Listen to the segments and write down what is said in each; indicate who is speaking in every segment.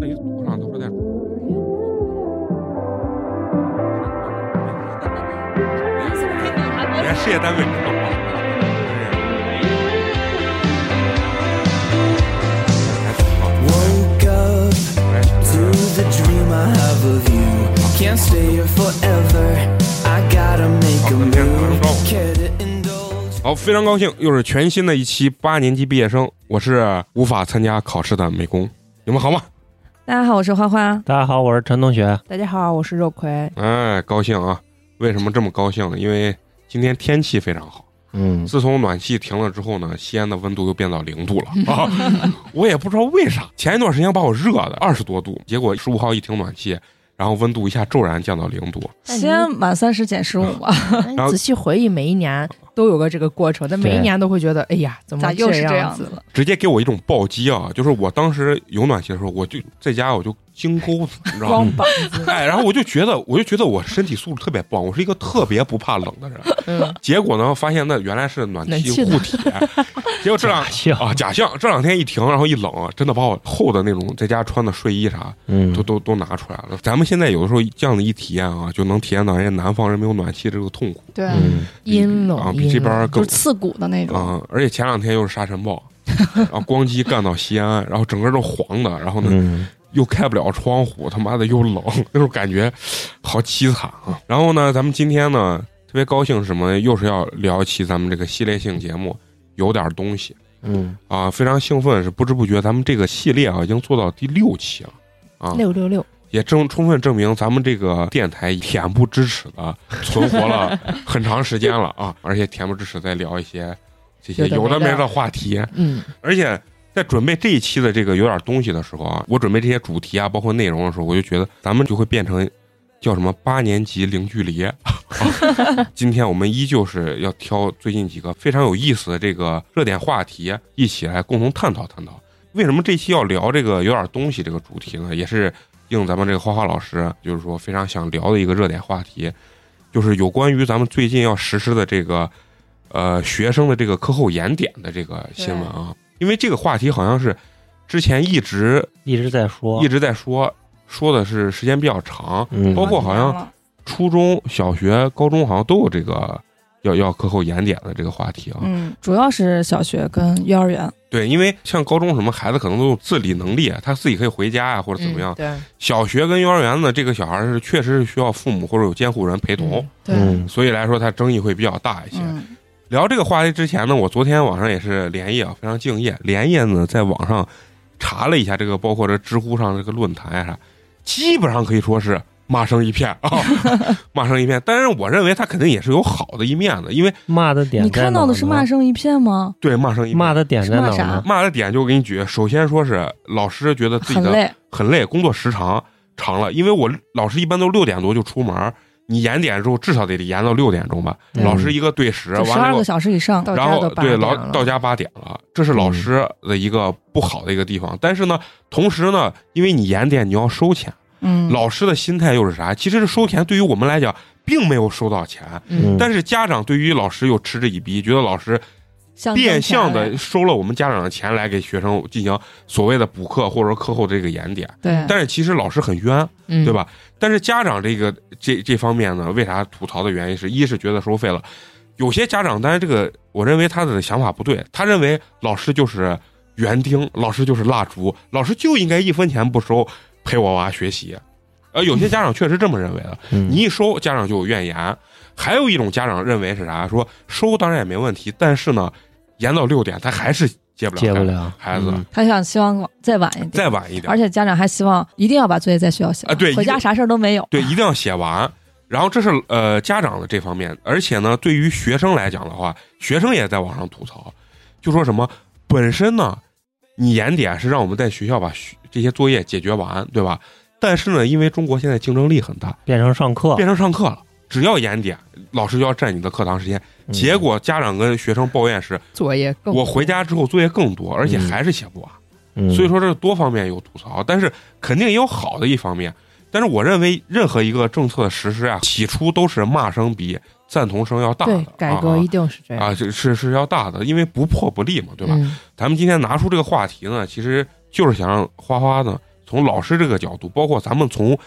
Speaker 1: 那哎你多长多少点？连事业单位你都忘了。
Speaker 2: Woke up to the dream I have of you. Can't stay here forever. I gotta make a move. Care to indulge?
Speaker 1: 好，非常高兴，又是全新的一期八年级毕业生。我是无法参加考试的美工，你们好吗？
Speaker 3: 大家好，我是花花。
Speaker 4: 大家好，我是陈同学。
Speaker 5: 大家好，我是 肉葵。
Speaker 1: 哎，高兴啊！为什么这么高兴呢？因为今天天气非常好。
Speaker 4: 嗯，
Speaker 1: 自从暖气停了之后呢，西安的温度又变到零度了啊！ 我也不知道为啥，前一段时间把我热的二十多度，结果十五号一停暖气，然后温度一下骤然降到零度。
Speaker 3: 西安满三十减十五啊吧，
Speaker 5: 那你
Speaker 1: 然后
Speaker 5: 仔细回忆，每一年都有个这个过程，但每一
Speaker 4: 对
Speaker 5: 年都会觉得，哎呀，怎么
Speaker 3: 咋又是嗯这样
Speaker 5: 样
Speaker 3: 子？了？
Speaker 1: 直接给我一种暴击啊！就是我当时有暖气的时候，我就在家我就金钩子，你知道吗？ 哎，然后我就觉得，我就觉得我身体素质特别棒，我是一个特别不怕冷的人。
Speaker 5: 嗯，
Speaker 1: 结果呢，发现那原来是暖
Speaker 5: 暖
Speaker 1: 气
Speaker 5: 气
Speaker 1: 护体，结果这两
Speaker 4: 行，
Speaker 1: 啊假象这两天一停，然后一冷啊，真的把我厚的那种在家穿的睡衣啥
Speaker 4: 嗯
Speaker 1: 都都都拿出来了。咱们现在有的时候这样的一体验啊，就能体验到人家南方人没有暖气这个痛苦
Speaker 6: 对，
Speaker 4: 嗯，
Speaker 5: 阴冷
Speaker 1: 啊，比这边
Speaker 5: 阴
Speaker 1: 更
Speaker 6: 就是刺骨的那种。
Speaker 1: 啊、而且前两天又是沙尘暴，啊，光机干到西安，然后整个都黄的，然后呢、
Speaker 4: 嗯，
Speaker 1: 又开不了窗户，他妈的又冷，那种感觉好凄惨啊。然后呢，咱们今天呢特别高兴，什么呢又是要聊一期咱们这个系列性节目，有点东西
Speaker 4: 嗯，
Speaker 1: 啊，非常兴奋，是不知不觉咱们这个系列啊已经做到第六期了啊，
Speaker 5: 六六六，
Speaker 1: 也正充分证明咱们这个电台恬不知耻的存活了 很长时间了啊，而且恬不知耻在聊一些这些有
Speaker 5: 有
Speaker 1: 的
Speaker 5: 的没的
Speaker 1: 没的话题，
Speaker 5: 嗯，
Speaker 1: 而且在准备这一期的这个有点东西的时候啊，我准备这些主题啊，包括内容的时候，我就觉得咱们就会变成叫什么八年级零距离。 啊今天我们依旧是要挑最近几个非常有意思的这个热点话题，一起来共同探讨探讨。为什么这期要聊这个有点东西这个主题呢？也是应咱们这个花花老师，就是说非常想聊的一个热点话题，就是有关于咱们最近要实施的这个呃学生的这个课后延点的这个新闻啊。因为这个话题好像是之前一直
Speaker 4: 一直在说，
Speaker 1: 一直在说，说的是时间比较长，
Speaker 4: 嗯
Speaker 1: 包括好像初中小学、高中好像都有这个要要课后延点的这个话题啊。
Speaker 3: 嗯，主要是小学跟幼儿园。
Speaker 1: 对，因为像高中什么孩子可能都有自理能力，他自己可以回家啊或者怎么样。
Speaker 5: 嗯对，
Speaker 1: 小学跟幼儿园呢，这个小孩是确实是需要父母或者有监护人陪同，
Speaker 5: 嗯
Speaker 6: 对，
Speaker 4: 嗯
Speaker 1: 所以来说他争议会比较大一些。
Speaker 6: 嗯，
Speaker 1: 聊这个话题之前呢，我昨天晚上也是连夜啊，非常敬业，连夜呢在网上查了一下这个，包括这知乎上这个论坛呀、啊啥，基本上可以说是骂声一片啊， 骂声一片。但是我认为他肯定也是有好的一面的，因为
Speaker 4: 骂的点
Speaker 3: 你
Speaker 4: 在哪呢，
Speaker 3: 看到的是骂声一片吗？
Speaker 1: 对骂声一片
Speaker 4: 骂的点在哪
Speaker 3: 是骂
Speaker 4: 呢
Speaker 3: 啥？
Speaker 1: 骂的点就我给你举，首先说是老师觉得自己
Speaker 3: 很
Speaker 1: 的
Speaker 3: 累，
Speaker 1: 很累，工作时长长了，因为我老师一般都六点多就出门，你延点之后至少得延到六点钟吧，
Speaker 4: 嗯
Speaker 1: 老师一个对时，
Speaker 3: 就十
Speaker 1: 完了
Speaker 3: 二
Speaker 1: 以后
Speaker 3: 个小时以上。
Speaker 5: 到
Speaker 1: 然
Speaker 5: 家
Speaker 1: 后
Speaker 5: 都八
Speaker 1: 对
Speaker 5: 点
Speaker 1: 老
Speaker 5: 了，
Speaker 1: 到家八点了，这是老师的一个不好的一个地方。但是呢，同时呢，因为你延点你要收钱，
Speaker 3: 嗯，
Speaker 1: 老师的心态又是啥？其实这收钱对于我们来讲并没有收到钱，
Speaker 4: 嗯，
Speaker 1: 但是家长对于老师又嗤之以鼻，觉得老师
Speaker 3: 象征
Speaker 1: 变相
Speaker 3: 起来
Speaker 1: 的收了我们家长的钱来给学生进行所谓的补课或者说课后这个延点。
Speaker 3: 对，
Speaker 1: 但是其实老师很冤，
Speaker 5: 嗯
Speaker 1: 对？吧？但是家长这个这这方面呢，为啥吐槽的原因是一是觉得收费了，有些家长，但是这个我认为他的想法不对，他认为老师就是园丁，老师就是蜡烛，老师就应该一分钱不收陪我娃学习。呃，有些家长确实这么认为的，
Speaker 4: 嗯
Speaker 1: 你一收家长就有怨言。还有一种家长认为是啥？说收当然也没问题，但是呢，延到六点他还是接不了，
Speaker 4: 戒不，了
Speaker 1: 孩子
Speaker 4: 嗯
Speaker 3: 他想希望往再晚一点，
Speaker 1: 再晚一点
Speaker 3: 而。且家长还希望一定要把作业在学校写
Speaker 1: 啊
Speaker 3: 完
Speaker 1: 对
Speaker 3: 回
Speaker 1: 一
Speaker 3: 家
Speaker 1: 定
Speaker 3: 啥事儿都没有。
Speaker 1: 对，一定要写完。然后这是呃家长的这方面，而且呢，对于学生来讲的话，学生也在网上吐槽，就说什么本身呢，你延点是让我们在学校把学这些作业解决完，对吧？但是呢，因为中国现在竞争力很大，
Speaker 4: 变成上课，
Speaker 1: 变成上课了，只要严点，老师就要占你的课堂时间。
Speaker 4: 嗯
Speaker 1: 结果家长跟学生抱怨是，
Speaker 5: 作业更
Speaker 1: 我回家之后作业更多，而且
Speaker 4: 嗯
Speaker 1: 还是写不完。
Speaker 4: 嗯
Speaker 1: 所以说这多方面有吐槽，但是肯定也有好的一方面。但是我认为任何一个政策的实施啊，起初都是骂声比赞同声要大的
Speaker 5: 对，改革
Speaker 1: 啊
Speaker 5: 一定是这样，
Speaker 1: 啊，这是是要大的，因为不破不立嘛，对吧？
Speaker 5: 嗯
Speaker 1: 咱们今天拿出这个话题呢，其实就是想让花花呢从老师这个角度，包括咱们从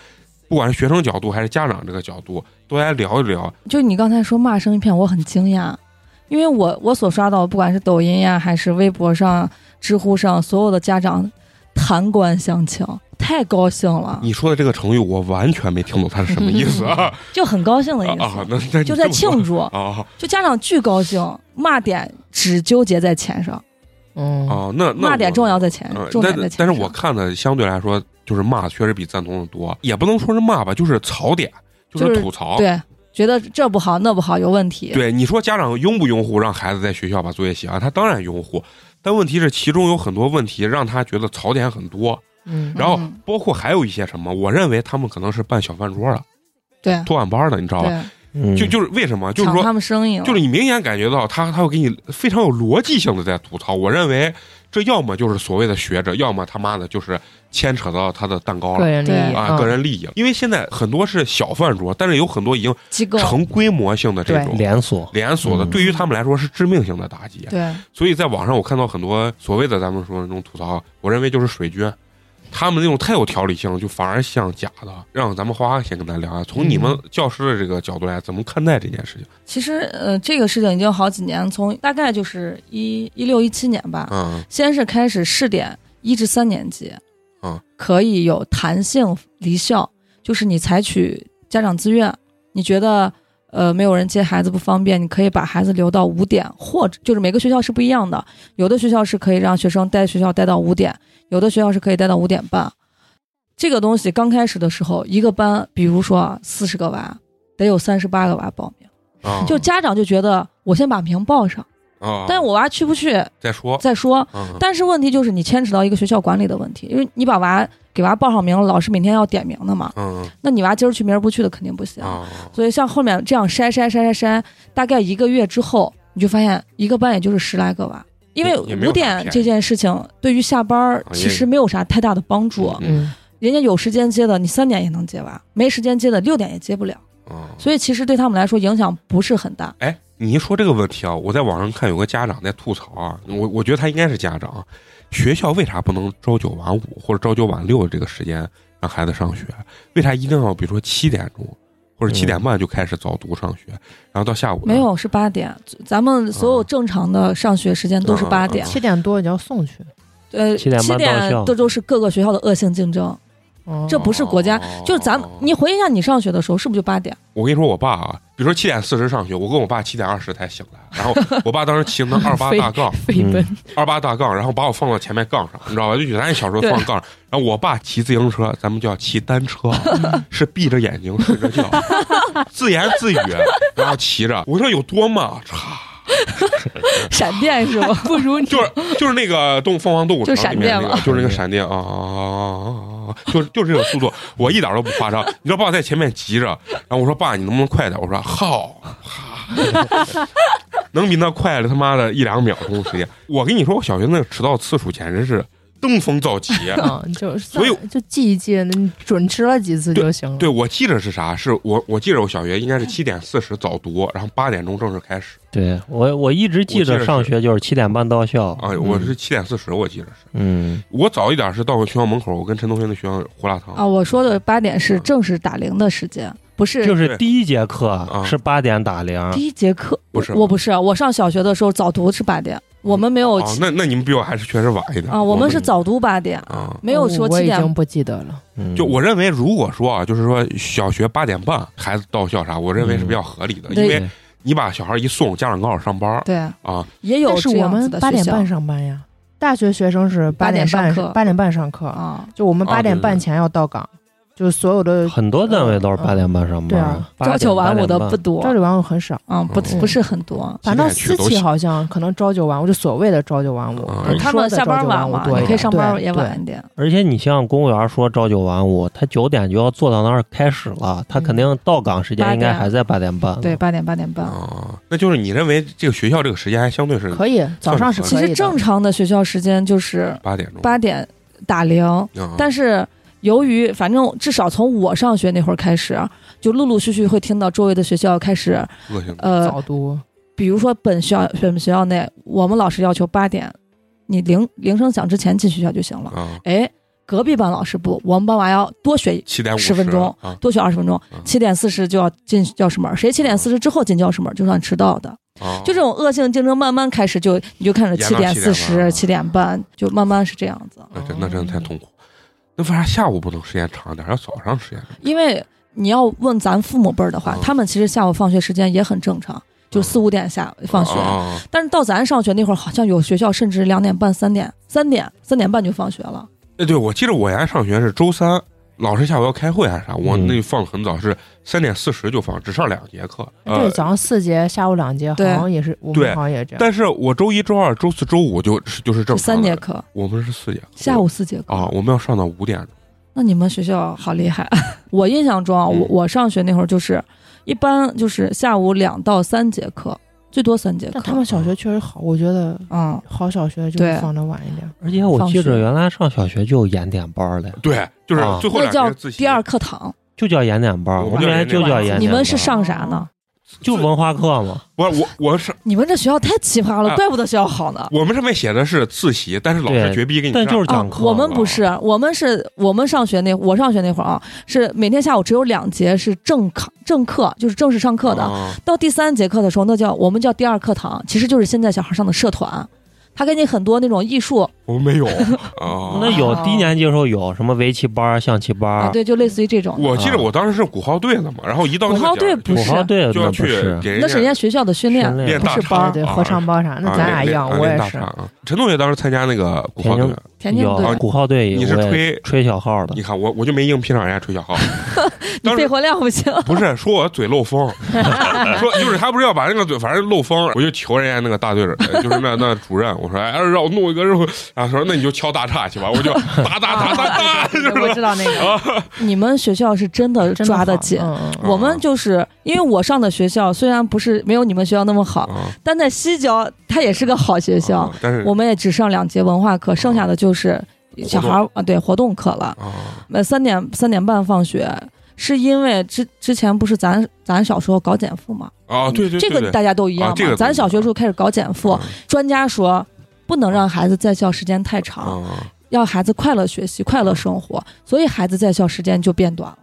Speaker 1: 不管是学生角度还是家长这个角度，都来聊一聊。
Speaker 3: 就你刚才说骂声一片，我很惊讶，因为我我所刷到，不管是抖音呀，还是微博上、知乎上，所有的家长弹冠相倾，太高兴了，
Speaker 1: 你说的这个成语，我完全没听懂它是什么意思啊？
Speaker 3: 就很高兴的意
Speaker 1: 啊
Speaker 3: 思，
Speaker 1: 啊，那那你
Speaker 3: 嗯就在
Speaker 1: 这么说
Speaker 3: 庆祝，
Speaker 1: 啊
Speaker 3: 就家长巨高兴，骂点只纠结在钱上，
Speaker 5: 嗯，
Speaker 1: 啊，那那
Speaker 3: 骂点
Speaker 1: 我
Speaker 3: 重要在钱
Speaker 1: 嗯，，
Speaker 3: 重点
Speaker 1: 但
Speaker 3: 在
Speaker 1: 是
Speaker 3: 钱
Speaker 1: 但
Speaker 3: 上。
Speaker 1: 是我看的相对来说，就是骂确实比赞同的多，也不能说是骂吧，就是槽点，就
Speaker 3: 就是是
Speaker 1: 吐槽。
Speaker 3: 对觉得这不好那不好有问题，
Speaker 1: 对你说家长拥不拥护让孩子在学校把作业写完？他当然拥护，但问题是其中有很多问题让他觉得槽点很多，
Speaker 5: 嗯
Speaker 1: 然后
Speaker 6: 嗯
Speaker 1: 包括还有一些什么，我认为他们可能是办小饭桌的、
Speaker 3: 对
Speaker 1: 托晚班的，你知道吧？
Speaker 3: 嗯对，
Speaker 4: 嗯
Speaker 1: 就就是为什么？就是
Speaker 3: 抢
Speaker 1: 说，
Speaker 3: 他们生意了，
Speaker 1: 就是你明显感觉到他他会给你非常有逻辑性的在吐槽。我认为这要么就是所谓的学者，要么他妈的就是牵扯到他的蛋糕
Speaker 5: 个
Speaker 1: 了。
Speaker 5: 人利
Speaker 3: 对
Speaker 5: 益
Speaker 1: 啊，个
Speaker 5: 嗯
Speaker 1: 人利益，因为现在很多是小饭桌，但是有很多已经
Speaker 3: 机构
Speaker 1: 成规模性的这
Speaker 5: 对
Speaker 1: 种
Speaker 4: 连锁，
Speaker 1: 连锁的，
Speaker 4: 嗯
Speaker 1: 对于他们来说是致命性的打击。
Speaker 3: 对
Speaker 1: 所以在网上我看到很多所谓的咱们说的那种吐槽，我认为就是水军，他们那种太有条理性，就反而像假的。让咱们花花先跟咱聊啊，从你们
Speaker 3: 嗯
Speaker 1: 教师的这个角度来，怎么看待这件事情？
Speaker 3: 其实，呃，这个事情已经好几年，从大概就是一一六一七年吧，
Speaker 1: 嗯
Speaker 3: 先是开始试点一至三年级，
Speaker 1: 嗯，
Speaker 3: 可以有弹性离校，就是你采取家长自愿，你觉得呃没有人接孩子不方便，你可以把孩子留到五点，或者就是每个学校是不一样的，有的学校是可以让学生待学校待到五点，有的学校是可以待到五点半。这个东西刚开始的时候，一个班，比如说啊，四十个娃，得有三十八个娃报名。
Speaker 1: 啊，
Speaker 3: 就家长就觉得我先把名报上，
Speaker 1: 啊，
Speaker 3: 但是我娃去不去
Speaker 1: 再说，
Speaker 3: 再说。
Speaker 1: 嗯
Speaker 3: 但是问题就是你牵扯到一个学校管理的问题，因为你把娃给娃报上名了，老师每天要点名的嘛，
Speaker 1: 嗯
Speaker 3: 那你娃今儿去明儿不去的肯定不行。
Speaker 1: 啊，
Speaker 3: 所以像后面这样筛筛筛筛筛，大概一个月之后，你就发现一个班也就是十来个娃。因为
Speaker 1: 也也没有啥
Speaker 3: 五点
Speaker 1: 骗
Speaker 3: 这件事情对于下班儿
Speaker 1: 啊也
Speaker 3: 其实没有啥太大的帮助，
Speaker 1: 嗯
Speaker 5: 嗯
Speaker 3: 人家有时间接的，你三点也能接娃；没时间接的，六点也接不了。
Speaker 1: 啊，
Speaker 3: 所以其实对他们来说影响不是很大。
Speaker 1: 哎，你一说这个问题啊，我在网上看有个家长在吐槽啊，我我觉得他应该是家长，啊学校为啥不能朝九晚五或者朝九晚六这个时间让孩子上学？为啥一定要比如说七点钟或者七点半就开始早读上学，然后到下午呢
Speaker 3: 嗯没？有，是八点。咱们所
Speaker 1: 啊
Speaker 3: 有正常的上学时间都是
Speaker 1: 嗯嗯
Speaker 3: 八
Speaker 1: 嗯
Speaker 3: 点。
Speaker 5: 七点多你要送去，
Speaker 3: 呃，
Speaker 4: 7点半
Speaker 3: 七
Speaker 4: 到
Speaker 3: 点
Speaker 4: 校
Speaker 3: 这都是各个学校的恶性竞争，
Speaker 5: 嗯
Speaker 3: 这不是国家
Speaker 1: 哦
Speaker 3: 就是咱们。你回忆一下，你上学的时候是不是就八点？
Speaker 1: 我跟你说，我爸啊，比如说七点四十上学，我跟我爸七点二十才醒来，然后我爸当时骑那二 八大杠，
Speaker 5: 飞奔
Speaker 1: 二八大杠，然后把我放到前面杠上，你知道吧？就咱小时候放杠上，然后我爸骑自行车，咱们叫骑单车，是闭着眼睛睡着觉，自言自语，然后骑着。我说有多慢？嚓，
Speaker 3: 闪电是吧？
Speaker 5: 不如你
Speaker 1: 就是就是那个动凤凰动物城
Speaker 3: 就闪
Speaker 1: 里面那
Speaker 3: 电
Speaker 1: 个，
Speaker 3: 了
Speaker 1: 就是那个闪电啊啊啊啊！就是就是这个速度，我一点都不夸张。你知道爸在前面急着，然后我说爸，你能不能快点？我说好， 能比那快了他妈的一两秒钟时间。我跟你说，我小学那个迟到次数简直是登峰造 极。
Speaker 5: 啊，就是
Speaker 1: 所以
Speaker 5: 算就记一记，那你准迟了几次就行了。哦
Speaker 1: 对，我记着是啥？是我我记着我小学应该是七点四十早读，然后八点钟正式开始。
Speaker 4: 对我我一直记
Speaker 1: 我记得
Speaker 4: 着
Speaker 1: 是
Speaker 4: 上学就是七点半到校
Speaker 1: 啊，我
Speaker 3: 嗯
Speaker 1: 是七点四十，我记着是。
Speaker 4: 嗯
Speaker 1: 我早一点是到学校门口，我跟陈同学的学校胡辣汤
Speaker 3: 啊，我说的八点是
Speaker 5: 嗯
Speaker 3: 正式打铃的时间，不
Speaker 4: 嗯
Speaker 1: 对
Speaker 4: 就是是第一节课
Speaker 1: 啊
Speaker 4: 是八点打铃，
Speaker 3: 第一节课。
Speaker 1: 不是
Speaker 3: 我不是，我上小学的时候早读是八
Speaker 5: 嗯
Speaker 3: 点，我们没有
Speaker 1: 哦，那那你们比我还是确实晚一点
Speaker 3: 啊，我们是早读八点，
Speaker 1: 啊。
Speaker 3: 没有说
Speaker 5: 哦我
Speaker 3: 七
Speaker 5: 已
Speaker 3: 点
Speaker 5: 经不记得了。
Speaker 4: 嗯
Speaker 1: 就我认为，如果说啊，就是说小学八点半孩子到校啥，我认为是比较合理的，
Speaker 3: 嗯
Speaker 1: 呃因
Speaker 3: 对
Speaker 1: 为你把小孩一送，家长刚好上班儿
Speaker 3: 对，
Speaker 1: 啊，
Speaker 3: 也有
Speaker 5: 但是
Speaker 3: 这
Speaker 5: 我
Speaker 3: 样
Speaker 5: 们
Speaker 3: 子的
Speaker 5: 八点
Speaker 3: 学校嗯
Speaker 5: 半上班呀，大学学生是
Speaker 3: 八
Speaker 5: 点
Speaker 3: 点
Speaker 5: 半
Speaker 3: 上课
Speaker 5: 八点半上课，
Speaker 3: 啊，
Speaker 5: 就我们
Speaker 1: 啊
Speaker 5: 八点
Speaker 1: 对对
Speaker 5: 半
Speaker 1: 对
Speaker 5: 前要到岗，就是所有的
Speaker 4: 很多单位都是八点半上
Speaker 5: 对
Speaker 4: 班
Speaker 5: 啊
Speaker 4: 啊，
Speaker 3: 嗯朝九晚五的不
Speaker 4: 不
Speaker 3: 多
Speaker 5: 朝，九晚五很少，
Speaker 3: 嗯，不
Speaker 1: 嗯
Speaker 3: 不是很多。
Speaker 5: 反倒
Speaker 1: 几点去
Speaker 5: 私
Speaker 1: 都
Speaker 5: 企
Speaker 1: 行
Speaker 5: 好像可能朝九晚五，就所谓的朝九晚五
Speaker 1: 嗯，
Speaker 5: 我
Speaker 3: 他
Speaker 5: 说
Speaker 3: 们
Speaker 5: 的
Speaker 3: 下班
Speaker 5: 朝九
Speaker 3: 晚
Speaker 5: 晚
Speaker 3: 嘛，
Speaker 5: 多一
Speaker 3: 你可以
Speaker 5: 点
Speaker 3: 上班
Speaker 5: 对
Speaker 3: 也
Speaker 5: 对
Speaker 3: 晚一点。
Speaker 4: 而且你像公务员说朝九晚五，他九点就要坐到那儿开始了，他肯定到岗时间应该还在八点
Speaker 5: 嗯
Speaker 4: 半。
Speaker 3: 嗯对，，八点八点半。
Speaker 1: 啊，那就是你认为这个学校这个时间还相对是
Speaker 5: 可以，早上是
Speaker 3: 其
Speaker 5: 可以
Speaker 3: 实
Speaker 5: 的嗯
Speaker 3: 正常的学校时间就是
Speaker 1: 八点钟，
Speaker 3: 八点打铃，
Speaker 1: 啊，
Speaker 3: 但是由于反正至少从我上学那会儿开始，啊就陆陆续续会听到周围的学校开始，
Speaker 1: 恶性的
Speaker 3: 呃，
Speaker 5: 早读，
Speaker 3: 比如说本学校本学校内，我们老师要求八点，你铃铃声响之前进学校就行了。
Speaker 1: 啊，
Speaker 5: 嗯
Speaker 3: 哎，隔壁班老师不，我们班娃要多学
Speaker 1: 七点五
Speaker 3: 10分钟
Speaker 1: 啊，
Speaker 3: 多学二十分钟
Speaker 1: 嗯，
Speaker 3: 七点四十就要进教室门儿，谁七点四十之后进教室门儿就算迟到的。
Speaker 1: 啊
Speaker 3: 就这种恶性竞争慢慢开始就，你就看着
Speaker 1: 延
Speaker 3: 七
Speaker 1: 到
Speaker 3: 点
Speaker 1: 7点
Speaker 3: 四
Speaker 1: 半
Speaker 3: 十、七点半，就慢慢是这样子。
Speaker 1: 那真那真的太痛苦。那为啥下午不能时间长点儿，要早上时间长？
Speaker 3: 因为你要问咱父母辈儿的话
Speaker 1: 嗯，
Speaker 3: 他们其实下午放学时间也很正常，就四五点下放学。
Speaker 1: 啊
Speaker 3: 但是到咱上学那会儿，好像有学校甚至两点半、三点、三点、三点半就放学了。
Speaker 1: 哎，对，我记得我原来上学是周三，老师下午要开会还是啥，我
Speaker 4: 嗯
Speaker 1: 那就放得很早，是三点四十就放，只上两节课。
Speaker 5: 对，
Speaker 1: 呃，
Speaker 5: 早上四节，下午两节，好
Speaker 3: 对
Speaker 5: 像也是，我
Speaker 1: 对
Speaker 5: 们好像也这样。
Speaker 1: 但是我周一周二、周四周五就是就是正常
Speaker 3: 就三
Speaker 1: 的
Speaker 3: 节，课，
Speaker 1: 我们是四节课，
Speaker 3: 下午四节课。
Speaker 1: 啊，我们要上到五点钟。
Speaker 3: 那你们学校好 厉害！我印象中啊，我
Speaker 1: 嗯
Speaker 3: 我上学那会儿就是，一般就是下午两到三节课，最多三节
Speaker 5: 但他们
Speaker 3: 课。
Speaker 5: 小学确实好，我觉得
Speaker 3: 嗯，
Speaker 5: 好小学就是
Speaker 3: 对
Speaker 5: 放的晚一点。
Speaker 4: 而且我记着原来上小学就有延点班嘞，
Speaker 1: 对，就是
Speaker 4: 啊
Speaker 1: 最后
Speaker 3: 那
Speaker 1: 两
Speaker 3: 叫
Speaker 1: 节自习。
Speaker 3: 第二课堂。
Speaker 4: 就叫延点班，
Speaker 1: 我
Speaker 4: 我
Speaker 1: 们
Speaker 4: 们原来就叫延点班。
Speaker 3: 你们是上啥呢？
Speaker 4: 就文化课嘛？
Speaker 1: 不是我，我是
Speaker 3: 你们这学校太奇葩
Speaker 1: 哎
Speaker 3: 了，怪不得学校好呢。
Speaker 1: 我们上面写的是自习，但是老师
Speaker 4: 对
Speaker 1: 绝逼给你上。
Speaker 4: 但就是讲课
Speaker 3: 啊。我们不是，我们是我们上学那我上学那会儿啊，是每天下午只有两节是正课，正课就是正式上课 的。
Speaker 1: 啊
Speaker 3: 到第三节课的时候，那叫我们叫第二课堂，其实就是现在小孩上的社团。他给你很多那种艺术
Speaker 1: 我们没有啊。
Speaker 4: 那有低年级的时候有什么围棋班、象棋
Speaker 3: 啊，
Speaker 4: 班、
Speaker 3: 对，就类似于这种的。
Speaker 1: 我记得我当时是鼓号队的嘛，然后一到那
Speaker 3: 鼓
Speaker 1: 个
Speaker 3: 号
Speaker 1: 点儿
Speaker 3: 队不
Speaker 4: 土
Speaker 3: 是
Speaker 4: 豪，队，
Speaker 1: 就要
Speaker 4: 那不
Speaker 1: 去
Speaker 4: 啊是
Speaker 1: 给
Speaker 3: 那是人家学校的训练
Speaker 4: 训。练
Speaker 1: 练
Speaker 3: 不
Speaker 1: 大
Speaker 3: 是班
Speaker 1: 肠，
Speaker 3: 儿
Speaker 5: 对，
Speaker 1: 啊
Speaker 5: 合唱班啥，那
Speaker 1: 啊
Speaker 5: 咱俩
Speaker 1: 练
Speaker 5: 一样，
Speaker 1: 啊
Speaker 5: 我
Speaker 1: 练
Speaker 5: 也
Speaker 1: 大
Speaker 5: 是
Speaker 1: 肠。啊陈同学当时参加那个鼓号队
Speaker 4: 田径，
Speaker 3: 田径
Speaker 4: 有
Speaker 1: 哦
Speaker 3: 队，
Speaker 4: 鼓号队，
Speaker 1: 你是
Speaker 4: 我也
Speaker 1: 吹
Speaker 4: 吹小号的
Speaker 1: 你，看我我就没硬拼上人家吹小号，
Speaker 3: 你
Speaker 1: 当
Speaker 3: 肺
Speaker 1: 时
Speaker 3: 活量 不行。
Speaker 1: 不是说我嘴漏风， 说就是他不是要把那个嘴反正漏风，我就求人家那个大队长，呃就是那那主任，我说哎让我弄一个肉，然后说那你就敲大叉去吧，我就哒哒哒
Speaker 3: 啊
Speaker 1: 哒哒， 就
Speaker 5: 对我
Speaker 1: 是
Speaker 5: 知道那个
Speaker 3: 你们学校是真的
Speaker 5: 真
Speaker 3: 抓得
Speaker 5: 好
Speaker 3: 紧。
Speaker 5: 嗯嗯嗯
Speaker 3: 我们就是因为我上的学校虽然不是没有你们学校那么好，
Speaker 1: 啊
Speaker 3: 但在西郊它也是个好学校，
Speaker 1: 啊但是
Speaker 3: 我们也只上两节文化课，剩下的就是小孩儿啊，对活动课了。
Speaker 1: 啊
Speaker 3: 呃，三点三点半放学，是因为之之前不是咱咱小时候搞减负嘛？
Speaker 1: 啊对对对
Speaker 3: 这
Speaker 1: 对
Speaker 3: 个大家都一样
Speaker 1: 啊
Speaker 3: 嘛。
Speaker 1: 这个嗯
Speaker 3: 咱小学时候开始搞减负，专家说不能让孩子在校时间太
Speaker 1: 啊
Speaker 3: 长，
Speaker 1: 啊，
Speaker 3: 要孩子快乐学习、快乐生活，所以孩子在校时间就变短了。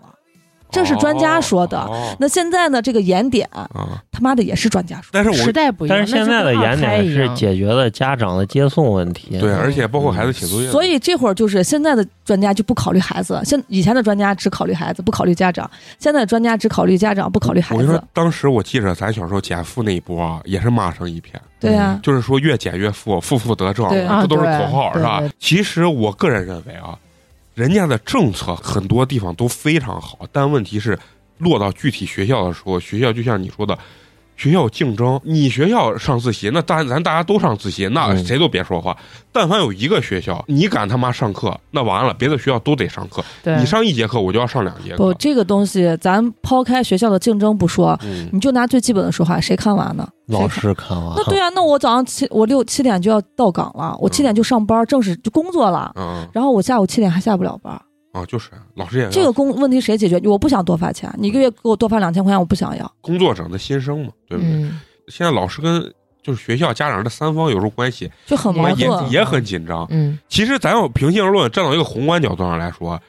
Speaker 3: 这是专家说的
Speaker 1: 哦
Speaker 3: 那现在呢？这个延点，
Speaker 1: 啊，
Speaker 3: 他妈的也是专家说的。
Speaker 1: 但是
Speaker 5: 时
Speaker 1: 我
Speaker 5: 代不一样，
Speaker 4: 但是现在的延点是解决了家长的接送问题。
Speaker 1: 对，而且包括孩子写作业，
Speaker 3: 所以这会儿就是现在的专家就不考虑孩子，现以前的专家只考虑孩子，不考虑家长；现在的专家只考虑家长，不考虑孩
Speaker 1: 我跟你说
Speaker 3: 子。，
Speaker 1: 当时我记着咱小时候减负那一波啊，也是骂声一片，嗯
Speaker 3: 对呀、
Speaker 1: 就是说越减越富，负负得正，
Speaker 3: 对
Speaker 1: 这都是口号
Speaker 5: 啊
Speaker 1: 是
Speaker 5: 对
Speaker 1: 吧
Speaker 5: 对？
Speaker 1: 其实我个人认为啊，人家的政策很多地方都非常好，但问题是落到具体学校的时候，学校就像你说的。学校有竞争，你学校上自习，那当然咱大家都上自习，那
Speaker 4: 嗯
Speaker 1: 谁都别说话。但凡有一个学校你敢他妈上课，那完了，别的学校都得上课。
Speaker 5: 对
Speaker 1: 你上一节课，我就要上两节
Speaker 3: 不，
Speaker 1: 课。
Speaker 3: 这个东西咱抛开学校的竞争不说，
Speaker 1: 嗯，
Speaker 3: 你就拿最基本的说话，谁看完呢？
Speaker 4: 老
Speaker 3: 谁看。
Speaker 4: 师看完，
Speaker 3: 那对啊，那我早上七，我六七点就要到岗了，我七点就上班，正式就工作了，
Speaker 1: 啊
Speaker 3: 然后我下午七点还下不了班，
Speaker 1: 啊，就是老师也要
Speaker 3: 这个工问题谁解决？我不想多发钱，你一个月给我多发两千块钱，我不想要。
Speaker 1: 工作者的心声嘛，对不对？
Speaker 5: 嗯，
Speaker 1: 现在老师跟就是学校、家长这三方有时候关系
Speaker 3: 就很
Speaker 5: 也
Speaker 3: 矛
Speaker 1: 也
Speaker 3: 盾。啊
Speaker 1: 也很紧张。
Speaker 5: 嗯，
Speaker 1: 其实咱要平心而论，站到一个宏观角度上来说，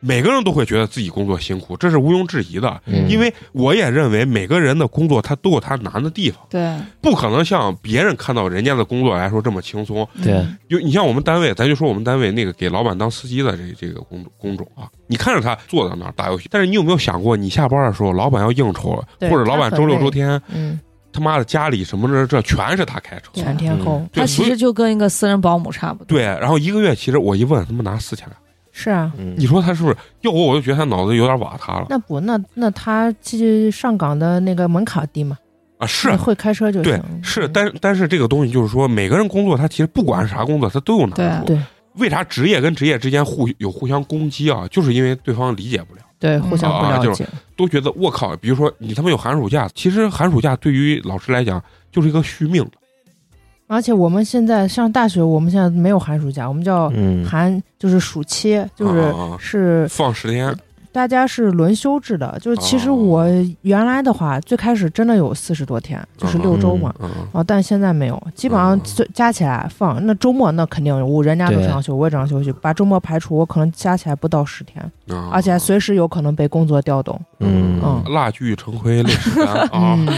Speaker 1: 每个人都会觉得自己工作辛苦，这是毋庸置疑的。
Speaker 4: 嗯
Speaker 1: 因为我也认为每个人的工作他都有他难的地方，
Speaker 3: 对
Speaker 1: 不可能像别人看到人家的工作来说这么轻松。
Speaker 3: 嗯
Speaker 4: 对
Speaker 1: 就你像我们单位，咱就说我们单位那个给老板当司机的这这个工工种啊，你看着他坐在那儿打游戏，但是你有没有想过，你下班的时候，老板要应酬，或
Speaker 5: 对
Speaker 1: 者老板周六周天
Speaker 5: 嗯，
Speaker 1: 他妈的家里什么的，这全是他开车。
Speaker 5: 全天候
Speaker 1: 嗯对啊
Speaker 3: 他其
Speaker 1: 所以
Speaker 3: 实就跟一个私人保姆差不多。
Speaker 1: 对，然后一个月其实我一问，他们拿四千来，
Speaker 5: 是啊，
Speaker 4: 嗯
Speaker 1: 你，说他是不是？要我我就觉得他脑子有点瓦塌了
Speaker 5: 那不那那他去上岗的那个门槛低嘛，
Speaker 1: 啊！是
Speaker 5: 那会开车就
Speaker 1: 对
Speaker 5: 行，嗯
Speaker 1: 是，但但是这个东西就是说，每个人工作他其实不管是啥工作，他都有难处。
Speaker 5: 对对
Speaker 1: 为啥职业跟职业之间互有互相攻击啊？就是因为对方理解不了，
Speaker 5: 对互相不
Speaker 1: 啊就
Speaker 5: 了
Speaker 1: 是
Speaker 5: 解，
Speaker 1: 都觉得我靠，比如说你他妈有寒暑假，其实寒暑假对于老师来讲就是一个续命。
Speaker 5: 而且我们现在上大学，我们现在没有寒暑假，我们叫
Speaker 4: 嗯，
Speaker 5: 寒，就是暑期，就是
Speaker 1: 啊啊啊
Speaker 5: 是
Speaker 1: 放十天，
Speaker 5: 大家是轮休制的，就是其实
Speaker 1: 哦
Speaker 5: 我原来的话，最开始真的有四十多天，就是六周嘛。
Speaker 1: 嗯，
Speaker 5: 哦，但现在没有，基本
Speaker 1: 嗯
Speaker 5: 上最加起来放那周末那肯定我人家都
Speaker 4: 对
Speaker 5: 上休，我也正常休息，把周末排除，我可能加起来不到十天，
Speaker 1: 啊
Speaker 5: 而且还随时有可能被工作调动。
Speaker 4: 嗯
Speaker 5: 嗯
Speaker 1: 蜡炬成灰泪始 干啊
Speaker 5: 嗯，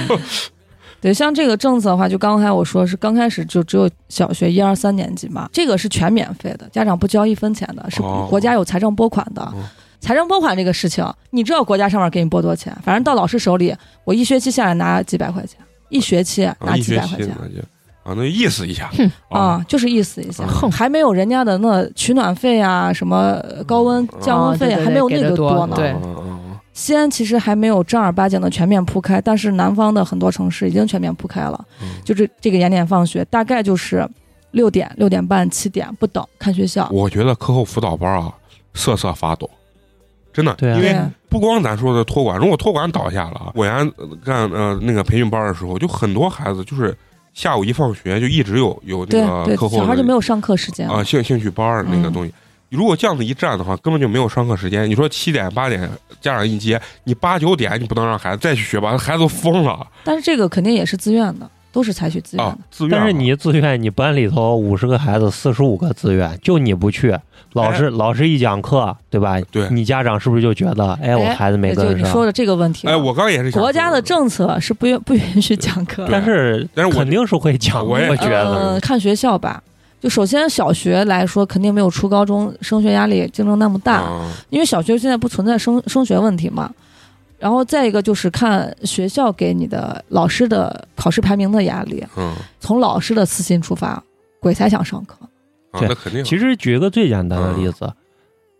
Speaker 3: 对，像这个政策的话，就刚才我说是刚开始就只有小学一二三年级嘛，这个是全免费的，家长不交一分钱的，是
Speaker 1: 哦
Speaker 3: 国家有财政拨款的。
Speaker 1: 哦
Speaker 3: 财政拨款这个事情，你知道国家上面给你拨多少钱？反正到老师手里，我一学期下来拿几百块钱，一学期
Speaker 1: 啊
Speaker 3: 拿
Speaker 1: 一
Speaker 3: 几
Speaker 1: 学
Speaker 3: 百块
Speaker 1: 期
Speaker 3: 钱
Speaker 1: 呢就啊，那意思一下
Speaker 5: 哼
Speaker 1: 啊，
Speaker 3: 啊，就是意思一下，
Speaker 1: 哼
Speaker 3: 还没有人家的那取暖费啊，什么高温
Speaker 1: 嗯
Speaker 3: 降温
Speaker 5: 哦对
Speaker 3: 费
Speaker 5: 对
Speaker 3: 还没有
Speaker 5: 对
Speaker 3: 那个
Speaker 5: 给得多
Speaker 3: 多呢。
Speaker 5: 对
Speaker 1: 啊啊啊
Speaker 3: 西安其实还没有正儿八经的全面铺开，但是南方的很多城市已经全面铺开了，
Speaker 1: 嗯
Speaker 3: 就是这个延点放学大概就是六点、六点半、七点不等，看学校。
Speaker 1: 我觉得课后辅导班啊，瑟瑟发抖，真的，
Speaker 4: 对啊
Speaker 1: 因为
Speaker 3: 对
Speaker 1: 不光咱说的托管，如果托管倒下了啊，我原来呃干呃那个培训班的时候，就很多孩子就是下午一放学就一直有有
Speaker 3: 对
Speaker 1: 那个
Speaker 3: 对，
Speaker 1: 课后
Speaker 3: 小孩
Speaker 1: 的
Speaker 3: 就没有上课时间了
Speaker 1: 啊兴兴趣班儿那个
Speaker 3: 嗯
Speaker 1: 东西。如果这样子一站的话，根本就没有上课时间。你说七点八点家长一接，你八九点你不能让孩子再去学吧，孩子都疯了
Speaker 3: 但是这个肯定也是自愿的，都是采取自愿
Speaker 1: 啊
Speaker 3: 的。！
Speaker 1: 自愿
Speaker 4: 但
Speaker 1: 了
Speaker 4: 是你自愿，你班里头五十个孩子，四十五个自愿，就你不去，老师、老师一讲课，对吧？
Speaker 1: 哎对
Speaker 4: 你家长是不是就觉得，哎，我孩子没
Speaker 3: 就
Speaker 4: 跟
Speaker 3: 你说
Speaker 4: 上？
Speaker 3: 的这个问题了，
Speaker 1: 哎，我刚也是想
Speaker 3: 啊国家的
Speaker 1: 说
Speaker 3: 政策是不允不允许讲 课
Speaker 1: 对
Speaker 3: 的，
Speaker 4: 但是
Speaker 1: 但是我
Speaker 4: 肯定是会讲，
Speaker 1: 我
Speaker 4: 我
Speaker 1: 也
Speaker 4: 觉得，
Speaker 3: 呃，看学校吧。就首先小学来说，肯定没有初高中升学压力竞争那么大。
Speaker 1: 啊
Speaker 3: 因为小学现在不存在升升学问题嘛。然后再一个就是看学校给你的老师的考试排名的压力，
Speaker 1: 嗯
Speaker 3: 从老师的私心出发，鬼才想上课。
Speaker 1: 啊，
Speaker 4: 对
Speaker 1: 那肯定
Speaker 4: 其实举一个最简单的
Speaker 1: 嗯
Speaker 4: 例子，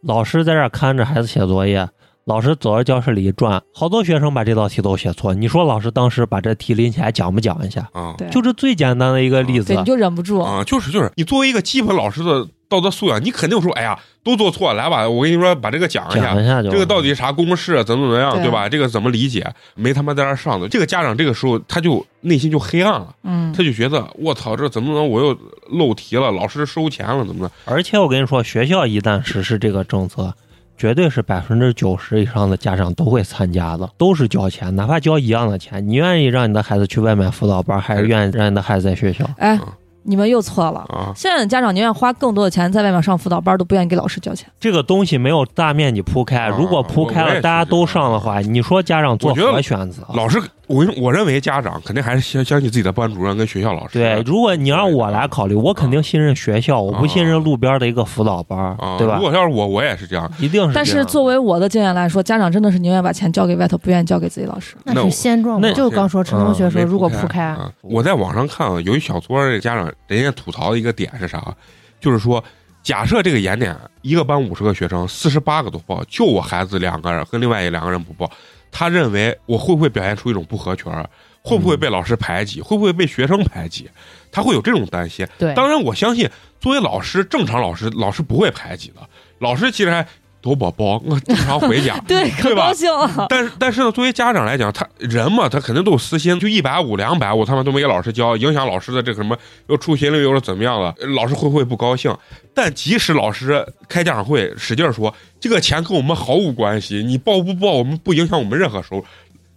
Speaker 4: 老师在这儿看着孩子写作业，老师走到教室里一转，好多学生把这道题都写错。你说老师当时把这题拎起来讲不讲一下？
Speaker 1: 啊，
Speaker 3: 对，
Speaker 4: 就这最简单的一个例子
Speaker 3: 对，你，就忍不住。
Speaker 1: 啊，就是就是，你作为一个基本老师的道德素养，你肯定说，哎呀，都做错，来吧，我跟你说，把这个讲一
Speaker 4: 讲
Speaker 1: 下，
Speaker 4: 一下就
Speaker 1: 这个到底啥公式，啊怎么怎么样，
Speaker 6: 对
Speaker 1: 对吧？这个怎么理解？没他妈在那儿上的，这个家长这个时候他就内心就黑暗了，
Speaker 6: 嗯
Speaker 1: 他就觉得我操，这怎么能我又漏题了？老师收钱了，怎么的？
Speaker 4: 而且我跟你说，学校一旦实施这个政策，绝对是百分之九十以上的家长都会参加的，都是交钱，哪怕交一样的钱，你愿意让你的孩子去外面辅导班，
Speaker 1: 哎
Speaker 4: 还是愿意让你的孩子在学校？
Speaker 3: 哎
Speaker 1: 啊，
Speaker 3: 你们又错了。
Speaker 1: 啊？
Speaker 3: 现在的家长宁愿花更多的钱在外面上辅导班，都不愿意给老师交钱。
Speaker 4: 这个东西没有大面积铺开，
Speaker 1: 啊
Speaker 4: 如果铺开
Speaker 1: 我我也
Speaker 4: 了，
Speaker 1: 是
Speaker 4: 大家都上的话，你说家长做
Speaker 1: 我觉得
Speaker 4: 何选择？
Speaker 1: 老师，我跟我认为家长肯定还是相相信自己的班主任跟学校老师。
Speaker 4: 对，如果你让我来考虑，我肯定信任学校，我不信任路边的一个辅导班
Speaker 1: 啊，，
Speaker 4: 对
Speaker 1: 如
Speaker 4: 吧？
Speaker 1: 果要是我，我也是这样。
Speaker 4: 一定是这样。啊
Speaker 3: 但是作为我的经验来说，家长真的是宁愿把钱交给外头，不愿意交给自己老师。
Speaker 1: 那
Speaker 5: 那
Speaker 1: 我
Speaker 5: 是现状
Speaker 4: 那
Speaker 5: 嘛，就刚说陈同学说，
Speaker 1: 没
Speaker 5: 如果
Speaker 1: 铺
Speaker 5: 铺开，
Speaker 1: 啊，我在网上看啊，有一小撮儿的家长，人家吐槽的一个点是啥啊？就是说，假设这个延点一个班五十个学生，四十八个都报，就我孩子两个人跟另外一两个人不报，他认为我会不会表现出一种不合群儿？啊会不会被老师排挤？会不会被学生排挤？他会有这种担心。
Speaker 5: 对，
Speaker 1: 当然，我相信作为老师，正常老师老师不会排挤的。老师其实还都宝宝，我经常回家，
Speaker 3: 对，可
Speaker 1: 对吧
Speaker 3: 高兴了。
Speaker 1: 但是但是呢，作为家长来讲，他人嘛，他肯定都有私心，就一百五、两百，我他妈都没给老师交，影响老师的这个什么又出勤率又是怎么样了，呃老师会不会不高兴？但即使老师开家长会使劲儿说这个钱跟我们毫无关系，你报不报我们不影响我们任何收入，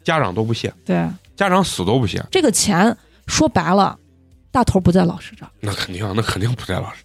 Speaker 1: 家长都不信，
Speaker 3: 对，
Speaker 1: 家长死都不信，
Speaker 3: 这个钱说白了，大头不在老师这儿。
Speaker 1: 那肯定那肯定不在老师，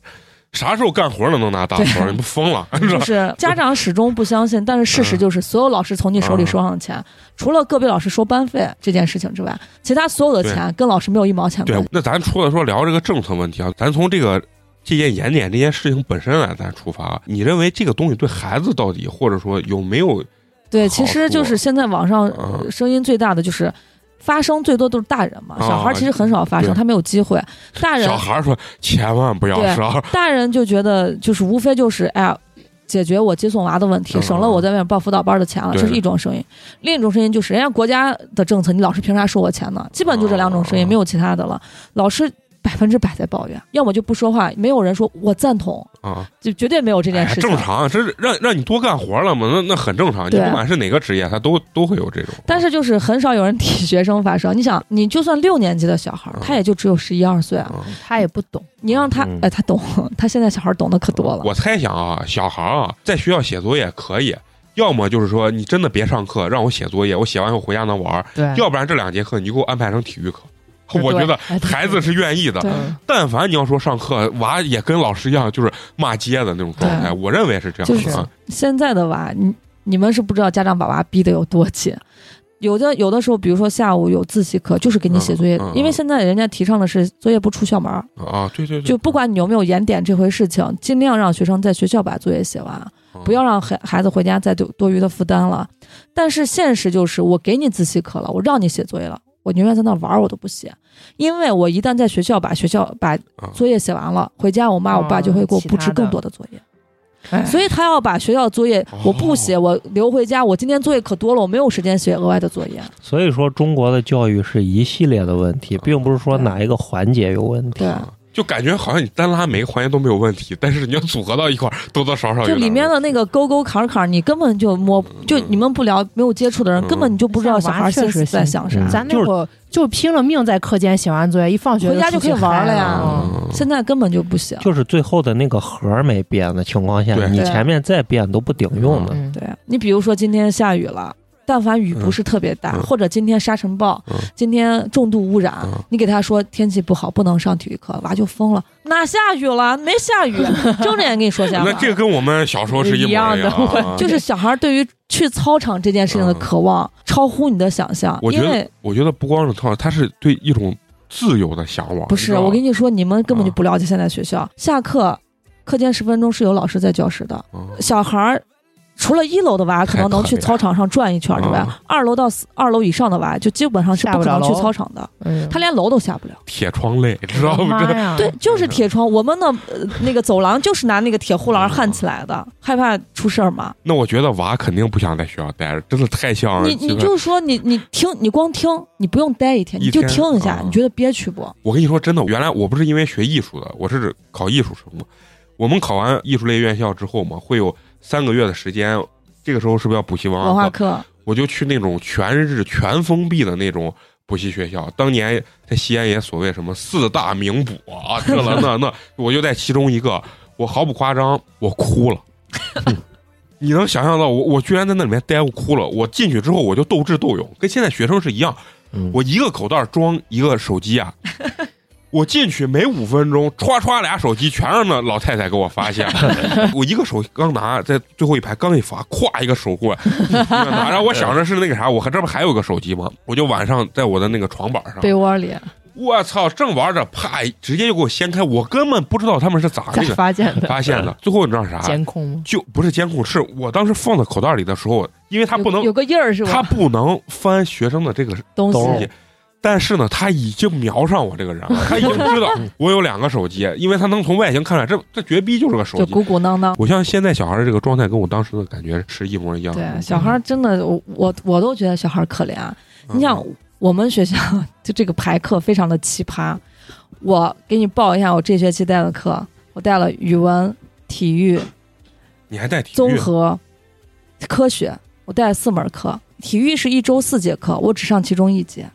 Speaker 1: 啥时候干活了能拿大头？
Speaker 3: 对
Speaker 1: 你不疯了？ 是
Speaker 3: 就
Speaker 1: 吧嗯
Speaker 3: 是家长始终不相信，但是事实就是，所有老师从你手里收上的钱，除了个别老师收班费这件事情之外，其他所有的钱跟老师没有一毛钱关
Speaker 1: 对
Speaker 3: 系。，
Speaker 1: 那咱除了说聊这个政策问题啊，咱从这个这件延点这件事情本身来咱出发，啊你认为这个东西对孩子到底或者说有没有
Speaker 3: 对，
Speaker 1: 好
Speaker 3: 其实就是现在网上
Speaker 1: 啊
Speaker 3: 声音最大的就是。发声最多都是大人嘛，
Speaker 1: 啊
Speaker 3: 小孩其实很少发声，
Speaker 1: 对
Speaker 3: 他没有机会。大人
Speaker 1: 小孩儿说千万不要
Speaker 3: 呃对
Speaker 1: 上
Speaker 3: 大人就觉得就是无非就是哎呀，解决我接送娃的问题，
Speaker 1: 嗯
Speaker 3: 省了我在外面报辅导班的钱了，
Speaker 1: 对
Speaker 3: 这是一种声音。另一种声音就是，人家国家的政策，你老师凭啥收我钱呢？基本就这两种声音，
Speaker 1: 哦
Speaker 3: 没有其他的了。老师百分之百在抱怨，要么就不说话，没有人说我赞同，
Speaker 1: 啊，
Speaker 3: 就绝对没有这件事情。
Speaker 1: 正常，啊这是让让你多干活了嘛，那那很正常。你
Speaker 3: 对
Speaker 1: 不管是哪个职业，他都都会有这种。
Speaker 3: 但是就是很少有人替学生发声。你想，你就算六年级的小孩儿
Speaker 1: 嗯，
Speaker 3: 他也就只有十一二岁啊，
Speaker 1: 啊，
Speaker 5: 他也不懂，
Speaker 3: 你让他
Speaker 4: 嗯，
Speaker 3: 哎，他懂，他现在小孩儿懂得可多了。
Speaker 1: 我猜想啊，小孩儿啊，在学校写作业可以，要么就是说你真的别上课，让我写作业，我写完以后回家能玩儿；
Speaker 3: 哎
Speaker 5: 对，
Speaker 1: 要不然这两节课你就给我安排成体育课。我觉得嗯
Speaker 5: 得
Speaker 1: 孩子是愿意的，
Speaker 3: 对，
Speaker 1: 但凡你要说上课，娃也跟老师一样，就是骂街的那种状态。
Speaker 3: 对
Speaker 1: 我认为是这样的。
Speaker 3: 就是
Speaker 1: 啊
Speaker 3: 现在的娃，你你们是不知道家长把娃逼得有多紧。有的有的时候，比如说下午有自习课，就是给你写作业，
Speaker 1: 嗯嗯嗯
Speaker 3: 因为现在人家提倡的是作业不出校门儿，
Speaker 1: 啊，对对对，
Speaker 3: 就不管你有没有严点这回事情，尽量让学生在学校把作业写完，
Speaker 1: 嗯
Speaker 3: 不
Speaker 1: 啊
Speaker 3: 要让孩孩子回家再多多余的负担了。但是现实就是，我给你自习课了，我让你写作业了，我宁愿在那玩儿我都不写，因为我一旦在学校把学校把
Speaker 1: 啊
Speaker 3: 作业写完了，回家我妈我爸就会给我布置更多的作业。
Speaker 1: 嗯
Speaker 5: 哎
Speaker 3: 所以他要把学校作业
Speaker 1: 哦
Speaker 3: 我不写，我留回家。我今天作业可多了，我没有时间写额外的作业。
Speaker 4: 所以说，中国的教育是一系列的问
Speaker 1: 啊
Speaker 4: 题，并不是说哪一个环节有问题。
Speaker 3: 对，
Speaker 1: 就感觉好像你单拉每个环节都没有问题，但是你要组合到一块儿，多多少少哦有
Speaker 3: 就
Speaker 1: 点
Speaker 3: 里面的那个沟沟坎坎，你根本就摸，就你们不聊没有接触的人，
Speaker 1: 嗯
Speaker 3: 根本你就不知道小孩心思在想
Speaker 4: 嗯
Speaker 3: 啥。
Speaker 5: 咱那会儿就拼了命在课间写完作业，一放学
Speaker 3: 回家就可以
Speaker 5: 出去
Speaker 3: 玩
Speaker 5: 嗨
Speaker 3: 了呀
Speaker 5: 嗯
Speaker 1: 嗯
Speaker 3: 现在根本就不行。
Speaker 4: 就是最后的那个核儿没变的情况下，
Speaker 1: 对
Speaker 4: 你
Speaker 3: 对
Speaker 4: 前面再变都不顶用的。
Speaker 5: 嗯
Speaker 3: 对啊你比如说今天下雨了。但凡雨不是特别大，
Speaker 1: 嗯嗯
Speaker 3: 或者今天沙尘暴，
Speaker 1: 嗯
Speaker 3: 今天重度污染，
Speaker 1: 嗯
Speaker 3: 你给他说天气不好，不能上体育课，娃就疯了。哪下雨了？没下雨，睁着眼跟你说瞎 话。
Speaker 1: 那这个跟我们小时候是一模
Speaker 5: 一
Speaker 1: 样
Speaker 5: 样的
Speaker 1: 啊嗯
Speaker 3: 就是小孩对于去操场这件事情的渴望、超乎你的想象，
Speaker 1: 我觉
Speaker 3: 因
Speaker 1: 得
Speaker 3: 为，
Speaker 1: 我觉得不光是创，他是对一种自由的向往。
Speaker 3: 不
Speaker 1: 你知
Speaker 3: 是
Speaker 1: 道嗯吗
Speaker 3: 我跟你说，你们根本就不了解现在学校、下课，课间十分钟是有老师在教室的，
Speaker 1: 嗯
Speaker 3: 小孩儿。除了一楼的娃可能能去操场上转一圈之外
Speaker 1: 嗯，
Speaker 3: 二楼到四二楼以上的娃就基本上是不可能去操场的，
Speaker 5: 嗯，
Speaker 3: 他连楼都下不了。
Speaker 1: 铁窗泪，知道吗？
Speaker 5: 妈
Speaker 1: 这
Speaker 5: 呀，
Speaker 3: 对，就是铁窗，我们的、呃那个走廊就是拿那个铁护栏焊起来的，
Speaker 1: 嗯
Speaker 3: 害怕出事儿嘛。
Speaker 1: 那我觉得娃肯定不想在学校待着，真的太像
Speaker 3: 你你就说你你听你光听，你不用待一天，
Speaker 1: 一
Speaker 3: 你就
Speaker 1: 天
Speaker 3: 听一下
Speaker 1: 啊，
Speaker 3: 你觉得憋屈不？
Speaker 1: 我跟你说真的，原来我不是因为学艺术的，我是考艺术生嘛。我们考完艺术类院校之后嘛，会有三个月的时间，这个时候是不是要补习文
Speaker 3: 文
Speaker 1: 化
Speaker 3: 化
Speaker 1: 课？
Speaker 3: 课，
Speaker 1: 我就去那种全日全封闭的那种补习学校。当年在西安也所谓什么四大名捕啊，这了那那，我就在其中一个，我毫不夸张，我哭了。 你能想象到我，我居然在那里面待，我哭了。我进去之后，我就斗智斗勇，跟现在学生是一样。
Speaker 4: 嗯
Speaker 1: 我一个口袋装一个手机啊，我进去没五分钟，歘歘俩手机全让那老太太给我发现了。我一个手刚拿，在最后一排刚一发，咵一个手过来，拿然后我想着是那个啥，我还这不还有个手机吗？我就晚上在我的那个床板上，
Speaker 6: 被窝里
Speaker 1: 我操，正玩着，啪，直接就给我掀开，我根本不知道他们是咋
Speaker 5: 咋
Speaker 1: 那个
Speaker 5: 发现的？
Speaker 1: 发现
Speaker 3: 嗯
Speaker 1: 的。最后你知道啥？
Speaker 5: 监控吗？
Speaker 1: 就不是监控，是我当时放在口袋里的时候，因为他不能
Speaker 6: 有，个印儿是
Speaker 1: 他
Speaker 6: 吧？
Speaker 1: 不能翻学生的这个
Speaker 3: 东西
Speaker 1: 东西。但是呢，他已经瞄上我这个人 了，他已经知道我有两个手机，因为他能从外形看出来，这这绝逼就是个手
Speaker 3: 就
Speaker 1: 机。
Speaker 3: 鼓鼓囊囊。
Speaker 1: 我像现在小孩的这个状态，跟我当时的感觉是一模一样的。
Speaker 3: 对，小孩儿真的，我我我都觉得小孩儿可怜。啊
Speaker 1: 嗯
Speaker 3: 你想，我们学校就这个排课非常的奇葩。我给你报一下我这学期带的课，我带了语文、体育、
Speaker 1: 你还带啊体育
Speaker 3: 综合、科学，我带了四门课。体育是一周四节课，我只上其中一节。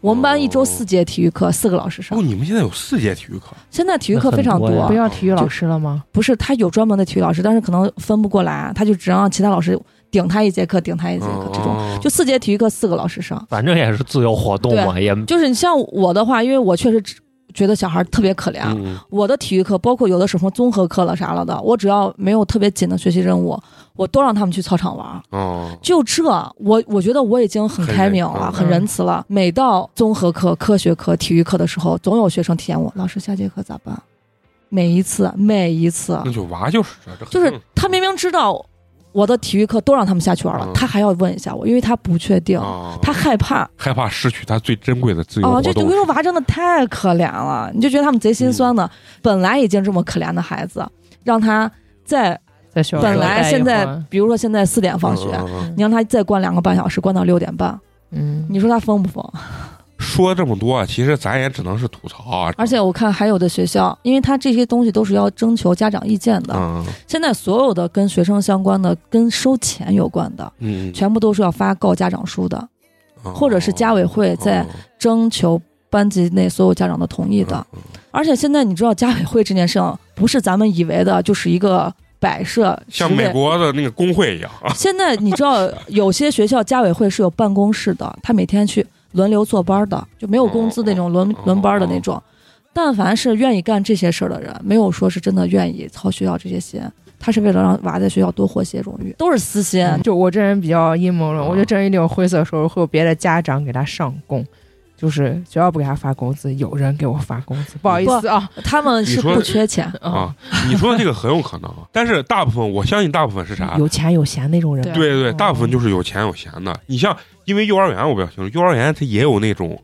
Speaker 3: 我们班一周四节体育课，四个老师上
Speaker 1: 哦，。你们现在有四节体育课，
Speaker 3: 现在体育课
Speaker 4: 那很
Speaker 3: 非常
Speaker 4: 多
Speaker 1: 啊
Speaker 4: 呀
Speaker 3: 多啊
Speaker 5: 不，要体育老师了吗？
Speaker 3: 不是他有专门的体育老师，但是可能分不过来，啊他就只让其他老师顶他一节课，顶他一节课这种。
Speaker 1: 哦
Speaker 3: 就四节体育课四个老师上。
Speaker 4: 反正也是自由活动嘛，也
Speaker 3: 就是你像我的话，因为我确实只觉得小孩儿特别可怜，啊
Speaker 1: 嗯
Speaker 3: 我的体育课包括有的什么综合课了啥了的，我只要没有特别紧的学习任务，我都让他们去操场玩儿。
Speaker 1: 哦，
Speaker 3: 就这，我我觉得我已经很
Speaker 1: 很
Speaker 3: 开
Speaker 1: 仁
Speaker 3: 明了，
Speaker 1: 嗯
Speaker 3: 很仁慈了。每到综合课、科学课、体育课的时候，总有学生体验我，老师下节课咋办？每一次，每一次，
Speaker 1: 那就娃就是这，这很
Speaker 3: 啊就是
Speaker 1: 正
Speaker 3: 他明明知道我的体育课都让他们下去玩了
Speaker 1: 嗯，
Speaker 3: 他还要问一下我，因为他不确定，
Speaker 1: 常
Speaker 3: 他害怕。
Speaker 1: 害怕失去他最珍贵的自由
Speaker 3: 哦，
Speaker 1: 活
Speaker 3: 就
Speaker 1: 动嗯
Speaker 3: 我跟。你说，娃真的太可怜了，你就觉得他们贼心酸的。本来已经这么可怜的孩子，让他再
Speaker 5: 在学校
Speaker 3: 本来
Speaker 5: 待一
Speaker 3: 现在
Speaker 5: 会儿，
Speaker 3: 比如说现在四点放学，
Speaker 1: 嗯嗯嗯
Speaker 3: 你让他再关两个半小时，关到六点半，
Speaker 5: 嗯，
Speaker 3: 你说他疯不疯？
Speaker 1: 说这么多啊，其实咱也只能是吐槽啊。
Speaker 3: 而且我看还有的学校，因为他这些东西都是要征求家长意见的，
Speaker 1: 嗯，
Speaker 3: 现在所有的跟学生相关的、跟收钱有关的，
Speaker 1: 嗯嗯，
Speaker 3: 全部都是要发告家长书的，
Speaker 1: 哦
Speaker 3: 或者是家委会
Speaker 1: 嗯
Speaker 3: 在征求班级内所有家长的同意
Speaker 1: 地
Speaker 3: 的。而且现在你知道家委会这件事情不是咱们以为的，就是一个摆设。
Speaker 1: 像
Speaker 3: 职位
Speaker 1: 美国的那个工会一样啊。
Speaker 3: 现在你知道有些学校家委会是有办公室的，他每天去轮流坐班的，就没有工资那种轮
Speaker 1: 哦
Speaker 3: 轮班的那种。但凡是愿意干这些事儿的人，没有说是真的愿意操学校这些心，他是为了让娃在学校多获些荣誉，都嗯是私心。
Speaker 5: 就我这人比较阴谋论，
Speaker 1: 嗯
Speaker 5: 我就真一定有灰色收入，会有别的家长给他上供。就是学校不给他发工资，有人给我发工资，不好意思啊
Speaker 3: 他们是
Speaker 1: 你说
Speaker 3: 不缺钱，
Speaker 1: 啊，你说的这个很有可能，但是大部分我相信大部分是啥？
Speaker 5: 有钱有闲那种人，
Speaker 1: 对对，
Speaker 5: 嗯
Speaker 1: 大部分就是有钱有闲的。你像，因为幼儿园我比较清楚，幼儿园它也有那种，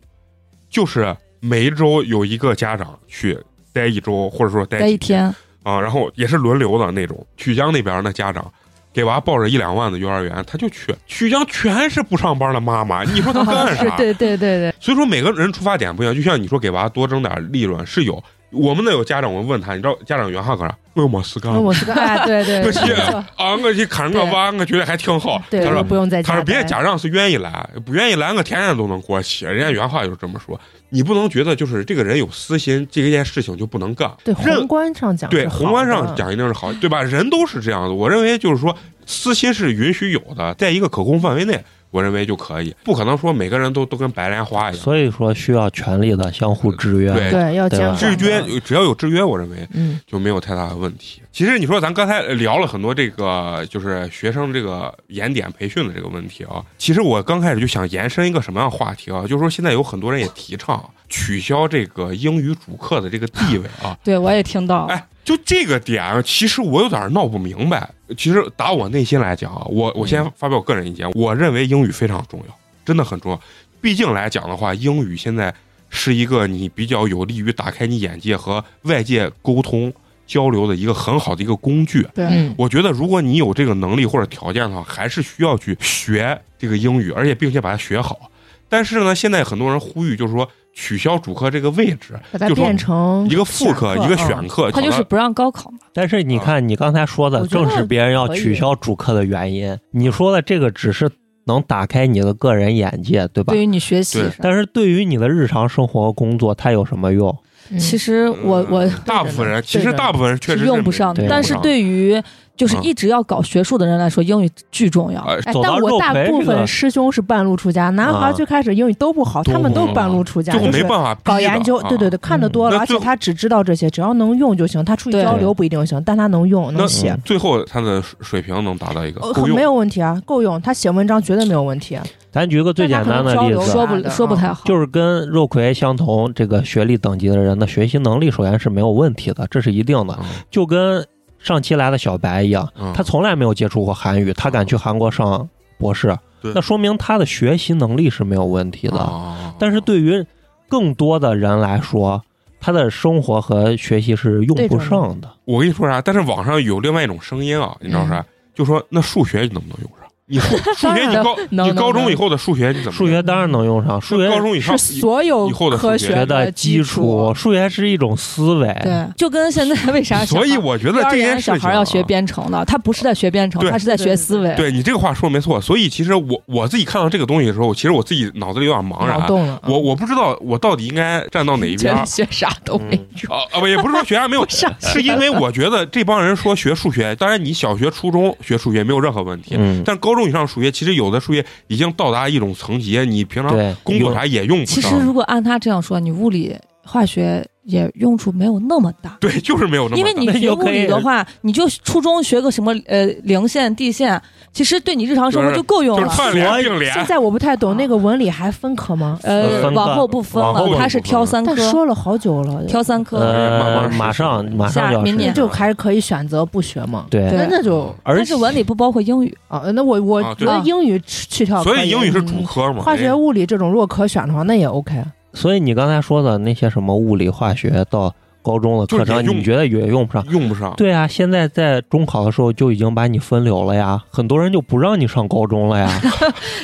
Speaker 1: 就是每一周有一个家长去待一周，或者说待
Speaker 3: 待
Speaker 1: 几
Speaker 3: 一天，
Speaker 1: 啊，然后也是轮流的那种。曲江那边的家长给娃报着一两万的幼儿园，他就去。曲江全是不上班的妈妈，你 说他干
Speaker 5: 是
Speaker 1: 啥？
Speaker 5: 对对对对，
Speaker 1: 所以说每个人出发点不一样，就像你说给娃多挣点利润是有。我们那有家长，我问他，你知道家长原话搁啥？我没事干
Speaker 5: 那，我是个哎，对对，
Speaker 1: 不
Speaker 5: 对
Speaker 1: 是
Speaker 5: 没错
Speaker 1: 啊，我去砍个娃，我觉得还挺好。
Speaker 5: 对，
Speaker 1: 他
Speaker 5: 我
Speaker 1: 说
Speaker 5: 不用在家
Speaker 1: 他
Speaker 5: 待，
Speaker 1: 说别的家长是愿意来，不愿意来，我天天都能过去。人家原话就是这么说，你不能觉得就是这个人有私心，这件事情就不能干。
Speaker 5: 对
Speaker 1: 任
Speaker 5: 宏观上讲是
Speaker 1: 对
Speaker 5: 好
Speaker 1: 宏观
Speaker 5: 的
Speaker 1: 上，讲一定是好，对吧？人都是这样的，我认为就是说私心是允许有的，在一个可控范围内，我认为就可以，不可能说每个人都都跟白莲花一样。
Speaker 4: 所以说需要权力的相互制约。啊
Speaker 1: 对
Speaker 5: 对要
Speaker 4: 对
Speaker 5: 监
Speaker 4: 吧
Speaker 5: 管
Speaker 1: 制
Speaker 5: 的
Speaker 1: 约只要有制约，我认为
Speaker 5: 嗯，
Speaker 1: 就没有太大的问题。其实你说咱刚才聊了很多这个就是学生这个延点培训的这个问题啊，其实我刚开始就想延伸一个什么样的话题啊，就是说现在有很多人也提倡取消这个英语主课的这个地位啊
Speaker 3: 对我也听到，
Speaker 1: 哎。就这个点，其实我有点闹不明白。其实打我内心来讲啊，我我先发表个人意见，我认为英语非常重要，真的很重要。毕竟来讲的话，英语现在是一个你比较有利于打开你眼界和外界沟通交流的一个很好的一个工具。
Speaker 3: 对，
Speaker 5: 嗯，
Speaker 1: 我觉得如果你有这个能力或者条件的话，还是需要去学这个英语，而且并且把它学好。但是呢，现在很多人呼吁就是说取消主课这个位置，
Speaker 5: 把它
Speaker 1: 就说
Speaker 5: 变成
Speaker 1: 一个副课，
Speaker 5: 选啊
Speaker 1: 一个选课，
Speaker 3: 他就是不让高考嘛，
Speaker 4: 但是你
Speaker 1: 啊
Speaker 4: 看，你刚才说的
Speaker 5: 我觉得
Speaker 4: 正是别人要取消主课的原因。你说的这个只是能打开你的个人眼界，对吧
Speaker 3: 对？于你学习
Speaker 1: 对
Speaker 3: 上。
Speaker 4: 但是对于你的日常生活、工作，它有什么用？
Speaker 3: 其
Speaker 5: 实
Speaker 3: 实我我
Speaker 1: 嗯大部分人其实大部分人确
Speaker 3: 是
Speaker 1: 实
Speaker 3: 用不上的
Speaker 4: 对，
Speaker 3: 但是对于就是
Speaker 1: 嗯
Speaker 3: 一直要搞学术的人来说，英语巨重要。
Speaker 1: 哎
Speaker 5: 哎，
Speaker 4: 走
Speaker 5: 但
Speaker 4: 到
Speaker 5: 我
Speaker 4: 肉
Speaker 5: 大
Speaker 4: 陪
Speaker 5: 部
Speaker 4: 这个
Speaker 5: 分师兄是半路出家，男
Speaker 4: 啊
Speaker 5: 孩最开始英语都不好，
Speaker 1: 都
Speaker 5: 他们都
Speaker 1: 不好
Speaker 5: 半路出家，
Speaker 1: 最后
Speaker 5: 就
Speaker 1: 没
Speaker 5: 是
Speaker 1: 办法逼
Speaker 5: 搞
Speaker 1: 的
Speaker 5: 研究，
Speaker 1: 啊
Speaker 5: 对对对，看的多了，
Speaker 1: 那
Speaker 5: 而
Speaker 1: 最
Speaker 5: 且他只知道这些，只要能用就行。他出去
Speaker 3: 对
Speaker 5: 交流不一定行，但他能用
Speaker 1: 那
Speaker 5: 能写，
Speaker 3: 嗯
Speaker 1: 最后他的水平能达到一个
Speaker 5: 呃
Speaker 1: 够
Speaker 5: 很
Speaker 1: 用。
Speaker 5: 没有问题啊，够用。他写文章绝对没有问题啊。
Speaker 4: 咱举个最简单的
Speaker 5: 但它
Speaker 4: 例
Speaker 5: 可能交流
Speaker 4: 子，
Speaker 3: 说
Speaker 5: 对
Speaker 3: 不
Speaker 5: 啊
Speaker 3: 说不太好，
Speaker 4: 就是跟肉葵相同这个学历等级的人的学习能力，首先是没有问题的，这是一定
Speaker 1: 啊
Speaker 4: 的。就跟上期来的小白一样，
Speaker 1: 嗯
Speaker 4: 他从来没有接触过韩语，他敢去韩国上博士
Speaker 1: 对，
Speaker 4: 那说明他的学习能力是没有问题的。
Speaker 1: 啊
Speaker 4: 但是对于更多的人来说，他的生活和学习是用不上的。
Speaker 1: 我跟你说啥？但是网上有另外一种声音啊，你知道
Speaker 3: 嗯
Speaker 1: 啥？就说那数学你能不能用上？你 数数学你高
Speaker 3: 能
Speaker 1: 你高中以后的数学你怎么用
Speaker 4: 数学当然能用上，数学
Speaker 1: 高中以上
Speaker 5: 是所有
Speaker 1: 以后的数
Speaker 5: 科
Speaker 1: 学
Speaker 5: 学
Speaker 4: 的基
Speaker 5: 基
Speaker 4: 础，。数学是一种思维。嗯
Speaker 3: 对，就跟现在为啥小
Speaker 1: 所
Speaker 3: 孩
Speaker 1: 以我觉得
Speaker 3: 幼儿
Speaker 1: 这
Speaker 3: 园
Speaker 1: 件事
Speaker 3: 小
Speaker 1: 情啊
Speaker 3: 孩要学编程的，他不是在学编程
Speaker 1: 对，
Speaker 3: 他是在学思维。
Speaker 1: 对你这个话说得没错。所以其实我我自己看到这个东西的时候，其实我自己脑子里有点茫
Speaker 5: 脑
Speaker 1: 然。
Speaker 5: 洞了，
Speaker 1: 我我不知道我到底应该站到哪一
Speaker 3: 觉
Speaker 1: 边
Speaker 3: 得学啥都没用。
Speaker 1: 啊啊！不也不是说学啥没有
Speaker 3: 上，
Speaker 1: 是因为我觉得这帮人说学数学，当然你小学、初中学数学没有任何问题，
Speaker 4: 嗯，
Speaker 1: 但高中以上数学其实有的数学已经到达一种层级，你平常
Speaker 4: 对，
Speaker 1: 嗯工作啥也用不
Speaker 3: 其
Speaker 1: 上。
Speaker 3: 实如果按他这样说，你物理、化学也用处没有那么大。
Speaker 1: 对，就是没有那么
Speaker 3: 因为
Speaker 1: 大
Speaker 3: 你学物理的话，你就初中学个什么呃零线、地线，啊其实对你日常生活就够用
Speaker 1: 就是
Speaker 3: 了。
Speaker 1: 串联并联
Speaker 5: 现，在我不太
Speaker 1: 啊
Speaker 5: 懂那个文理还分科吗？
Speaker 3: 呃，
Speaker 4: 分
Speaker 3: 往
Speaker 4: 科
Speaker 3: 后不分
Speaker 4: 往后
Speaker 1: 不
Speaker 3: 了，他是
Speaker 1: 分
Speaker 3: 挑
Speaker 1: 了
Speaker 3: 三
Speaker 5: 但
Speaker 3: 科，
Speaker 5: 说了好久了，
Speaker 3: 挑啊三科。
Speaker 4: 呃，
Speaker 1: 慢慢
Speaker 4: 马上马上
Speaker 3: 下
Speaker 4: 就要
Speaker 3: 明
Speaker 4: 是
Speaker 3: 年
Speaker 5: 就还是可以选择不学嘛。
Speaker 4: 对，
Speaker 3: 对
Speaker 5: 那那就
Speaker 4: 而
Speaker 3: 但是文理不包括英语，
Speaker 5: 啊，那我我
Speaker 1: 啊对
Speaker 5: 觉得英语去掉可，
Speaker 1: 所以英语是主
Speaker 5: 嗯
Speaker 1: 科嘛。
Speaker 5: 化学、物理这种如果可选的话，那也 OK。
Speaker 4: 所以你刚才说的那些什么物理、化学到高中的课
Speaker 1: 就是
Speaker 4: 程，
Speaker 1: 也用
Speaker 4: 你觉得也用不上。
Speaker 1: 哎用不上。
Speaker 4: 对啊，现在在中考的时候就已经把你分流了呀，很多人就不让你上高中 了呀，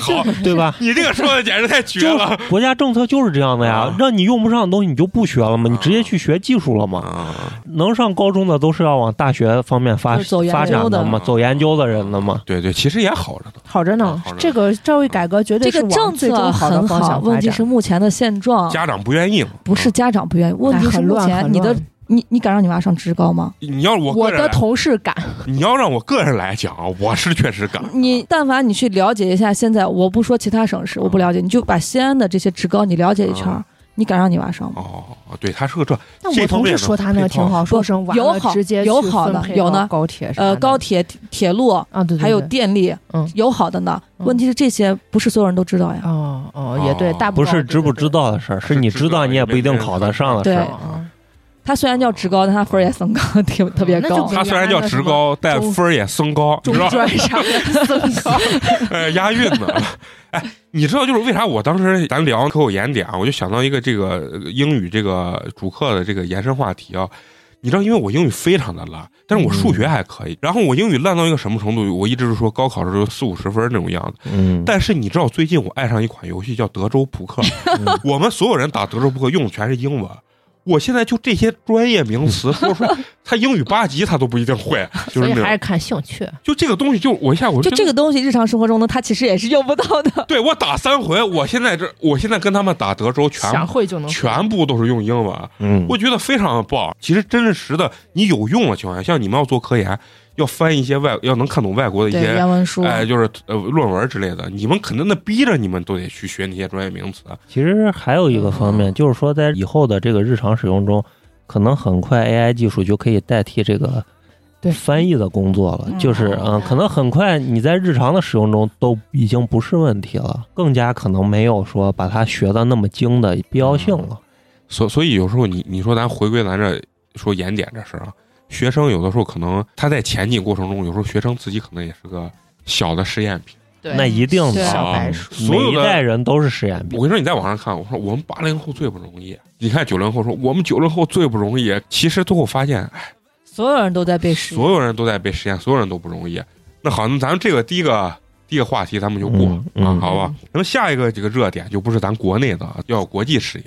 Speaker 1: 好，
Speaker 4: 对吧？
Speaker 1: 你这个说的简直太绝
Speaker 4: 就
Speaker 1: 了
Speaker 4: 国家政策就是这样的呀
Speaker 1: 啊，
Speaker 4: 让你用不上的东西你就不学了嘛，你直接去学技术了嘛。
Speaker 1: 啊！
Speaker 4: 能上高中的都是要往大学方面发
Speaker 3: 就是走研究
Speaker 4: 发展的嘛，
Speaker 1: 的
Speaker 4: 走研究的人了嘛。
Speaker 1: 对对，其实也好着呢。
Speaker 5: 好着呢
Speaker 1: 啊好着呢，
Speaker 5: 这个教育改革绝对
Speaker 3: 这
Speaker 5: 是
Speaker 3: 个
Speaker 5: 往
Speaker 3: 政
Speaker 5: 最
Speaker 3: 策
Speaker 5: 终好的
Speaker 3: 很
Speaker 5: 方
Speaker 3: 好，
Speaker 5: 向
Speaker 3: 问
Speaker 5: 发
Speaker 3: 题
Speaker 5: 展
Speaker 3: 是目前的现状
Speaker 1: 家长不愿意嘛，
Speaker 3: 啊不是家长不愿意，问
Speaker 5: 哎
Speaker 3: 题是
Speaker 5: 很
Speaker 3: 目
Speaker 5: 乱
Speaker 3: 前
Speaker 5: 很
Speaker 3: 你的
Speaker 5: 乱
Speaker 3: 你你敢让你娃上职高吗？
Speaker 1: 你要我
Speaker 5: 我
Speaker 1: 个人啊
Speaker 5: 的
Speaker 1: 来，
Speaker 5: 同事敢，
Speaker 1: 你要让我个人来讲，我是确实敢。
Speaker 3: 你但凡你去了解一下，现在我不说其他省市，我
Speaker 1: 啊
Speaker 3: 不了解，你就把西安的这些职高你了解一圈儿，你敢让你娃上吗？
Speaker 1: 哦，对，他是个这
Speaker 5: 但
Speaker 1: 这
Speaker 5: 我
Speaker 1: 方
Speaker 5: 同
Speaker 1: 面
Speaker 5: 事
Speaker 1: 的
Speaker 5: 说他那
Speaker 1: 配
Speaker 5: 个挺
Speaker 1: 套
Speaker 5: 好，说声完
Speaker 3: 有
Speaker 5: 了
Speaker 3: 好
Speaker 5: 直接
Speaker 3: 有
Speaker 5: 去
Speaker 3: 好
Speaker 5: 分
Speaker 3: 的
Speaker 5: 配
Speaker 3: 有
Speaker 5: 到
Speaker 3: 呢
Speaker 5: 高铁啥
Speaker 3: 呃，
Speaker 5: 的
Speaker 3: 高铁、铁路
Speaker 5: 啊，对，对
Speaker 3: 还有
Speaker 5: 对
Speaker 3: 电力
Speaker 5: 嗯，
Speaker 3: 有好的呢。
Speaker 5: 嗯
Speaker 3: 问题是这些不是所有人都知道呀。
Speaker 5: 哦哦，也对，
Speaker 1: 哦
Speaker 5: 大部
Speaker 4: 不
Speaker 5: 分
Speaker 4: 是知不知道的事儿，是你知道你也不一定考得上的事
Speaker 3: 对
Speaker 4: 儿。
Speaker 5: 啊
Speaker 3: 他虽然叫职高，但他分儿也很高， 挺特别
Speaker 5: 那就
Speaker 3: 高
Speaker 5: 不。
Speaker 1: 他虽然叫职高，但分儿也升高，你
Speaker 5: 中
Speaker 1: 知道，
Speaker 5: 专啥的增高，
Speaker 1: 呃，押韵呢。哎，你知道就是为啥我当时咱聊口口言点啊，我就想到一个这个呃英语这个主课的这个延伸话题啊。你知道，因为我英语非常的烂，但是我数
Speaker 5: 嗯
Speaker 1: 学还可以。然后我英语烂到一个什么程度？我一直是说高考的时候四五十分那种样子。
Speaker 4: 嗯，
Speaker 1: 但是你知道，最近我爱上一款游戏叫德州扑克，
Speaker 5: 嗯
Speaker 1: 我们所有人打德州扑克用的全是英文。我现在就这些专业名词说 出来，他英语八级他都不一定会，就
Speaker 5: 所
Speaker 1: 是
Speaker 5: 以
Speaker 1: 那
Speaker 5: 还
Speaker 1: 种
Speaker 5: 是看兴趣。
Speaker 1: 就这个东西，就我一下我
Speaker 3: 就这
Speaker 1: 个。
Speaker 3: 个东西，日常生活中呢，他其实也是用不到的。
Speaker 1: 对我打三回，我现在这我现在跟他们打德州全
Speaker 5: 想会就能会
Speaker 1: 全部都是用英文，
Speaker 4: 嗯
Speaker 1: 我觉得非常的棒。其实真实的，你有用的情况下，像你们要做科研，要翻一些外，要能看懂外国的一
Speaker 6: 对
Speaker 1: 些。
Speaker 6: 原文书，
Speaker 1: 哎，就是呃论文之类的，你们肯定那逼着你们都得去学那些专业名词。
Speaker 4: 其实还有一个方面，就是说在以后的这个日常使用中，可能很快 AI 技术就可以代替这个
Speaker 5: 对
Speaker 4: 翻译的工作了。
Speaker 6: 嗯
Speaker 4: 就是
Speaker 5: 哦
Speaker 6: 嗯
Speaker 4: 嗯，可能很快你在日常的使用中都已经不是问题了，更加可能没有说把它学的那么精的必要性
Speaker 5: 嗯
Speaker 4: 了。
Speaker 1: 所所以有时候你你说咱回归咱这说严点这事儿啊，学生有的时候可能他在前进过程中，有时候学生自己可能也是个小的试验品。
Speaker 5: 对
Speaker 4: 那一定的，嗯
Speaker 5: 对小
Speaker 1: 白
Speaker 5: 鼠
Speaker 4: 每
Speaker 1: 所有
Speaker 4: 一
Speaker 1: 的
Speaker 4: 代人都是实验品
Speaker 1: 我。跟你说，你在网上看，我说我们八零后最不容易。你看九零后说我们九零后最不容易，其实最后发现，哎
Speaker 3: 所有人都在被实验
Speaker 1: 所有人都在被实验，所有人都不容易。那好，那咱们这个第一个第一个话题咱们就过、
Speaker 4: 嗯嗯
Speaker 1: 啊，好吧？那么下一个这个热点就不是咱国内的，要有国际视野。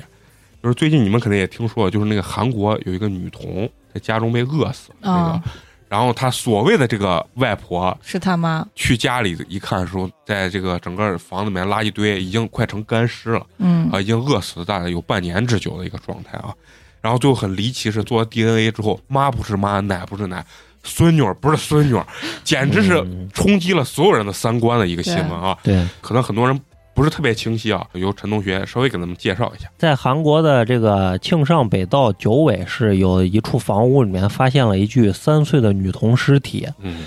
Speaker 1: 就是最近你们可能也听说了，就是那个韩国有一个女童在家中被饿死了那个，
Speaker 3: 啊
Speaker 1: 然后她所谓的这个外婆
Speaker 3: 是他妈，
Speaker 1: 去家里一看说，在这个整个房子里面拉一堆，已经快成干尸了。
Speaker 3: 嗯，
Speaker 1: 啊，已经饿死大概有半年之久的一个状态啊。然后最后很离奇是做了 DNA 之后，妈不是妈，奶不是奶，孙女儿不是孙女儿，简直是
Speaker 4: 嗯
Speaker 1: 冲击了所有人的三观的一个新闻啊！
Speaker 4: 对。
Speaker 1: 可能很多人不是特别清晰啊，由陈同学稍微给咱们介绍一下。
Speaker 4: 在韩国的这个庆尚北道九尾市，有一处房屋里面发现了一具三岁的女童尸体，
Speaker 1: 嗯，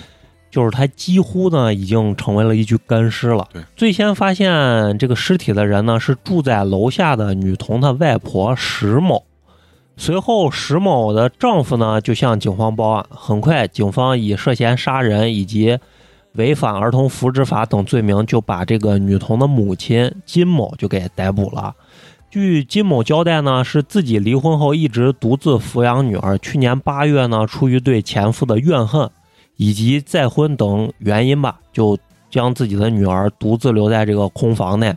Speaker 4: 就是她几乎呢已经成为了一具干尸了。
Speaker 1: 对，
Speaker 4: 最先发现这个尸体的人呢是住在楼下的女童的外婆石某。随后，石某的丈夫呢就向警方报案。很快，警方以涉嫌杀人以及违反儿童福祉法等罪名，就把这个女童的母亲金某就给逮捕了。据金某交代呢，是自己离婚后一直独自抚养女儿。去年八月呢，出于对前夫的怨恨以及再婚等原因吧，就将自己的女儿独自留在这个空房内，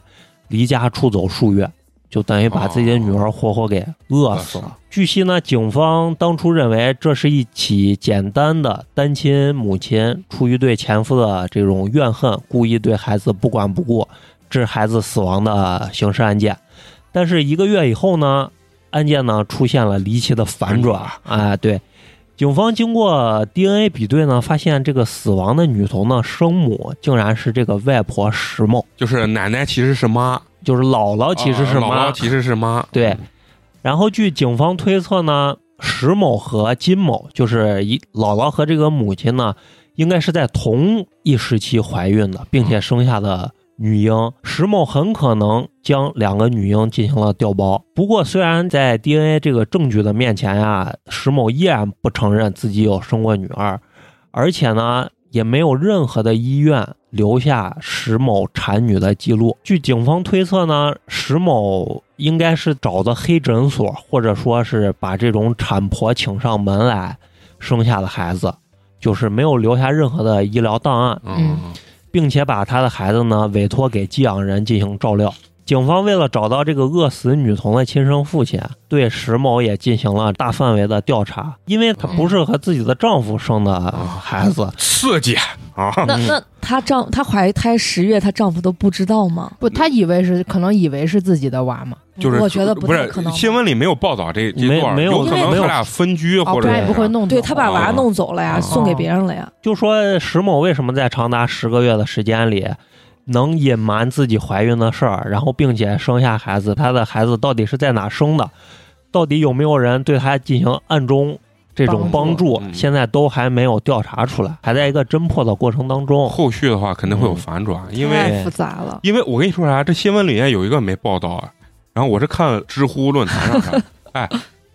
Speaker 4: 离家出走数月，就等于把自己的女儿活活给饿死
Speaker 1: 哦
Speaker 4: 了。据悉呢，警方当初认为这是一起简单的单亲母亲出于对前夫的这种怨恨，故意对孩子不管不顾，致孩子死亡的刑事案件。但是一个月以后呢，案件呢出现了离奇的反转啊、
Speaker 1: 嗯
Speaker 4: 哎对，警方经过 DNA 比对呢，发现这个死亡的女童呢，生母竟然是这个外婆石某，
Speaker 1: 就是奶奶其实是妈，
Speaker 4: 就是姥姥其实是
Speaker 1: 啊
Speaker 4: 妈。
Speaker 1: 姥姥其实是妈。
Speaker 4: 对，然后据警方推测呢，石某和金某，就是一姥姥和这个母亲呢，应该是在同一时期怀孕的，并且生下的女婴。石某很可能将两个女婴进行了调包。不过，虽然在 DNA 这个证据的面前呀、石某依然不承认自己有生过女儿，而且呢，也没有任何的医院留下石某产女的记录。据警方推测呢，石某应该是找的黑诊所，或者说是把这种产婆请上门来生下的孩子，就是没有留下任何的医疗档案，
Speaker 1: 嗯，
Speaker 4: 并且把他的孩子呢委托给寄养人进行照料。警方为了找到这个饿死女童的亲生父亲，对石某也进行了大范围的调查，因为她不是和自己的丈夫生的孩子，
Speaker 1: 刺激啊！
Speaker 3: 那那她丈她怀胎十月，她丈夫都不知道吗？
Speaker 5: 不，她以为是可能以为是自己的娃嘛，
Speaker 1: 就是
Speaker 3: 我觉得
Speaker 1: 不
Speaker 3: 太
Speaker 1: 是
Speaker 3: 可能吧。
Speaker 1: 新闻里没有报道这这
Speaker 4: 没
Speaker 1: 段儿，
Speaker 4: 没有
Speaker 1: 有可能
Speaker 4: 没有
Speaker 1: 他俩分居
Speaker 5: 哦，
Speaker 1: 或
Speaker 5: 不
Speaker 1: 者
Speaker 5: 然也不会
Speaker 1: 是
Speaker 5: 弄
Speaker 3: 对
Speaker 5: 走
Speaker 3: 她把娃
Speaker 1: 啊
Speaker 3: 弄走了呀，
Speaker 1: 啊
Speaker 3: 送给别人了呀。
Speaker 4: 就说石某为什么在长达十个月的时间里，能隐瞒自己怀孕的事儿，然后并且生下孩子，他的孩子到底是在哪生的，到底有没有人对他进行暗中这种帮
Speaker 5: 帮
Speaker 4: 助，
Speaker 1: 嗯
Speaker 4: 现在都还没有调查出来，还在一个侦破的过程当中。
Speaker 1: 后续的话肯定会有反转，因为
Speaker 3: 太复杂了。
Speaker 1: 因为我跟你说啥，这新闻里面有一个没报道啊，然后我是看知乎论坛上 啥，哎，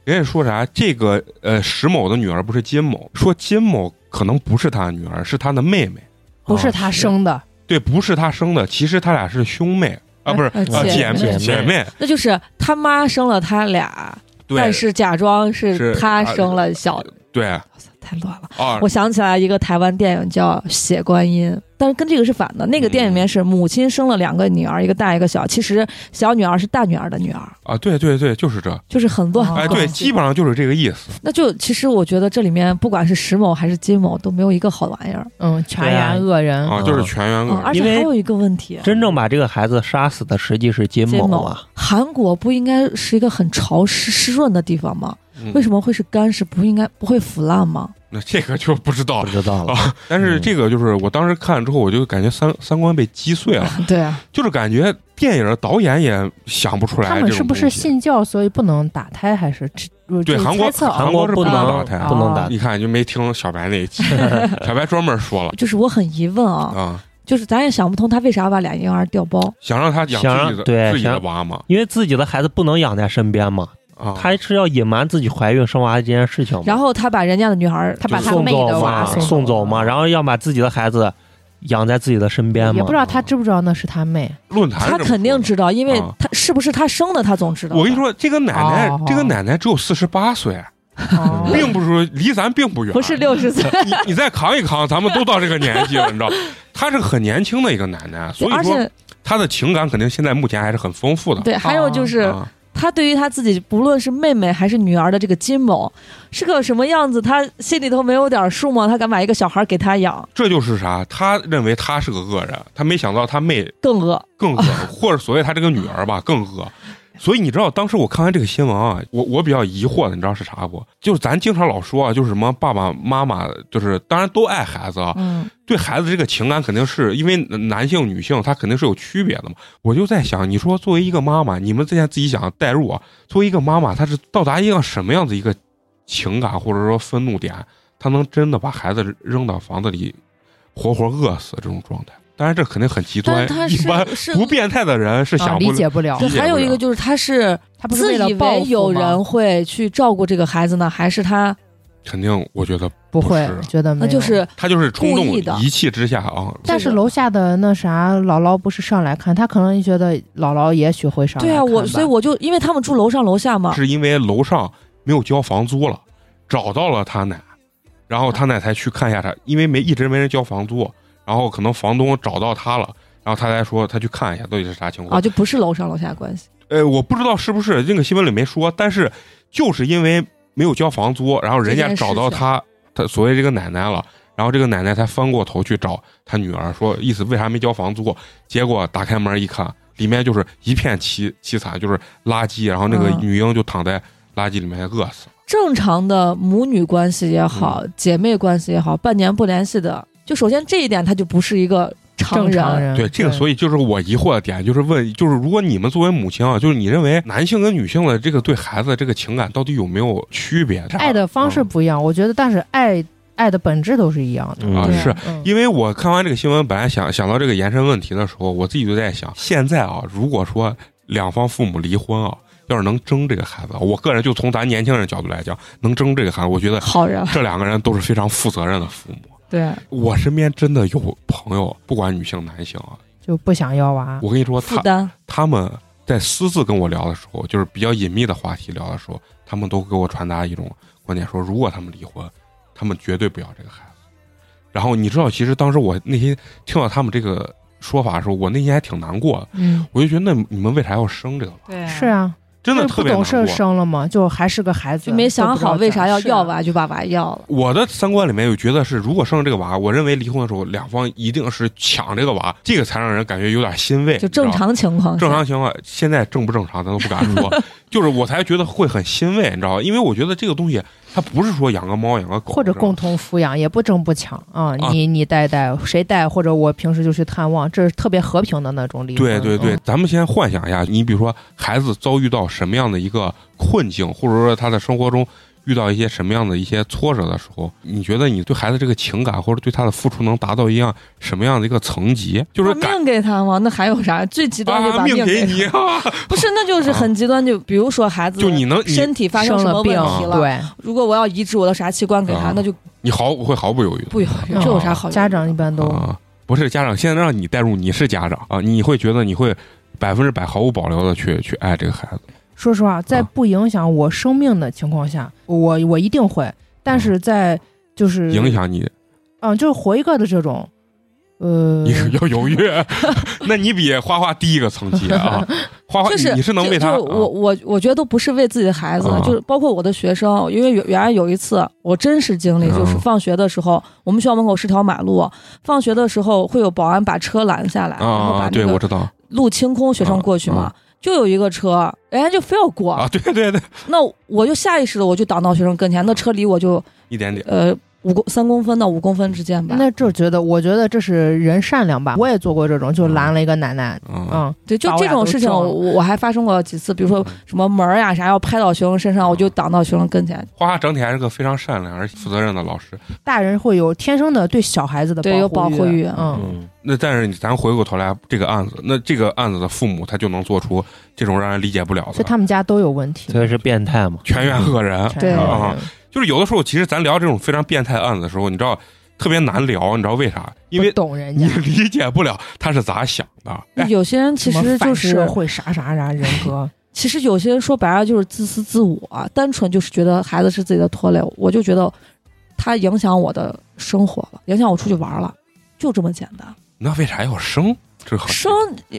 Speaker 1: 人家说啥这个呃石某的女儿不是金某，说金某可能不是他的女儿，是他的妹妹，
Speaker 5: 不是
Speaker 4: 啊
Speaker 5: 她生的，
Speaker 1: 对，不是他生的，其实他俩是兄妹啊，不是
Speaker 3: 呃
Speaker 1: 啊
Speaker 3: 姐
Speaker 1: 姐
Speaker 3: 妹
Speaker 1: 姐
Speaker 4: 姐
Speaker 1: 妹，
Speaker 3: 那就是他妈生了他俩，
Speaker 1: 对
Speaker 3: 但是假装是
Speaker 1: 是
Speaker 3: 他
Speaker 1: 啊
Speaker 3: 生了小，
Speaker 1: 对啊，
Speaker 3: 太乱了。我想起来一个台湾电影叫《血观音》，但是跟这个是反的。那个
Speaker 4: 嗯
Speaker 3: 电影里面是母亲生了两个女儿，一个大一个小，其实小女儿是大女儿的女儿，
Speaker 1: 啊，对对对，就是这，
Speaker 3: 就是很
Speaker 4: 哦
Speaker 3: 乱。
Speaker 1: 哎，对，基本上就是这个意思，
Speaker 3: 那就其实我觉得这里面不管是石某还是金某都没有一个好玩意儿。
Speaker 5: 嗯，全
Speaker 4: 对啊
Speaker 5: 员恶人，
Speaker 1: 啊，就是全员
Speaker 3: 嗯，
Speaker 1: 恶人，
Speaker 3: 而且
Speaker 4: 因为
Speaker 3: 还有一个问题，
Speaker 4: 真正把这个孩子杀死的实际是金
Speaker 3: 金
Speaker 4: 某
Speaker 3: 某
Speaker 4: 啊，，
Speaker 3: 韩国不应该是一个很潮湿湿润的地方吗？
Speaker 4: 嗯
Speaker 3: 为什
Speaker 1: 么？
Speaker 3: 么会是干尸？不应该不会腐烂吗？
Speaker 1: 嗯那这个就不知道
Speaker 4: 不
Speaker 1: 了。
Speaker 4: 知道了。
Speaker 1: 但是
Speaker 3: 嗯
Speaker 1: 这个就是我当时看了之后，我就感觉三三观被击碎了，
Speaker 5: 对啊，
Speaker 1: 就是感觉电影导演也想不出来
Speaker 5: 他
Speaker 1: 这
Speaker 5: 们
Speaker 1: 种
Speaker 5: 是不是
Speaker 1: 东西
Speaker 5: 信教，所以不能打胎，还是这我
Speaker 1: 对
Speaker 5: 这
Speaker 1: 韩国
Speaker 5: 猜测啊
Speaker 1: 韩
Speaker 4: 国
Speaker 1: 是
Speaker 4: 不
Speaker 1: 能
Speaker 5: 啊
Speaker 1: 打哦胎
Speaker 4: 不能打
Speaker 1: 你看就没听小白那一 期，小白专门说了
Speaker 3: 就是我很疑问啊，
Speaker 1: 啊，
Speaker 3: 就是咱也想不通他为啥把俩婴儿调包。
Speaker 4: 哦
Speaker 1: 想让他养
Speaker 4: 想让
Speaker 1: 自己的
Speaker 4: 对
Speaker 1: 自己的
Speaker 4: 想
Speaker 1: 娃嘛
Speaker 4: 因为自己的孩子不能养在身边嘛，
Speaker 1: 啊，
Speaker 4: 他是要隐瞒自己怀孕生娃这件事情嘛。
Speaker 3: 然后他把人家的女孩儿，
Speaker 5: 他把他
Speaker 4: 送
Speaker 5: 妹
Speaker 4: 走
Speaker 5: 的
Speaker 4: 嘛，
Speaker 5: 娃
Speaker 4: 送
Speaker 5: 送
Speaker 4: 走
Speaker 5: 走
Speaker 4: 嘛，然后要把自己的孩子养在自己的身边
Speaker 5: 也
Speaker 4: 嘛
Speaker 5: 不知。道他知不知道那是他妹，
Speaker 1: 论坛
Speaker 3: 他
Speaker 1: 是这么
Speaker 3: 肯定
Speaker 1: 说的
Speaker 3: 知道，因为
Speaker 1: 啊
Speaker 3: 他是不是他生的，他总知道。
Speaker 1: 我跟你，说，这个奶奶
Speaker 5: 哦，
Speaker 1: 这个奶奶只有四十八岁，
Speaker 5: 哦
Speaker 1: 并不是说离咱并不远。
Speaker 3: 不是六十岁，
Speaker 1: 你你再扛一扛，咱们都到这个年纪了，你知道？ 她是很年轻的一个奶奶， 所以
Speaker 3: 而
Speaker 1: 说
Speaker 3: 且
Speaker 1: 她的情感肯定现在目前还是很丰富的。
Speaker 3: 对，还有就是
Speaker 1: 啊，
Speaker 3: 他对于他自己，不论是妹妹还是女儿的这个金某是个什么样子，他心里头没有点数吗？他敢把一个小孩给他养，
Speaker 1: 这就是啥？她认为她是个恶人，她没想到她妹
Speaker 3: 更恶。
Speaker 1: 更 恶，或者所谓她这个女儿吧更恶。所以你知道，当时我看完这个新闻啊，我我比较疑惑的，你知道是啥不？就是咱经常老说啊，就是什么爸爸妈妈，就是当然都爱孩子啊，
Speaker 3: 嗯，
Speaker 1: 对孩子这个情感肯定是因为男性女性他肯定是有区别的嘛。我就在想，你说作为一个妈妈，你们现在自己想代入啊，作为一个妈妈，她是到达一个什么样的一个情感或者说愤怒点，她能真的把孩子扔到房子里活活饿死这种状态？当然这肯定很极
Speaker 3: 但
Speaker 1: 端
Speaker 3: 是他，
Speaker 1: 一般
Speaker 3: 是是
Speaker 1: 不变态的人是
Speaker 5: 啊
Speaker 1: 想
Speaker 5: 理
Speaker 1: 不了。
Speaker 5: 解不了
Speaker 3: 对，
Speaker 1: 理解不了
Speaker 3: 还有一个就是他是
Speaker 5: 他不是
Speaker 3: 自
Speaker 5: 为了
Speaker 3: 以
Speaker 5: 报
Speaker 3: 为
Speaker 5: 复
Speaker 3: 有
Speaker 5: 吗
Speaker 3: 人会去照顾这个孩子呢，还是他
Speaker 1: 肯定，我觉得
Speaker 5: 不会
Speaker 1: 不是
Speaker 5: 觉得没
Speaker 3: 那
Speaker 5: 有
Speaker 3: 就是
Speaker 1: 他就是冲动
Speaker 3: 故意的
Speaker 1: 一气之下啊，
Speaker 5: 但是楼下的那啥姥姥不是上来看，他可能觉得姥姥也许会上来
Speaker 3: 对啊，
Speaker 5: 看
Speaker 3: 我
Speaker 5: 吧
Speaker 3: 所以我就因为他们住楼上楼下嘛，
Speaker 1: 是因为楼上没有交房租了，找到了他奶，然后他奶才去看一下他，因为没一直没人交房租，然后可能房东找到他了，然后他才说他去看一下到底是啥情
Speaker 3: 啊，
Speaker 1: 况。
Speaker 3: 就不是楼上楼下关系。
Speaker 1: 呃，我不知道是不是这个新闻里没说，但是就是因为没有交房租，然后人
Speaker 3: 这
Speaker 1: 家
Speaker 3: 件事
Speaker 1: 找到
Speaker 3: 情
Speaker 1: 他，他所谓这个奶奶了。然后这个奶奶才翻过头去找他女儿，说意思为啥没交房租？结果打开门一看，里面就是一片凄凄惨，就是垃圾。然后那个
Speaker 3: 嗯
Speaker 1: 女婴就躺在垃圾里面饿死了。
Speaker 3: 正常的母女关系也好，
Speaker 5: 嗯
Speaker 3: 姐妹关系也好，半年不联系的，就首先这一点，他就不是一个常
Speaker 5: 正
Speaker 3: 人。
Speaker 5: 常人
Speaker 1: 对这个，所
Speaker 5: 以
Speaker 1: 以就是我疑惑的点，就是问，就是如果你们作为母亲啊，就是你认为男性跟女性的这个对孩子的这个情感到底有没有区别？
Speaker 5: 爱的方式
Speaker 1: 嗯
Speaker 5: 不一样，我觉得，但是爱爱的本质都是一样的。
Speaker 4: 嗯
Speaker 1: 啊
Speaker 3: 对
Speaker 1: 是。
Speaker 5: 嗯
Speaker 1: 因为我看完这个新闻，本来想想到这个延伸问题的时候，我自己就在想，现在啊，如果说两方父母离婚啊，要是能争这个孩子，我个人就从咱年轻人角度来讲，能争这个孩子，我觉得
Speaker 3: 好人，
Speaker 1: 这两个人都是非常负责任的父母。
Speaker 3: 对，
Speaker 1: 我身边真的有朋友，不管女性男性啊，
Speaker 5: 就不想要娃，
Speaker 1: 我跟你说，
Speaker 3: 负
Speaker 1: 他
Speaker 3: 担
Speaker 1: 他们在私自跟我聊的时候，就是比较隐秘的话题聊的时候，他们都给我传达一种观点，说如果他们离婚，他们绝对不要这个孩子。然后你知道，其实当时我内心听到他们这个说法的时候，我内心还挺难过的。
Speaker 5: 嗯，
Speaker 1: 我就觉得，那你们为啥要生这个？
Speaker 7: 对，
Speaker 5: 是啊，
Speaker 1: 真的
Speaker 5: 就是
Speaker 1: 特
Speaker 5: 不
Speaker 1: 别难
Speaker 5: 懂事儿
Speaker 1: 过。
Speaker 5: 生了嘛，就还是个孩子，
Speaker 3: 就没想好为啥要要
Speaker 5: 吧。
Speaker 3: 娃就把娃要了。
Speaker 1: 我的三观里面有觉得是，如果生了这个娃，我认为离婚的时候，两方一定是抢这个娃，这个才让人感觉有点欣慰。
Speaker 3: 就正
Speaker 1: 你知道吗
Speaker 3: 常情况 下，
Speaker 1: 正常情况，现在正不正常咱都不敢 说，就是我才觉得会很欣慰，你知道吧？因为我觉得这个东西它不是说养个猫养个狗
Speaker 5: 或者
Speaker 1: 你知道
Speaker 5: 共
Speaker 1: 吗
Speaker 5: 同抚养，也不争不抢啊
Speaker 1: 啊！
Speaker 5: 你你带带谁带，或者我平时就去探望，这是特别和平的那种离婚。
Speaker 1: 对对对，
Speaker 5: 嗯
Speaker 1: 咱们先幻想一下，你比如说孩子遭遇到什么样的一个困境，或者说他在生活中遇到一些什么样的一些挫折的时候，你觉得你对孩子这个情感或者对他的付出能达到一样什么样的一个层级？就是
Speaker 3: 把
Speaker 1: 感
Speaker 3: 命给他吗？那还有啥？最极端就
Speaker 1: 啊
Speaker 3: 把
Speaker 1: 命给
Speaker 3: 给
Speaker 1: 你
Speaker 3: 他，
Speaker 1: 啊，
Speaker 3: 不是，那就是很极端。就比如说孩 子，
Speaker 1: 就你能你
Speaker 3: 身体发生
Speaker 5: 生
Speaker 3: 什么问
Speaker 5: 了病，
Speaker 3: 题了，
Speaker 5: 对，
Speaker 3: 如果我要移植我的啥器官给
Speaker 1: 啊
Speaker 3: 他，那就
Speaker 1: 你毫会毫不犹豫的
Speaker 3: 不犹豫，这有啥好犹豫的？
Speaker 5: 哦家长一般都
Speaker 1: 啊，不是家长，现在让你代入，你是家长啊，你会觉得你会百分之百毫无保留的去去爱这个孩子。
Speaker 5: 说实话，在
Speaker 1: 啊
Speaker 5: 不影响我生命的情况下，我我一定会，但是在就是
Speaker 1: 嗯影，响你，
Speaker 5: 嗯，就是活一个的这种，呃
Speaker 1: 你， 要犹豫，那你比花花低一个层级啊。花花，
Speaker 3: 就
Speaker 1: 你
Speaker 3: 是
Speaker 1: 你是能为他
Speaker 3: 就就我
Speaker 1: 啊
Speaker 3: 我我觉得都不是为自己的孩子
Speaker 1: 啊，
Speaker 3: 就是包括我的学生，因为原原来有一次我真实经历，
Speaker 1: 嗯
Speaker 3: 就是放学的时候，我们学校门口是条马路，放学的时候会有保安把车拦下来，然后
Speaker 1: 啊
Speaker 3: 把
Speaker 1: 对
Speaker 3: 那
Speaker 1: 我
Speaker 3: 个
Speaker 1: 知道
Speaker 3: 路清空，学生过去
Speaker 1: 啊
Speaker 3: 嘛。就有一个车，人家就非要过，
Speaker 1: 啊，对对 对，
Speaker 3: 那我就下意识的我就挡到学生跟前，那车离我就
Speaker 1: 一点点
Speaker 3: 呃五公三公分到五公分之间吧。
Speaker 5: 那这觉得，我觉得这是人善良吧。我也做过这种，就
Speaker 1: 嗯
Speaker 5: 拦了一个奶奶，
Speaker 1: 啊，
Speaker 5: 嗯，
Speaker 3: 对，就
Speaker 5: 把我
Speaker 3: 这
Speaker 5: 俩
Speaker 3: 种
Speaker 5: 都
Speaker 3: 事情
Speaker 5: 撞
Speaker 3: 我，
Speaker 5: 了
Speaker 3: 我我还发生过几次，比如
Speaker 1: 嗯
Speaker 3: 说什么门儿呀、啥要拍到学生身上，我
Speaker 1: 啊
Speaker 3: 就挡到学生跟前。
Speaker 1: 花花整体还是个非常善良而且负责任的老师。
Speaker 5: 大人会有天生的对小孩子的
Speaker 3: 对有保护欲
Speaker 5: 嗯，
Speaker 1: 那但是你咱回过头来这个案子，那这个案子的父母他就能做出这种让人理解不了
Speaker 5: 所以
Speaker 1: 的
Speaker 5: 他们家都有问题，
Speaker 4: 所以是变态嘛？
Speaker 1: 全员恶人，
Speaker 3: 对
Speaker 1: 啊就是有的时候，其实咱聊这种非常变态案子的时候，你知道特别难聊，你知道为啥？因为
Speaker 5: 不懂啊人
Speaker 1: 你
Speaker 5: 家。
Speaker 1: 理解不了他是咋想的。哎，
Speaker 3: 有些人其
Speaker 5: 什么
Speaker 3: 实就
Speaker 5: 反
Speaker 3: 是
Speaker 5: 社，会啥啥啥人格，
Speaker 3: 其实有些人说白了就是自私自我，单纯就是觉得孩子是自己的拖累。我就觉得他影响我的生活了，影响我出去玩了，就这么简单。
Speaker 1: 那为啥要生？这好
Speaker 3: 生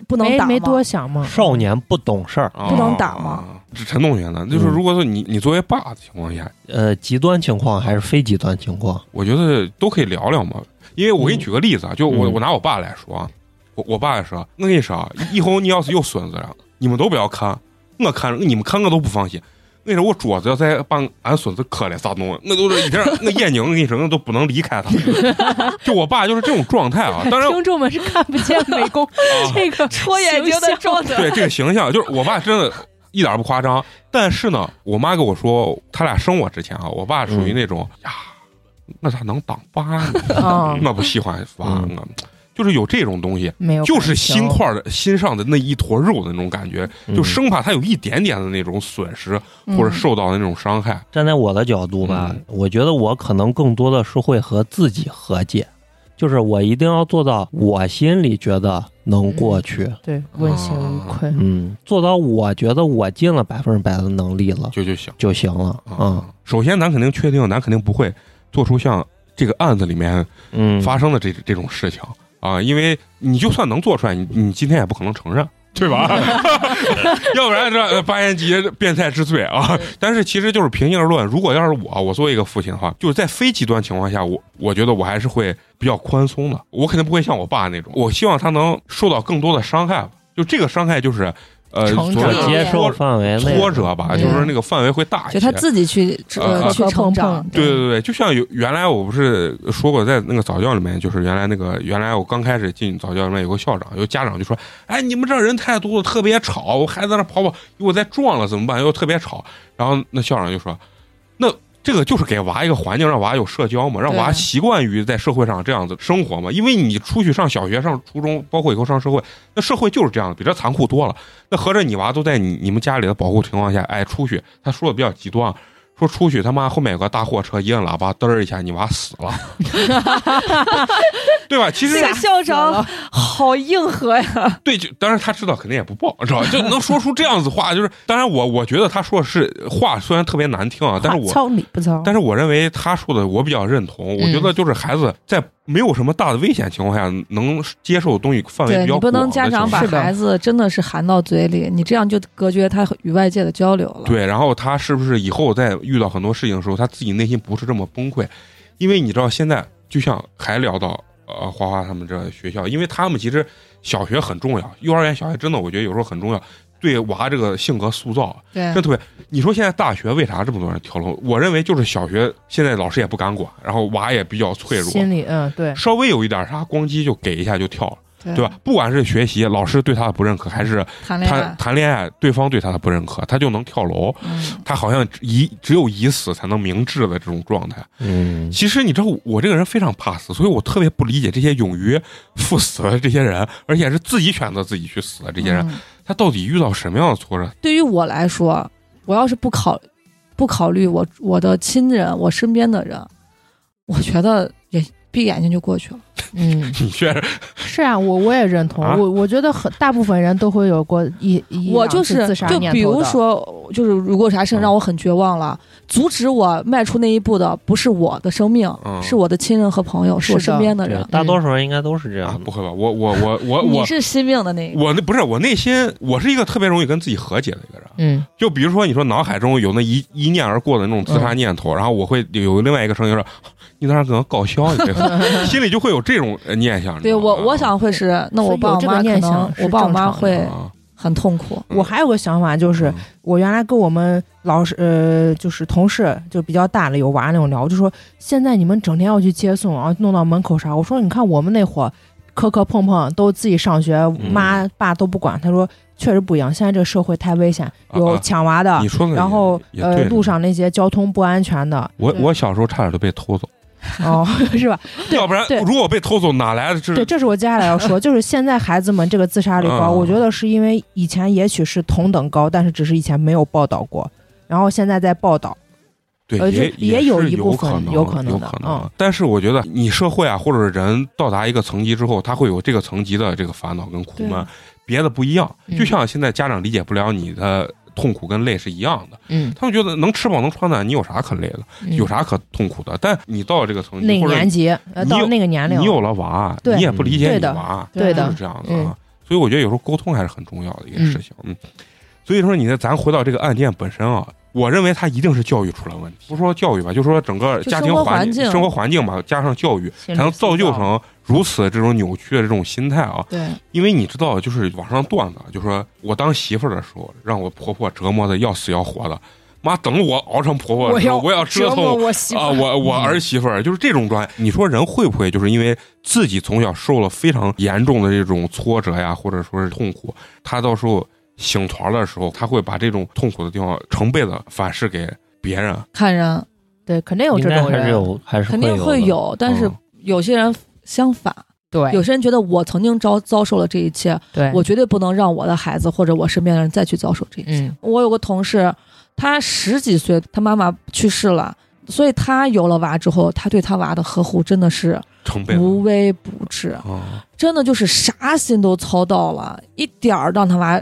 Speaker 3: 不能
Speaker 5: 没
Speaker 3: 打
Speaker 5: 没
Speaker 3: 吗
Speaker 5: 多想嘛。
Speaker 4: 少年不懂事儿，
Speaker 1: 不
Speaker 3: 不能打吗？
Speaker 1: 啊这陈同学呢？就是
Speaker 4: 嗯
Speaker 1: 如果说你你作为爸的情况下，
Speaker 4: 呃，极端情况还是非极端情况？
Speaker 1: 我觉得都可以聊聊嘛。因为我给你
Speaker 4: 嗯
Speaker 1: 举个例子啊，就我
Speaker 4: 嗯
Speaker 1: 我拿我爸来说啊，我我爸也是，我跟你说啊，以后你要是有孙子了，你们都不要看，我看你们看我都不放心。我跟你说，我桌子要再把俺孙子磕了咋弄？我都是一点，我眼睛我跟你说，我都不能离开他。 就我爸就是这种状态啊。当然，
Speaker 5: 听众们是看不见美工
Speaker 1: 啊
Speaker 5: 这个
Speaker 3: 戳眼睛的状 态
Speaker 1: 对这个形象，就是我爸真的一点儿不夸张。但是呢，我妈跟我说，他俩生我之前啊，我爸属
Speaker 5: 嗯
Speaker 1: 于那种、呀，那咋能当爸呢？
Speaker 5: 啊，
Speaker 1: 那不喜欢娃，
Speaker 4: 嗯
Speaker 1: 我就是有这种东西，
Speaker 5: 没有感情，
Speaker 1: 就是心块儿的心上的那一坨肉的那种感觉，就
Speaker 4: 嗯
Speaker 1: 生怕他有一点点的那种损失
Speaker 5: 嗯
Speaker 1: 或
Speaker 3: 嗯
Speaker 1: 者受到的那种伤害。
Speaker 4: 嗯站在我的角度吧，
Speaker 1: 嗯
Speaker 4: 我觉得我可能更多的是会和自己和解，就是我一定要做到我心里觉得能过去，
Speaker 5: 对
Speaker 1: 啊
Speaker 5: 问心无愧。
Speaker 4: 嗯，做到我觉得我尽了百分之百的能力了
Speaker 1: 就就行
Speaker 4: 就行了，啊，
Speaker 5: 嗯
Speaker 1: 首先咱肯定确定，咱肯定不会做出像这个案子里面
Speaker 4: 嗯，
Speaker 1: 发生的这这种事情啊，因为你就算能做出来，你你今天也不可能承认，对吧？ 要不然这呃八年级变态之最啊！但是其实就是平心而论，如果要是我，我作为一个父亲的话，就是在非极端情况下，我我觉得我还是会比较宽松的，我肯定不会像我爸那种，我希望他能受到更多的伤害吧。就这个伤害就是。呃，
Speaker 5: 成
Speaker 1: 所谓
Speaker 5: 长
Speaker 4: 接
Speaker 1: 的
Speaker 4: 受
Speaker 1: 挫
Speaker 4: 范围内，嗯
Speaker 1: 挫折吧，
Speaker 3: 对
Speaker 1: 就是那个范围会大一些。
Speaker 3: 就他自己去
Speaker 1: 啊
Speaker 3: 呃去
Speaker 5: 磕磕
Speaker 3: 成
Speaker 5: 碰
Speaker 3: 长
Speaker 5: 碰，
Speaker 1: 对对对，就像有原来我不是说过，在那个早教里面，就是原来那个原来我刚开始进早教里面有个校长，有家长就说：“哎，你们这人太多了，特别吵，我孩子在那跑跑，如果再撞了怎么办？又特别吵。”然后那校长就说：“那这个就是给娃一个环境，让娃有社交嘛，让娃
Speaker 3: 对
Speaker 1: 习惯于在社会上这样子生活嘛。因为你出去上小学、上初中，包括以后上社会，那社会就是这样的，比这残酷多了。那合着你娃都在你你们家里的保护情况下，哎，出去，他说的比较极端啊，说出 去他妈后面有个大货车，一摁喇叭，嘚儿一下，你娃死了， 对吧？其实
Speaker 3: 那个校长好硬核呀！
Speaker 1: 对，就当然他知道肯定也不报，知道吧就能说出这样子话，就是当然我我觉得他说的是话虽然特别难听啊，但是我
Speaker 5: 操理不操？
Speaker 1: 但是我认为他说的我比较认同，我觉
Speaker 3: 嗯
Speaker 1: 得就是孩子在没有什么大的危险情况下，能接受的东西范围
Speaker 3: 对
Speaker 1: 比较
Speaker 3: 你
Speaker 1: 广的情况
Speaker 3: 不能
Speaker 1: 下。
Speaker 3: 家长把
Speaker 5: 是的
Speaker 3: 孩子真的是含到嘴里，你这样就隔绝他与外界的交流了。
Speaker 1: 对，然后他是不是以后在遇到很多事情的时候，他自己内心不是这么崩溃？因为你知道，现在就像还聊到呃花花他们这学校，因为他们其实小学很重要，幼儿园、小学真的我觉得有时候很重要，对娃这个性格塑造啊
Speaker 6: 对
Speaker 1: 真特别。你说现在大学为啥这么多人跳楼？我认为就是小学现在老师也不敢管，然后娃也比较脆弱，
Speaker 5: 心里嗯 对，
Speaker 1: 稍微有一点啥咣叽就给一下就跳了，
Speaker 6: 对
Speaker 1: 对吧？？不管是学习老师对他的不认可，还是
Speaker 3: 谈恋
Speaker 1: 谈
Speaker 3: 爱，
Speaker 1: 谈恋爱对方对他的不认可，他就能跳楼。
Speaker 3: 嗯，
Speaker 1: 他好像只以只有以死才能明志的这种状态。
Speaker 4: 嗯，
Speaker 1: 其实你知道，我这个人非常怕死，所以我特别不理解这些勇于赴死的这些人，而且是自己选择自己去死的这些人，
Speaker 3: 嗯
Speaker 1: 他到底遇到什么样的挫折？
Speaker 3: 对于我来说，我要是不考不考虑我我的亲人，我身边的人，我觉得也闭眼睛就过去了。
Speaker 5: 嗯，
Speaker 1: 你确实
Speaker 5: 是啊，我我也认同，
Speaker 1: 啊
Speaker 5: 我我觉得很大部分人都会有过一一
Speaker 3: 我
Speaker 5: 两
Speaker 3: 就
Speaker 5: 次
Speaker 3: 是
Speaker 5: 自杀
Speaker 3: 就
Speaker 5: 念
Speaker 3: 比
Speaker 5: 头
Speaker 3: 如
Speaker 5: 的，
Speaker 3: 说，就是如果有啥
Speaker 1: 嗯
Speaker 3: 事情让我很绝望了，阻止我迈出那一步的不是我的生命，
Speaker 1: 嗯
Speaker 3: 是我的亲人和朋友，是我
Speaker 5: 是的
Speaker 3: 身边的
Speaker 4: 对
Speaker 3: 人，。
Speaker 4: 大多数人应该都
Speaker 3: 嗯
Speaker 4: 是这
Speaker 1: 啊
Speaker 4: 样，的。
Speaker 1: 不会吧？我我我我
Speaker 3: 你
Speaker 1: 呃我
Speaker 3: 是惜命的那个。
Speaker 1: 我那不是我内心，我是一个特别容易跟自己和解的一个人。
Speaker 5: 嗯，
Speaker 1: 就比如说，你说脑海中有那一一念而过的那种自杀念
Speaker 3: 嗯
Speaker 1: 头，然后我会有另外一个声音说：“ 你在那儿搁那搞笑，你这 个心里就会有这种呃念想。你知
Speaker 3: 对
Speaker 1: 道吗”
Speaker 3: 我，我想会是，那我
Speaker 5: 所以
Speaker 3: 爸
Speaker 5: 有
Speaker 3: 我
Speaker 5: 这个
Speaker 3: 妈可
Speaker 5: 念想
Speaker 3: 能，
Speaker 5: 是
Speaker 3: 我爸我
Speaker 5: 正
Speaker 3: 妈
Speaker 5: 常的
Speaker 3: 会
Speaker 1: 啊
Speaker 3: 很痛苦。
Speaker 1: 嗯
Speaker 5: 我还有个想法就是，
Speaker 1: 嗯
Speaker 5: 我原来跟我们老师呃，就是同事就比较大了有娃那种聊，就说现在你们整天要去接送啊，弄到门口啥？我说你看我们那会儿磕磕碰碰都自己上学，
Speaker 1: 嗯
Speaker 5: 妈爸都不管。他说确实不一样，现在这个社会太危险，有
Speaker 1: 啊
Speaker 5: 抢娃的，
Speaker 1: 你说的也，
Speaker 5: 然后
Speaker 1: 也
Speaker 5: 呃
Speaker 1: 对
Speaker 5: 路上那些交通不安 全的，
Speaker 1: 我
Speaker 6: 对
Speaker 1: 我小时候差点就被偷走，
Speaker 5: 哦 是吧？对
Speaker 1: 要不然
Speaker 5: 对
Speaker 1: 如果被偷走，哪来的这
Speaker 5: 对，这是我接下来要说，就是现在孩子们这个自杀率高，
Speaker 1: 嗯
Speaker 5: 我觉得是因为以前也许是同等高，但是只是以前没有报道过，然后现在在报道。
Speaker 1: 对
Speaker 5: 呃
Speaker 1: 也
Speaker 5: 这也有
Speaker 1: 是
Speaker 5: 一部分
Speaker 1: 可能有
Speaker 5: 有可能的
Speaker 1: 可
Speaker 5: 嗯
Speaker 1: 但是我觉得你社会啊，或者是人到达一个层级之后，他会有这个层级的这个烦恼跟苦闷，别的不一样。
Speaker 5: 嗯
Speaker 1: 就像现在家长理解不了你的痛苦跟累是一样的，
Speaker 5: 嗯，
Speaker 1: 他们觉得能吃饱能穿暖，你有啥可累的，有啥可痛苦的？但你到了这个层
Speaker 5: 哪
Speaker 1: 级，
Speaker 5: 嗯个
Speaker 1: 或者
Speaker 5: 年级呃
Speaker 1: 你
Speaker 5: 到
Speaker 1: 有
Speaker 5: 那个年龄，
Speaker 1: 你有了娃，
Speaker 5: 对
Speaker 1: 你也不理解
Speaker 5: 对
Speaker 1: 你
Speaker 5: 的
Speaker 1: 娃，
Speaker 5: 对
Speaker 1: 就
Speaker 5: 的
Speaker 1: 是这样的啊。所以我觉得有时候沟通还是很重要的一个
Speaker 5: 嗯
Speaker 1: 事情。嗯，所以说你呢，咱回到这个案件本身啊，我认为它一定是教育出了问题。不说教育吧，就说整个
Speaker 3: 就
Speaker 1: 家
Speaker 3: 生
Speaker 1: 庭
Speaker 3: 活
Speaker 1: 环
Speaker 3: 环境
Speaker 1: 生活环境吧，加上教育，
Speaker 5: 才
Speaker 1: 才能造就成如此这种扭曲的这种心态啊。
Speaker 6: 对，
Speaker 1: 因为你知道，就是网上段子，就说我当媳妇儿的时候，让我婆婆折磨的要死要活的。妈，等我熬成婆婆的时候，我要折腾
Speaker 3: 我媳
Speaker 1: 啊，我我
Speaker 5: 嗯
Speaker 1: 儿媳妇儿就是这种状态。你说人会不会就是因为自己从小受了非常严重的这种挫折呀，或者说是痛苦，他到时候醒团的时候，他会把这种痛苦的地方成倍的反噬给别人。
Speaker 3: 看人
Speaker 5: 对，肯定有
Speaker 4: 应
Speaker 5: 这
Speaker 4: 该
Speaker 5: 种
Speaker 4: 还是
Speaker 5: 人，
Speaker 4: 有，还是
Speaker 3: 肯定
Speaker 4: 会
Speaker 3: 会
Speaker 4: 有的。
Speaker 3: 有，但是
Speaker 1: 嗯
Speaker 3: 有些人相反，
Speaker 5: 对
Speaker 3: 有些人觉得我曾经遭遭受了这一切，
Speaker 5: 对，
Speaker 3: 我绝对不能让我的孩子或者我身边的人再去遭受这一切。
Speaker 5: 嗯
Speaker 3: 我有个同事，他十几岁，他妈妈去世了，所以他有了娃之后，他对他娃的呵护真的是
Speaker 1: 成倍的
Speaker 3: 无微不至，
Speaker 1: 啊，
Speaker 3: 真的就是啥心都操到了，一点儿让他娃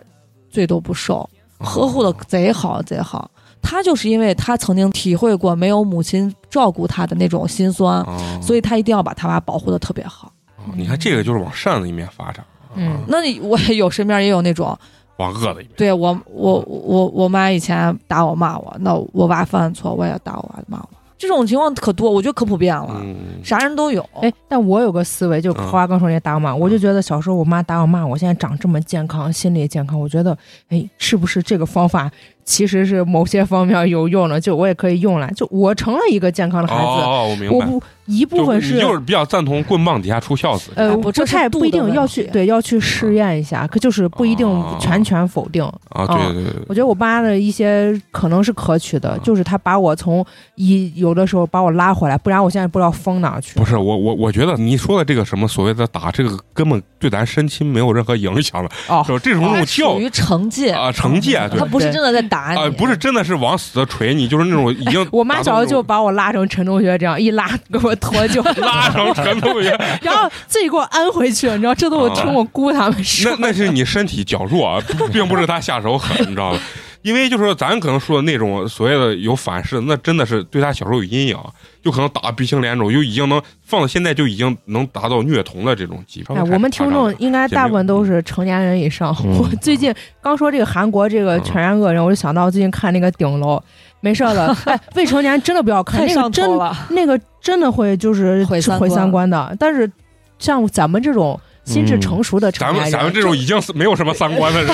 Speaker 3: 罪都不受，
Speaker 1: 哦
Speaker 3: 呵护的贼好贼好。他就是因为他曾经体会过没有母亲照顾他的那种心酸，
Speaker 1: 啊，
Speaker 3: 所以他一定要把他娃保护的特别好。
Speaker 1: 啊你看这个就是往善的一面发展，
Speaker 5: 嗯
Speaker 3: 那你我也有身边也有那种，
Speaker 1: 往恶的一面。
Speaker 3: 对我我我我妈以前打我骂我，那我娃犯错我也打我娃骂我，这种情况可多，我觉得可普遍了，
Speaker 1: 嗯，
Speaker 3: 啥人都有。
Speaker 5: 哎，但我有个思维，就
Speaker 1: 嗯
Speaker 5: 花刚说那打我骂，我就觉得小时候我妈打我骂，我现在长这么健康，心理健康，我觉得，哎，是不是这个方法其实是某些方面有用的？就我也可以用来，就我成了一个健啊康的孩子，
Speaker 1: 哦，我明
Speaker 5: 我
Speaker 1: 白。
Speaker 5: 不一部分
Speaker 1: 就你
Speaker 5: 是
Speaker 1: 就是比较赞同棍棒底下出孝子。
Speaker 5: 呃，
Speaker 3: 啊不这是
Speaker 5: 太
Speaker 3: 度
Speaker 5: 不一
Speaker 3: 的
Speaker 5: 定
Speaker 3: 问
Speaker 5: 要
Speaker 3: 题嗯
Speaker 5: 去对要去试验一下，可就是不一定
Speaker 1: 哦
Speaker 5: 全权否定。
Speaker 1: 啊，对对对对，
Speaker 5: 我觉得我妈的一些可能是可取的，
Speaker 1: 嗯
Speaker 5: 就是她把我从一有的时候把我拉回来，不然我现在不知道疯哪儿去。
Speaker 1: 不是我我我觉得你说的这个什么所谓的打这个根本对咱身心没有任何影响的，
Speaker 5: 哦
Speaker 1: 是吧这种
Speaker 3: 他
Speaker 1: 那种
Speaker 3: 属
Speaker 1: 教育
Speaker 3: 于惩戒，嗯
Speaker 1: 啊惩戒，对
Speaker 3: 他不是真的在打你，
Speaker 1: 啊不是真的是往死的锤你，就是那种已经
Speaker 5: 我妈
Speaker 1: 达
Speaker 5: 小
Speaker 1: 到
Speaker 5: 时候
Speaker 1: 那种
Speaker 5: 就把我拉成陈同学这样，一拉给我
Speaker 3: 拖酒，
Speaker 1: 拉上陈同学，
Speaker 3: 然后自己给我安回去，你知道，这都我听我姑他们说
Speaker 1: 哦那，那是你身体较弱，啊，并不是他下手狠，你知道吗？因为就是咱可能说的那种所谓的有反噬，那真的是对他小时候有阴影，就可能打鼻青脸肿，就已经能放到现在就已经能达到虐童的这种级别。
Speaker 5: 哎，我们听众应该大部分
Speaker 1: 嗯
Speaker 5: 都是成年人以上。
Speaker 4: 嗯
Speaker 5: 我最近刚说这个韩国这个
Speaker 1: 嗯
Speaker 5: 全员恶人，我就想到最近看那个《顶楼》，没事儿 了，哎，未成年真的不要看，
Speaker 3: 太
Speaker 5: 那个
Speaker 3: 上
Speaker 5: 真
Speaker 3: 头 了。
Speaker 5: 那个真的会就是
Speaker 3: 毁三观
Speaker 5: 毁三观的。但是像咱们这种心智成熟的
Speaker 1: 嗯
Speaker 5: 成
Speaker 1: 咱
Speaker 5: 年
Speaker 1: 们
Speaker 5: 人，
Speaker 1: 咱们这种已经是没有什么三 观的人，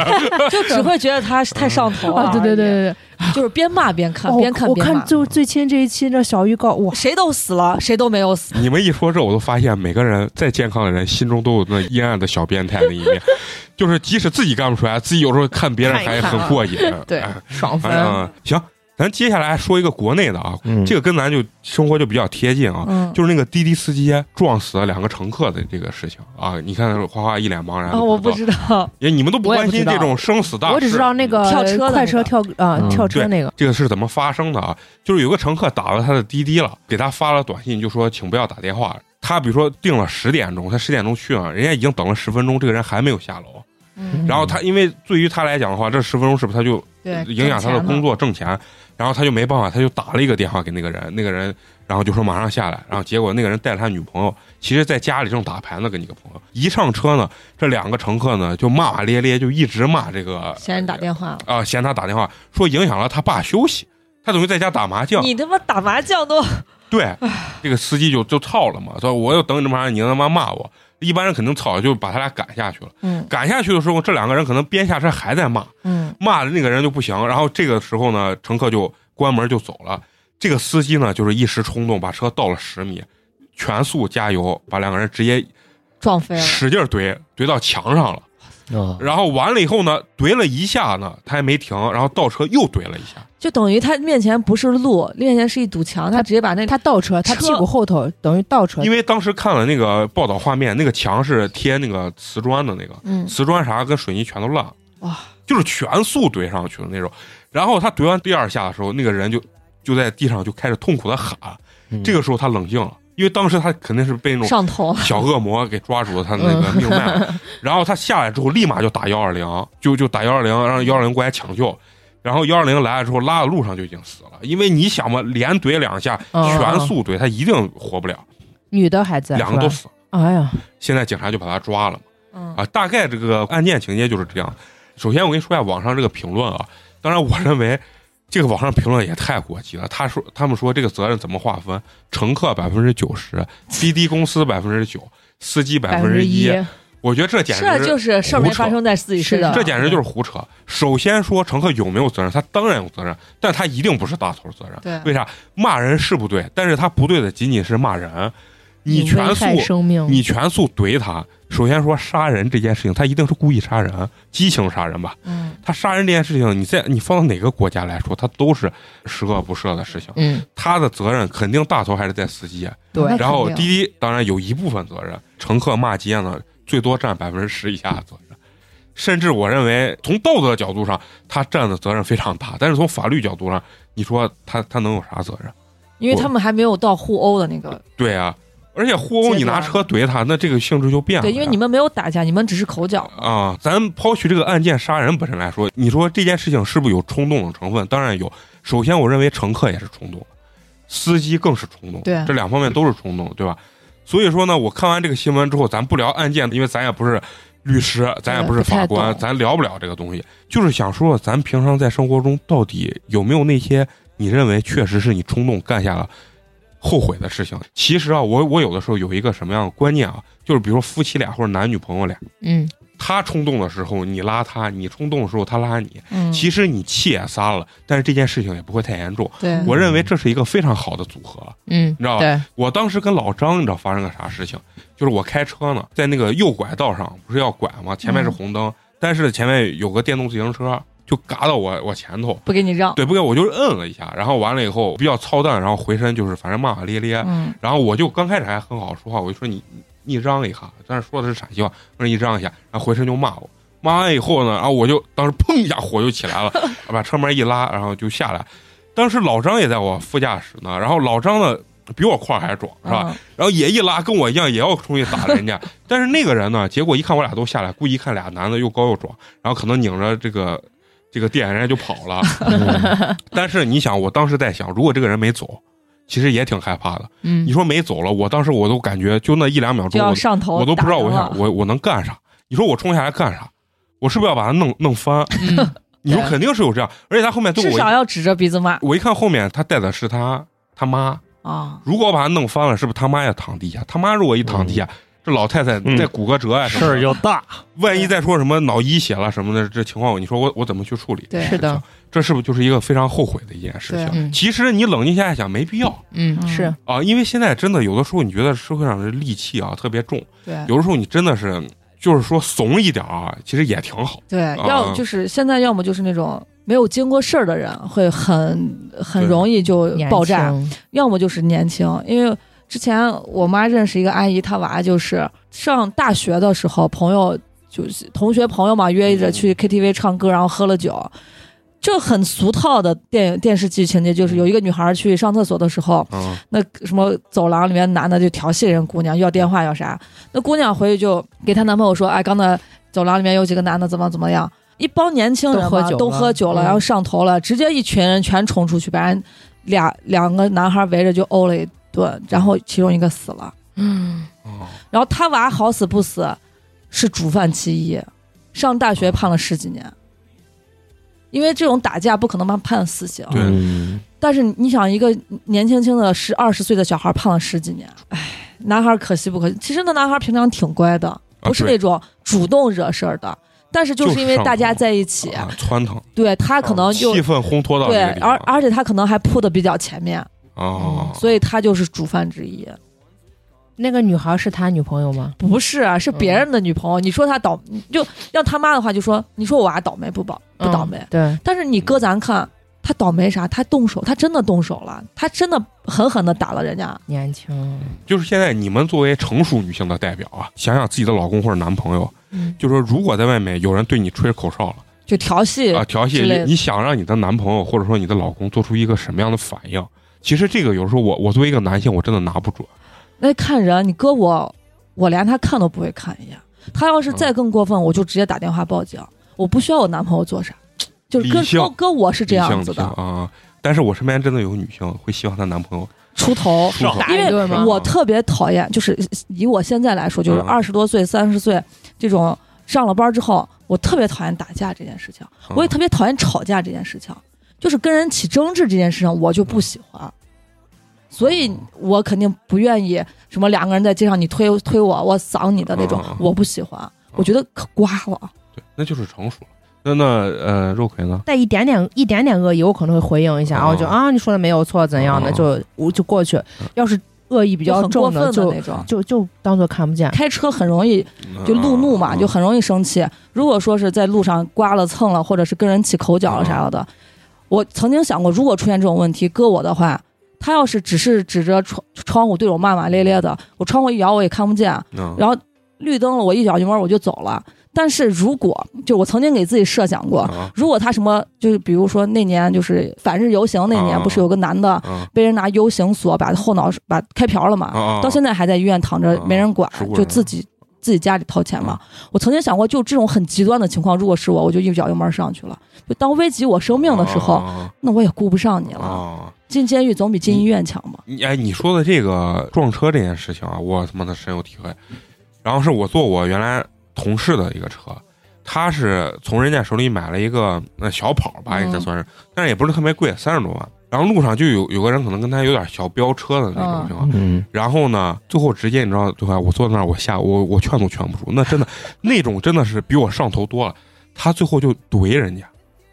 Speaker 3: 就只会觉得他是太
Speaker 1: 嗯
Speaker 3: 上头了。
Speaker 5: 啊，对对对，对对，
Speaker 3: 就是边骂边看，
Speaker 5: 哦
Speaker 3: 边看
Speaker 5: 我
Speaker 3: 边
Speaker 5: 看
Speaker 3: 骂。
Speaker 5: 就最亲这一期这小预告，哇，
Speaker 1: 嗯
Speaker 3: 谁都死了，谁都没 有 死。
Speaker 1: 你们一说这，我都发现每个人再健康的人心中都有那阴暗的小变态的一 面，就是即使自己干不出来，自己有时候看别人还很过瘾。
Speaker 5: 对嗯
Speaker 1: 哎，
Speaker 5: 爽
Speaker 1: 哎
Speaker 5: 翻！
Speaker 1: 呀，行，咱接下来说一个国内的啊，
Speaker 4: 嗯，
Speaker 1: 这个跟咱就生活就比较贴近啊，
Speaker 5: 嗯，
Speaker 1: 就是那个滴滴司机啊撞死了两个乘客的这个事情啊。你看花花一脸茫然，
Speaker 5: 哦
Speaker 3: 啊，我不
Speaker 1: 知道，
Speaker 3: 知道，
Speaker 1: 也你们都不
Speaker 5: 我也
Speaker 1: 关
Speaker 5: 不
Speaker 1: 心
Speaker 5: 知道
Speaker 1: 这种生死大事，啊
Speaker 5: 我只知道那个
Speaker 3: 跳车的那个
Speaker 5: 快车跳啊
Speaker 4: 嗯
Speaker 5: 跳车那个，
Speaker 1: 这个是怎么发生的啊？就是有个乘客打了他的滴滴了，给他发了短信，就说请不要打电话。他比如说定了十点钟，他十点钟去了，人家已经等了十分钟，这个人还没有下楼。
Speaker 6: 嗯
Speaker 1: 然后他因为对于他来讲的话，这十分钟是不是他就
Speaker 6: 对，
Speaker 1: 影响他的
Speaker 6: 挣钱
Speaker 1: 工
Speaker 6: 嘛。
Speaker 1: 作挣钱？然后他就没办法，他就打了一个电话给那个人，那个人然后就说马上下来，然后结果那个人带着他女朋友，其实在家里正打牌呢，跟一个朋友一上车呢，这两个乘客呢就骂骂咧咧，就一直骂这个
Speaker 3: 嫌人打电话了。
Speaker 1: 啊、嫌他打电话说影响了他爸休息，他等于在家打麻将。
Speaker 3: 你他妈打麻将都
Speaker 1: 对，这个司机就就操了嘛，说我要等你这么长时间，你他妈骂我。一般人肯定操，就把他俩赶下去了。
Speaker 3: 嗯
Speaker 1: 赶下去的时候，这两个人可能边下车还在骂，
Speaker 3: 嗯
Speaker 1: 骂的那个人就不行。然后这个时候呢，乘客就关门就走了。这个司机呢，就是一时冲动，把车倒了十米，全速加油，把两个人直接
Speaker 3: 撞飞 了，
Speaker 1: 使劲儿怼，怼到墙上了。
Speaker 4: 啊，
Speaker 1: 然后完了以后呢，怼了一下呢，他还没停，然后倒车又怼了一下。
Speaker 3: 就等于他面前不是路，面前是一堵墙，他直接把那
Speaker 5: 他倒车，他
Speaker 3: 车
Speaker 5: 屁股后头等于倒车
Speaker 1: 因，为当时看了那个报道画面，那个墙是贴那个瓷砖的那个，
Speaker 3: 嗯
Speaker 1: 瓷砖啥跟水泥全都烂，
Speaker 3: 哇，
Speaker 1: 就是全速怼上去了那种。然后他怼完第二下的时候，那个人就就在地上就开始痛苦的喊，
Speaker 4: 嗯
Speaker 1: 这个时候他冷静了，因为当时他肯定是被那种
Speaker 3: 上头，
Speaker 1: 小恶魔给抓住了他的那个命脉，然后他下来之后立马就打幺二零，就就打幺二零，让幺二零过来抢救。然后幺二零来了之后，拉到路上就已经死了，因为你想嘛，连怼两下，
Speaker 5: 嗯
Speaker 1: 全速怼，他一定活不了，
Speaker 5: 女的还在，
Speaker 1: 两个都
Speaker 5: 是吧
Speaker 1: 死了。
Speaker 5: 哎呀，
Speaker 1: 现在警察就把他抓了嘛。
Speaker 3: 嗯
Speaker 1: 啊，大概这个案件情节就是这样。首先，我跟你说一下网上这个评论啊，当然我认为这个网上评论也太过激了。他说他们说这个责任怎么划分？乘客百分之九 十，滴滴公司百分之九，司机百分之一。我觉得这简直
Speaker 3: 这就是事儿没
Speaker 1: 胡扯
Speaker 3: 发生在自己身上，
Speaker 1: 这简直就是胡扯。首先说乘客有没有责任，他当然有责任，但他一定不是大头责任。
Speaker 6: 对，
Speaker 1: 为啥？骂人是不对，但是他不对的仅仅是骂人，你
Speaker 5: 危
Speaker 1: 全
Speaker 5: 害
Speaker 1: 速
Speaker 5: 生命，
Speaker 1: 你全速怼他，首先说杀人这件事情，他一定是故意杀人，啊激情杀人吧？
Speaker 3: 嗯
Speaker 1: 他杀人这件事情，你在你放到哪个国家来说，他都是十恶不赦的事情。
Speaker 5: 嗯，
Speaker 1: 他的责任肯定大头还是在司机，啊
Speaker 5: 对
Speaker 6: 那，
Speaker 1: 然后
Speaker 6: 肯
Speaker 1: 滴
Speaker 6: 定
Speaker 1: 滴当然有一部分责任，乘客骂街呢，最多占百分之十以下的责任。甚至我认为，从道德角度上，他占的责任非常大，但是从法律角度上，你说他他能有啥责任？
Speaker 3: 因为他们还没有到互殴的那个，
Speaker 1: 对啊，而且互殴
Speaker 3: 阶
Speaker 1: 你拿
Speaker 3: 段
Speaker 1: 车怼他，那这个性质就变了呀。
Speaker 3: 对，因为你们没有打架，你们只是口角，
Speaker 1: 啊，咱抛去这个案件杀人本身来说，你说这件事情是不是有冲动的成分？当然有。首先，我认为乘客也是冲动的，司机更是冲动，
Speaker 6: 对
Speaker 1: 这两方面都是冲动，
Speaker 3: 嗯
Speaker 1: 对吧？所以说呢，我看完这个新闻之后，咱不聊案件，因为咱也不是律师，咱也不是法
Speaker 3: 不太
Speaker 1: 官，
Speaker 3: 懂
Speaker 1: 咱聊不了这个东西。就是想说，咱平常在生活中到底有没有那些你认为确实是你冲动干下了后悔的事情？其实啊，我我有的时候有一个什么样的观念啊，就是比如说夫妻俩或者男女朋友俩。
Speaker 5: 嗯，
Speaker 1: 他冲动的时候你拉他，你冲动的时候他拉你，
Speaker 3: 嗯，
Speaker 1: 其实你气也撒了，但是这件事情也不会太严重。
Speaker 6: 对，
Speaker 1: 我认为这是一个非常好的组合，
Speaker 5: 嗯
Speaker 1: 你，知道吧？
Speaker 5: 对，
Speaker 1: 我当时跟老张，你知道发生个啥事情？就是我开车呢，在那个右拐道上不是要拐吗？前面是红灯，但是前面有个电动自行车就嘎到我我前头，
Speaker 3: 不给你让，
Speaker 1: 对，不给我就是摁了一下，然后完了以后比较操蛋，然后回身就是反正骂骂咧咧，
Speaker 3: 嗯
Speaker 1: 然后我就刚开始还很好说话，我就说你你你让一下，但是说的是陕西话，我说你让一下，然后回身就骂我，骂完以后呢，然后我就当时砰一下火就起来了，把车门一拉，然后就下来。当时老张也在我副驾驶呢，然后老张呢比我块儿还壮是吧？
Speaker 3: 嗯
Speaker 1: 然后也一拉，跟我一样也要出去打人家。但是那个人呢，结果一看我俩都下来，故意看俩男的又高又壮，然后可能拧着这个这个店，人家就跑了。
Speaker 4: 嗯
Speaker 1: 但是你想，我当时在想，如果这个人没走，其实也挺害怕的。
Speaker 6: 嗯
Speaker 1: 你，说没走了，我当时我都感觉就那一两秒
Speaker 3: 就
Speaker 1: 钟，
Speaker 3: 要
Speaker 1: 我
Speaker 3: 上头，
Speaker 1: 我都不知道我
Speaker 3: 打
Speaker 1: 想
Speaker 3: 人了
Speaker 1: 我我能干啥。你说我冲下来干啥？我是不是要把他弄弄翻？
Speaker 6: 嗯
Speaker 1: 你说
Speaker 6: 对
Speaker 1: 肯定是有这样，而且他后面对
Speaker 3: 至
Speaker 1: 我一
Speaker 3: 少要指着鼻子骂
Speaker 1: 我一看后面他带的是他他妈，
Speaker 3: 啊！
Speaker 1: 如果我把他弄翻了，是不是他妈也躺地下？他妈如果一躺地下，这老太太
Speaker 4: 嗯
Speaker 1: 再骨骼折啊什
Speaker 4: 事
Speaker 1: 么的，
Speaker 4: 儿就大，
Speaker 1: 万一再说什么脑溢血了什么的，这情况你说我我怎么去处理？
Speaker 6: 对
Speaker 5: 是的，
Speaker 1: 这是不是就是一个非常后悔的一件事
Speaker 6: 对
Speaker 1: 情？
Speaker 5: 嗯
Speaker 1: 其实你冷静下来想，没必要
Speaker 6: 嗯
Speaker 3: 嗯
Speaker 5: 是
Speaker 1: 啊，因为现在真的有的时候，你觉得社会上的戾气啊特别重，
Speaker 6: 对
Speaker 1: 有的时候你真的是就是说怂一点啊，其实也挺好。
Speaker 3: 对，
Speaker 1: 啊
Speaker 3: 要就是现在，要么就是那种没有经过事儿的人，会很很
Speaker 1: 对
Speaker 3: 容易就爆炸；
Speaker 5: 年轻
Speaker 3: 要么就是年轻，因为之前我妈认识一个阿姨，她娃就是上大学的时候，朋友就是同学朋友嘛，约着去 KTV 唱歌，然后喝了酒。这很俗套的电影电视剧情节，就是有一个女孩去上厕所的时候，
Speaker 1: 嗯，
Speaker 3: 那什么走廊里面男的就调戏人姑娘，要电话要啥，那姑娘回去就给她男朋友说，哎，刚才走廊里面有几个男的怎么怎么样，一帮年轻人嘛
Speaker 5: 都喝酒了
Speaker 3: 都喝酒了，
Speaker 5: 嗯
Speaker 3: 然后上头了，直接一群人全冲出去，把人俩两个男孩围着就殴了一顿，然后其中一个死了，
Speaker 5: 嗯，
Speaker 1: 哦
Speaker 3: 然后他娃好死不死是主犯其一，上大
Speaker 5: 哦
Speaker 3: 学判了十几年，因为这种打架不可能判判死刑，
Speaker 1: 对
Speaker 4: 嗯
Speaker 3: 但是你想，一个年轻轻的十二十岁的小孩胖了十几年，唉，男孩可惜不可惜。其实那男孩平常挺乖的，
Speaker 1: 啊
Speaker 3: 不是那种主动惹事儿的，但是就是因为大家在一起
Speaker 1: 对，啊窜腾，
Speaker 3: 对他可能就
Speaker 1: 气氛烘托到
Speaker 3: 对
Speaker 1: 那个，地方啊
Speaker 3: 而而且他可能还扑的比较前面，
Speaker 1: 哦，
Speaker 3: 所以他就是主犯之一。
Speaker 5: 那个女孩是他女朋友吗？
Speaker 3: 不是啊，
Speaker 1: 哦
Speaker 3: 是别人的女朋友。你说他倒，你就要他妈的话，就说你说我娃倒霉不倒不倒霉，
Speaker 5: 嗯对，
Speaker 3: 但是你搁咱看。他倒霉啥？他动手，他真的动手了，他真的狠狠的打了人家。
Speaker 5: 年轻，
Speaker 1: 就是现在你们作为成熟女性的代表啊，想想自己的老公或者男朋友，
Speaker 5: 嗯
Speaker 1: 就说如果在外面有人对你吹口哨了
Speaker 3: 就调戏
Speaker 1: 啊，调戏
Speaker 3: 之类
Speaker 1: 你，
Speaker 3: 的
Speaker 1: 你想让你的男朋友或者说你的老公做出一个什么样的反应？其实这个有时候我我作为一个男性，我真的拿不准。
Speaker 3: 那看人，你搁我，我连他看都不会看一眼。他要是再
Speaker 1: 嗯
Speaker 3: 更过分，我就直接打电话报警。我不需要我男朋友做啥，就是跟
Speaker 1: 理性
Speaker 3: 跟跟我是这样子
Speaker 1: 理性
Speaker 3: 的
Speaker 1: 啊、但是我身边真的有女性会希望她男朋友
Speaker 3: 出头。
Speaker 1: 出手
Speaker 5: 打
Speaker 3: 因
Speaker 5: 一顿
Speaker 3: 为
Speaker 5: 吗
Speaker 3: 我特别讨厌，就是以我现在来说，就是
Speaker 1: 嗯
Speaker 3: 二十多岁、三十岁这种上了班之后，我特别讨厌打架这件事情，
Speaker 1: 嗯
Speaker 3: 我也特别讨厌吵架这件事情，就是跟人起争执这件事情，我就不喜
Speaker 1: 嗯
Speaker 3: 欢。所以我肯定不愿意什么两个人在街上你推推我，我搡你的那种
Speaker 1: 嗯嗯嗯，
Speaker 3: 我不喜欢，我觉得可瓜了。
Speaker 1: 对，那就是成熟了。那那呃，肉葵呢？
Speaker 5: 带一点点一点点恶意，我可能会回应一下，然后就
Speaker 1: 哦
Speaker 5: 啊，你说的没有错，怎样的
Speaker 1: 哦
Speaker 5: 就我就过
Speaker 1: 啊
Speaker 5: 去。要是恶意比
Speaker 3: 就
Speaker 5: 较
Speaker 3: 很过
Speaker 5: 重
Speaker 3: 分
Speaker 5: 的，就
Speaker 3: 那种。
Speaker 5: 就就当做看不 见。
Speaker 3: 开车很容易就路怒嘛，
Speaker 1: 嗯
Speaker 3: 就很容易生气。如果说是在路上刮了蹭了，或者是跟人起口角了啥
Speaker 1: 嗯
Speaker 3: 的，我曾经想过，如果出现这种问题，搁我的话，他要是只是指着窗窗户对我骂骂咧咧的，我窗户一摇我也看不见，
Speaker 1: 嗯
Speaker 3: 然后绿灯了我一脚油门我就走了。但是如果就我曾经给自己设想过，
Speaker 1: 啊
Speaker 3: 如果他什么就是比如说那年就是反日游行那年，
Speaker 1: 嗯
Speaker 3: 不是有个男的
Speaker 1: 啊
Speaker 3: 被人拿 U 型锁把后脑把开瓢了嘛？
Speaker 1: 啊！
Speaker 3: 到现在还在医院躺着，
Speaker 1: 嗯
Speaker 3: 没人管
Speaker 1: 是不，是
Speaker 3: 就自己自己家里掏钱嘛。
Speaker 1: 嗯
Speaker 3: 我曾经想过，就这种很极端的情况，如果是我，我就一脚油门上去了。就当危及我生 命的时候，
Speaker 1: 啊
Speaker 3: 那我也顾不上你
Speaker 1: 啊
Speaker 3: 了。
Speaker 1: 啊
Speaker 3: 进监狱总比进医院强嘛。
Speaker 1: 你哎，你说的这个撞车这件事情啊，我他妈的深有体会。然后是我坐我原来同事的一个车，他是从人家手里买了一个那小跑吧，
Speaker 3: 嗯
Speaker 1: 应该算是，但是也不是特别贵，三十多万。然后路上就有有个人可能跟他有点小飙车的那种
Speaker 3: 嗯
Speaker 1: 情况，
Speaker 4: 嗯，
Speaker 1: 然后呢，最后直接你知道，最后我坐在那儿，我吓我我劝都劝不住，那真 的那种真的是比我上头多了。他最后就怼人家，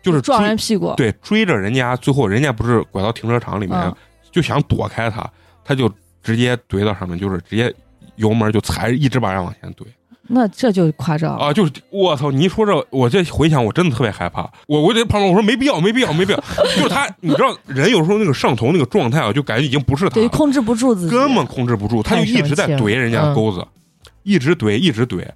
Speaker 1: 就是追
Speaker 3: 撞人屁股，
Speaker 1: 对追着人家，最后人家不是拐到停车场里面，
Speaker 3: 嗯
Speaker 1: 就想躲开他，他就直接怼到上面，就是直接油门就踩，一直把人往前怼
Speaker 3: 那这就夸张
Speaker 1: 啊！就是我操，你一说这，我这回想我真的特别害怕，我我这旁边我说没必要，没必要， 没必要，就是他，你知道人有时候那个上头那个状态啊，就感觉已经不是他
Speaker 3: 对，
Speaker 1: 了。
Speaker 3: 控制不住自己，
Speaker 1: 根本控制不住，他就
Speaker 5: 太
Speaker 1: 一直
Speaker 5: 生
Speaker 1: 在
Speaker 5: 气了
Speaker 1: 怼人家的
Speaker 5: 嗯
Speaker 1: 钩子，一直怼，一直怼。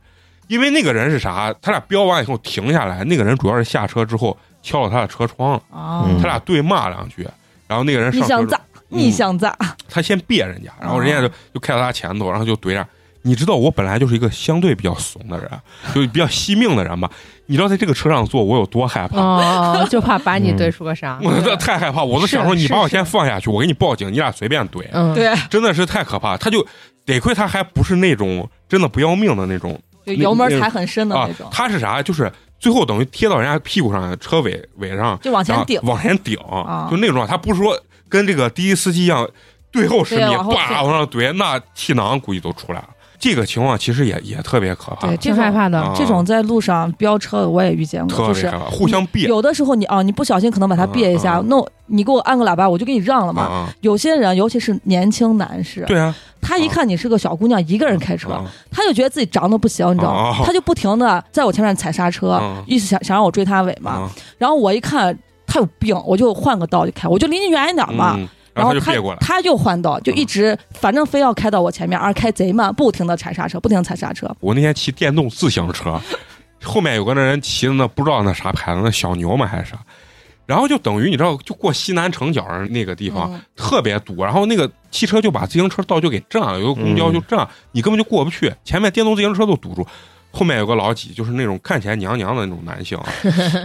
Speaker 1: 因为那个人是啥？他俩飙完以后停下来，那个人主要是下车之后敲了他的车窗了，
Speaker 3: 啊。
Speaker 4: 嗯
Speaker 1: 他俩对骂两句，然后那个人
Speaker 3: 你
Speaker 1: 上车嗯
Speaker 3: 想
Speaker 1: 之
Speaker 3: 咋
Speaker 1: 后，
Speaker 3: 逆向砸，
Speaker 1: 他先别人家，然后人家
Speaker 5: 哦
Speaker 1: 就就开到他前头，然后就怼着。你知道我本来就是一个相对比较怂的人，就比较惜命的人吧？你知道在这个车上坐我有多害怕？
Speaker 5: 哦，就怕把你怼出个啥。
Speaker 1: 嗯我 这太害怕，我都想说
Speaker 5: 是
Speaker 1: 你
Speaker 5: 是
Speaker 1: 把我
Speaker 5: 是
Speaker 1: 先放下去，我给你报警，你俩随便怼，
Speaker 5: 嗯，
Speaker 3: 对，
Speaker 1: 真的是太可怕。他就得亏他还不是那种真的不要命的那种
Speaker 3: 就
Speaker 1: 那
Speaker 3: 油门踩很深的
Speaker 1: 啊
Speaker 3: 那种，，
Speaker 1: 他是啥？就是最后等于贴到人家屁股上、车尾尾上，
Speaker 3: 就往
Speaker 1: 然后
Speaker 3: 前顶，
Speaker 1: 往前顶，
Speaker 3: 啊
Speaker 1: 就那种。他不是说跟这个滴滴司机一样对后十米，
Speaker 3: 对往后
Speaker 1: 叭
Speaker 3: 怼
Speaker 1: 往上怼，那气囊估计都出来了。这个情况其实也也特别可怕
Speaker 3: 对，，这
Speaker 5: 挺
Speaker 3: 种
Speaker 5: 害怕的。
Speaker 1: 啊
Speaker 3: 这种在路上飙车的我也遇见过，
Speaker 1: 特
Speaker 3: 就
Speaker 1: 别
Speaker 3: 是
Speaker 1: 害怕，互相别
Speaker 3: 有的时候你啊，你不小心可能把它别一
Speaker 1: 嗯
Speaker 3: 下
Speaker 1: 嗯，
Speaker 3: 那我你给我按个喇叭，我就给你让了
Speaker 1: 啊
Speaker 3: 嘛。
Speaker 1: 啊！
Speaker 3: 有些人，尤其是年轻男士，
Speaker 1: 对啊，嗯
Speaker 3: 他一看你是个小姑娘，一个人开车，
Speaker 1: 啊
Speaker 3: 他就觉得自己长得不行，你知道吗
Speaker 1: 哦？
Speaker 3: 他就不停的在我前面踩刹车
Speaker 1: 嗯，
Speaker 3: 一直想想让我追他尾嘛。
Speaker 1: 啊
Speaker 3: 然后我一看他有病，我就换个道就开，我就离你远一点嘛。
Speaker 1: 嗯然
Speaker 3: 然
Speaker 1: 后他
Speaker 3: 后
Speaker 1: 就
Speaker 3: 他
Speaker 1: 别过来，嗯
Speaker 3: 他又换道，就一直反正非要开到我前面，而开贼慢，不停的踩刹车，不停地踩刹车。
Speaker 1: 我那天骑电动自行车，后面有个那人骑的那不知道那啥牌子，那小牛嘛还是啥，然后就等于你知道，就过西南城角儿那个地方、
Speaker 3: 嗯
Speaker 1: 特别堵，然后那个汽车就把自行车道就给占了，有个公交就占，了，你根本就过不去，前面电动自行车都堵住。后面有个老几，就是那种看起来娘娘的那种男性啊，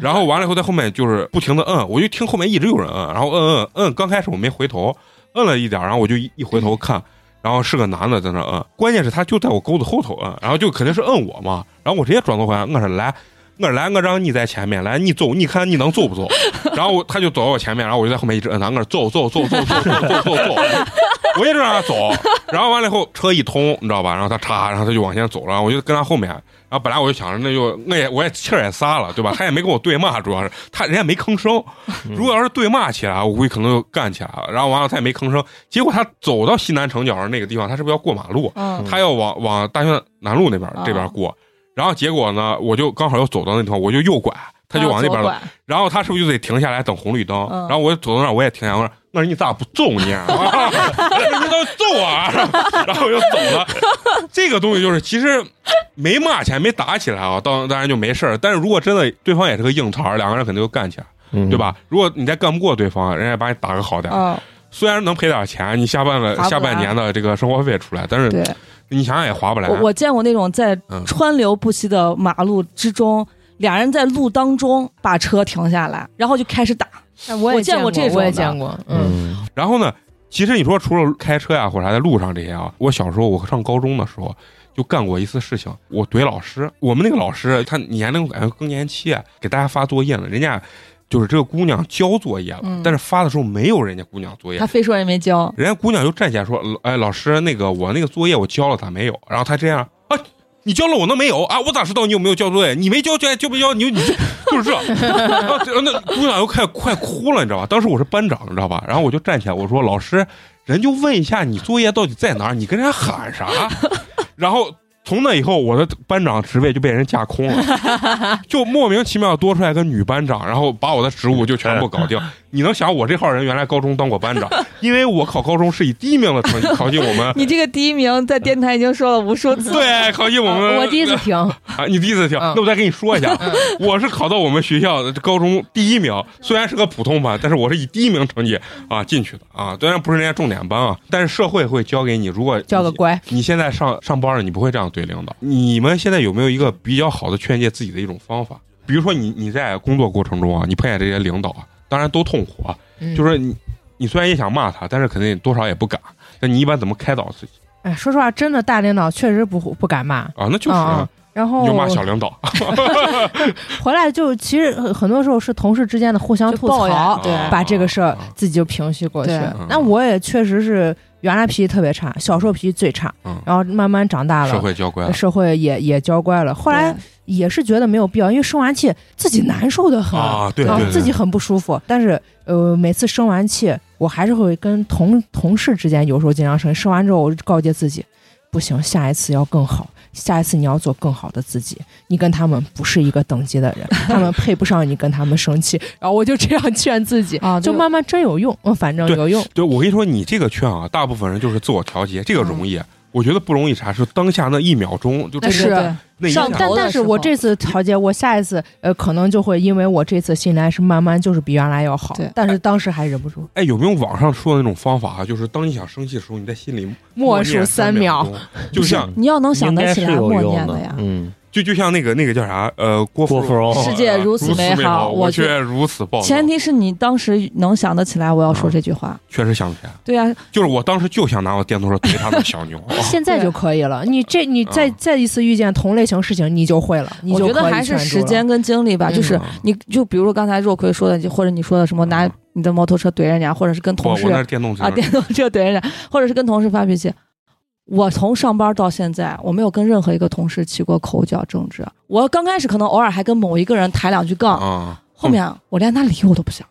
Speaker 1: 然后完了以后在后面就是不停的摁，我就听后面一直有人摁，然后摁摁摁，刚开始我没回头，摁了一点儿，然后我就一一回头看，然后是个男的在那儿摁，关键是他就在我钩子后头摁，然后就肯定是摁我嘛，然后我直接转头回来，我说来，我说来，我让你在前面来，你走，你看你能走不走？然后我他就走到我前面，然后我就在后面一直摁他，我说走走走走走走走走走，我一直让他走，然后完了以后车一通，你知道吧？然后他插，然后他就往前走了，然后我就跟他后面，然后本来我就想着那就我也我也气儿也撒了，对吧？他也没跟我对骂，主要是他人家没吭声，如果要是对骂起来，我估计可能就干起来了。然后完了他也没吭声，结果他走到西南城角上那个地方，他是不是要过马路？
Speaker 3: 嗯
Speaker 1: 他要往往大学南路那边这边过，然后结果呢，我就刚好又走到那地方，我就右拐，他就往那边
Speaker 3: 左
Speaker 1: 走，
Speaker 3: 拐
Speaker 1: 然后他是不是就得停下来等红绿灯？
Speaker 3: 嗯
Speaker 1: 然后我走到那儿我也停下来，我说：“那你咋不揍你啊？ 啊你倒揍啊！” 然后我就走了。这个东西就是其实没骂起来，没打起来啊，当当然就没事儿。但是如果真的对方也是个硬茬儿，两个人肯定就干起来，
Speaker 4: 嗯
Speaker 1: 对？吧？如果你再干不过对方，啊人家把你打个好点儿，
Speaker 3: 嗯，
Speaker 1: 虽然能赔点儿钱，你下半个
Speaker 3: 划不来
Speaker 1: 下半年的这个生活费出来，但是
Speaker 3: 对。
Speaker 1: 你想想也划不来。啊
Speaker 3: 我我见过那种在
Speaker 1: 嗯
Speaker 3: 川流不息的马路之中，俩人在路当中把车停下来，然后就开始打。
Speaker 5: 哎我也
Speaker 3: 我见过这种
Speaker 5: 我也
Speaker 3: 的
Speaker 5: 见过。嗯，
Speaker 4: 嗯
Speaker 1: 然后呢，其实你说除了开车呀、或者啥在路上这些啊，我小时候我上高中的时候就干过一次事情，我怼老师。我们那个老师他年龄感觉更年期，啊给大家发作业呢，人家就是这个姑娘交作业了，
Speaker 3: 嗯
Speaker 1: 但是发的时候没有人家姑娘作业
Speaker 3: 他。非说人没交，，
Speaker 1: 人家姑娘就站起来说：“哎，老师，那个我那个作业我交了，咋没有？”然后他这样啊，你交了我那没有啊？我咋知道你有没有交作业？你没交作业就没交，你就你就就是这。然后这那姑娘又快快哭了，你知道吧？当时我是班长，你知道吧？然后我就站起来，我说：“老师，人就问一下你作业到底在哪儿，你跟人家喊啥？”然后。从那以后，我的班长职位就被人架空了，就莫名其妙多出来个女班长，然后把我的职务就全部搞定。你能想我这号人原来高中当过班长，因为我考高中是以第一名的成绩考进我们
Speaker 3: 你这个第一名在电台已经说了无数次。
Speaker 1: 对，考 进我们。
Speaker 5: 啊我第一次 听，
Speaker 1: 啊，你第一次听，
Speaker 5: 嗯
Speaker 1: 那我再跟你说一下，啊 我是考到我们学校的高中第一名，虽然是个普通班，但是我是以第一名成绩啊进去的啊，当然不是人家重点班啊，但是社会会教给你，如果
Speaker 5: 叫个
Speaker 1: 你
Speaker 5: 乖。
Speaker 1: 你现在上上班了，你不会这样对领导。你们现在有没有一个比较好的劝诫自己的一种方法？比如说你你在工作过程中啊，你碰见这些领导啊，当然都痛苦啊，
Speaker 5: 嗯
Speaker 1: 就是你你虽然也想骂他，但是肯定多少也不敢。那你一般怎么开导自己
Speaker 5: 哎，说实话，真的大领导确实不不敢骂。
Speaker 1: 啊？那就是、
Speaker 5: 啊，哦然后
Speaker 1: 你就骂小领导，
Speaker 5: 回来就其实很很多时候是同事之间的互相
Speaker 3: 就
Speaker 5: 吐
Speaker 3: 抱
Speaker 5: 槽
Speaker 3: 怨，
Speaker 1: 对
Speaker 5: 把这个事儿
Speaker 1: 啊
Speaker 5: 自己就平息过去
Speaker 3: 对
Speaker 1: 嗯。
Speaker 5: 那我也确实是原来脾气特别差，小时候脾气最差
Speaker 1: 嗯，
Speaker 5: 然后慢慢长大
Speaker 1: 社
Speaker 5: 了，
Speaker 1: 会教官。啊
Speaker 5: 社会也也教乖了。后来也是觉得没有必要，因为生完气自己难受的很，
Speaker 1: 啊，对
Speaker 5: 然
Speaker 1: 对
Speaker 5: 后
Speaker 1: 对，
Speaker 5: 自己很不舒服。但是呃，每次生完气，我还是会跟同同事之间有时候经常生气，生完之后我就告诫自己，不行，下一次要更好，下一次你要做更好的自己。你跟他们不是一个等级的 人，他们配不上你跟他们生气。然后我就这样劝自己，
Speaker 3: 啊，
Speaker 5: 就
Speaker 3: 就
Speaker 5: 慢慢真有用，嗯，反正
Speaker 1: 对
Speaker 5: 有用。
Speaker 1: 对，我跟你说，你这个劝啊，大部分人就是自我调节，这个容易。我觉得不容易查，是当下那一秒钟就
Speaker 3: 嗯那
Speaker 1: 真
Speaker 3: 是
Speaker 1: 的
Speaker 3: 对
Speaker 1: 那一
Speaker 3: 上
Speaker 1: 下
Speaker 3: 头
Speaker 5: 但
Speaker 3: 的
Speaker 5: 但是
Speaker 3: 时候
Speaker 5: 我这次调节，我下一次呃，可能就会因为我这次信来是慢慢就是比原来要好
Speaker 3: 对，
Speaker 5: 但是当时还忍不住
Speaker 1: 哎，有没有网上说的那种方法啊？就是当你想生气的时候，你在心里
Speaker 5: 默数
Speaker 1: 念
Speaker 5: 三
Speaker 1: 三
Speaker 5: 秒，
Speaker 1: 钟，就像
Speaker 3: 你要能想
Speaker 4: 应
Speaker 3: 得
Speaker 4: 该
Speaker 3: 起
Speaker 4: 是
Speaker 3: 来
Speaker 4: 有
Speaker 3: 默
Speaker 4: 用
Speaker 3: 念的呀。
Speaker 4: 嗯，
Speaker 1: 就就像那个那个叫啥呃郭
Speaker 4: 郭芙蓉
Speaker 3: 世界如
Speaker 1: 如
Speaker 3: 此
Speaker 1: 美
Speaker 3: 美好
Speaker 1: 我
Speaker 3: 我却
Speaker 1: 却如此暴躁。
Speaker 3: 前提是你当时能想得起来我要说这句话。
Speaker 1: 确实想不起来，
Speaker 3: 对呀、
Speaker 1: 就是我当时就想拿我电动车怼他那小牛。
Speaker 5: 现在就可以了。你这你再
Speaker 1: 嗯
Speaker 5: 再一次遇见同类型事情，你就会了，你
Speaker 3: 我
Speaker 5: 就
Speaker 3: 觉得
Speaker 5: 可以
Speaker 3: 还是
Speaker 5: 劝住
Speaker 3: 时
Speaker 5: 了
Speaker 3: 间跟精力
Speaker 1: 哦
Speaker 3: 吧，
Speaker 5: 嗯
Speaker 3: 就是你就比如刚才若葵说的，就或者你说的什么拿你的摩托车怼人家，或者是跟
Speaker 1: 我
Speaker 3: 同
Speaker 1: 哦我
Speaker 3: 事
Speaker 1: 那是电动车
Speaker 3: 啊电动车怼人家，或者是跟同事发脾气。我从上班到现在，我没有跟任何一个同事起过口角争执。我刚开始可能偶尔还跟某一个人抬两句杠，
Speaker 1: 啊。
Speaker 3: 后面我连他理我都不想。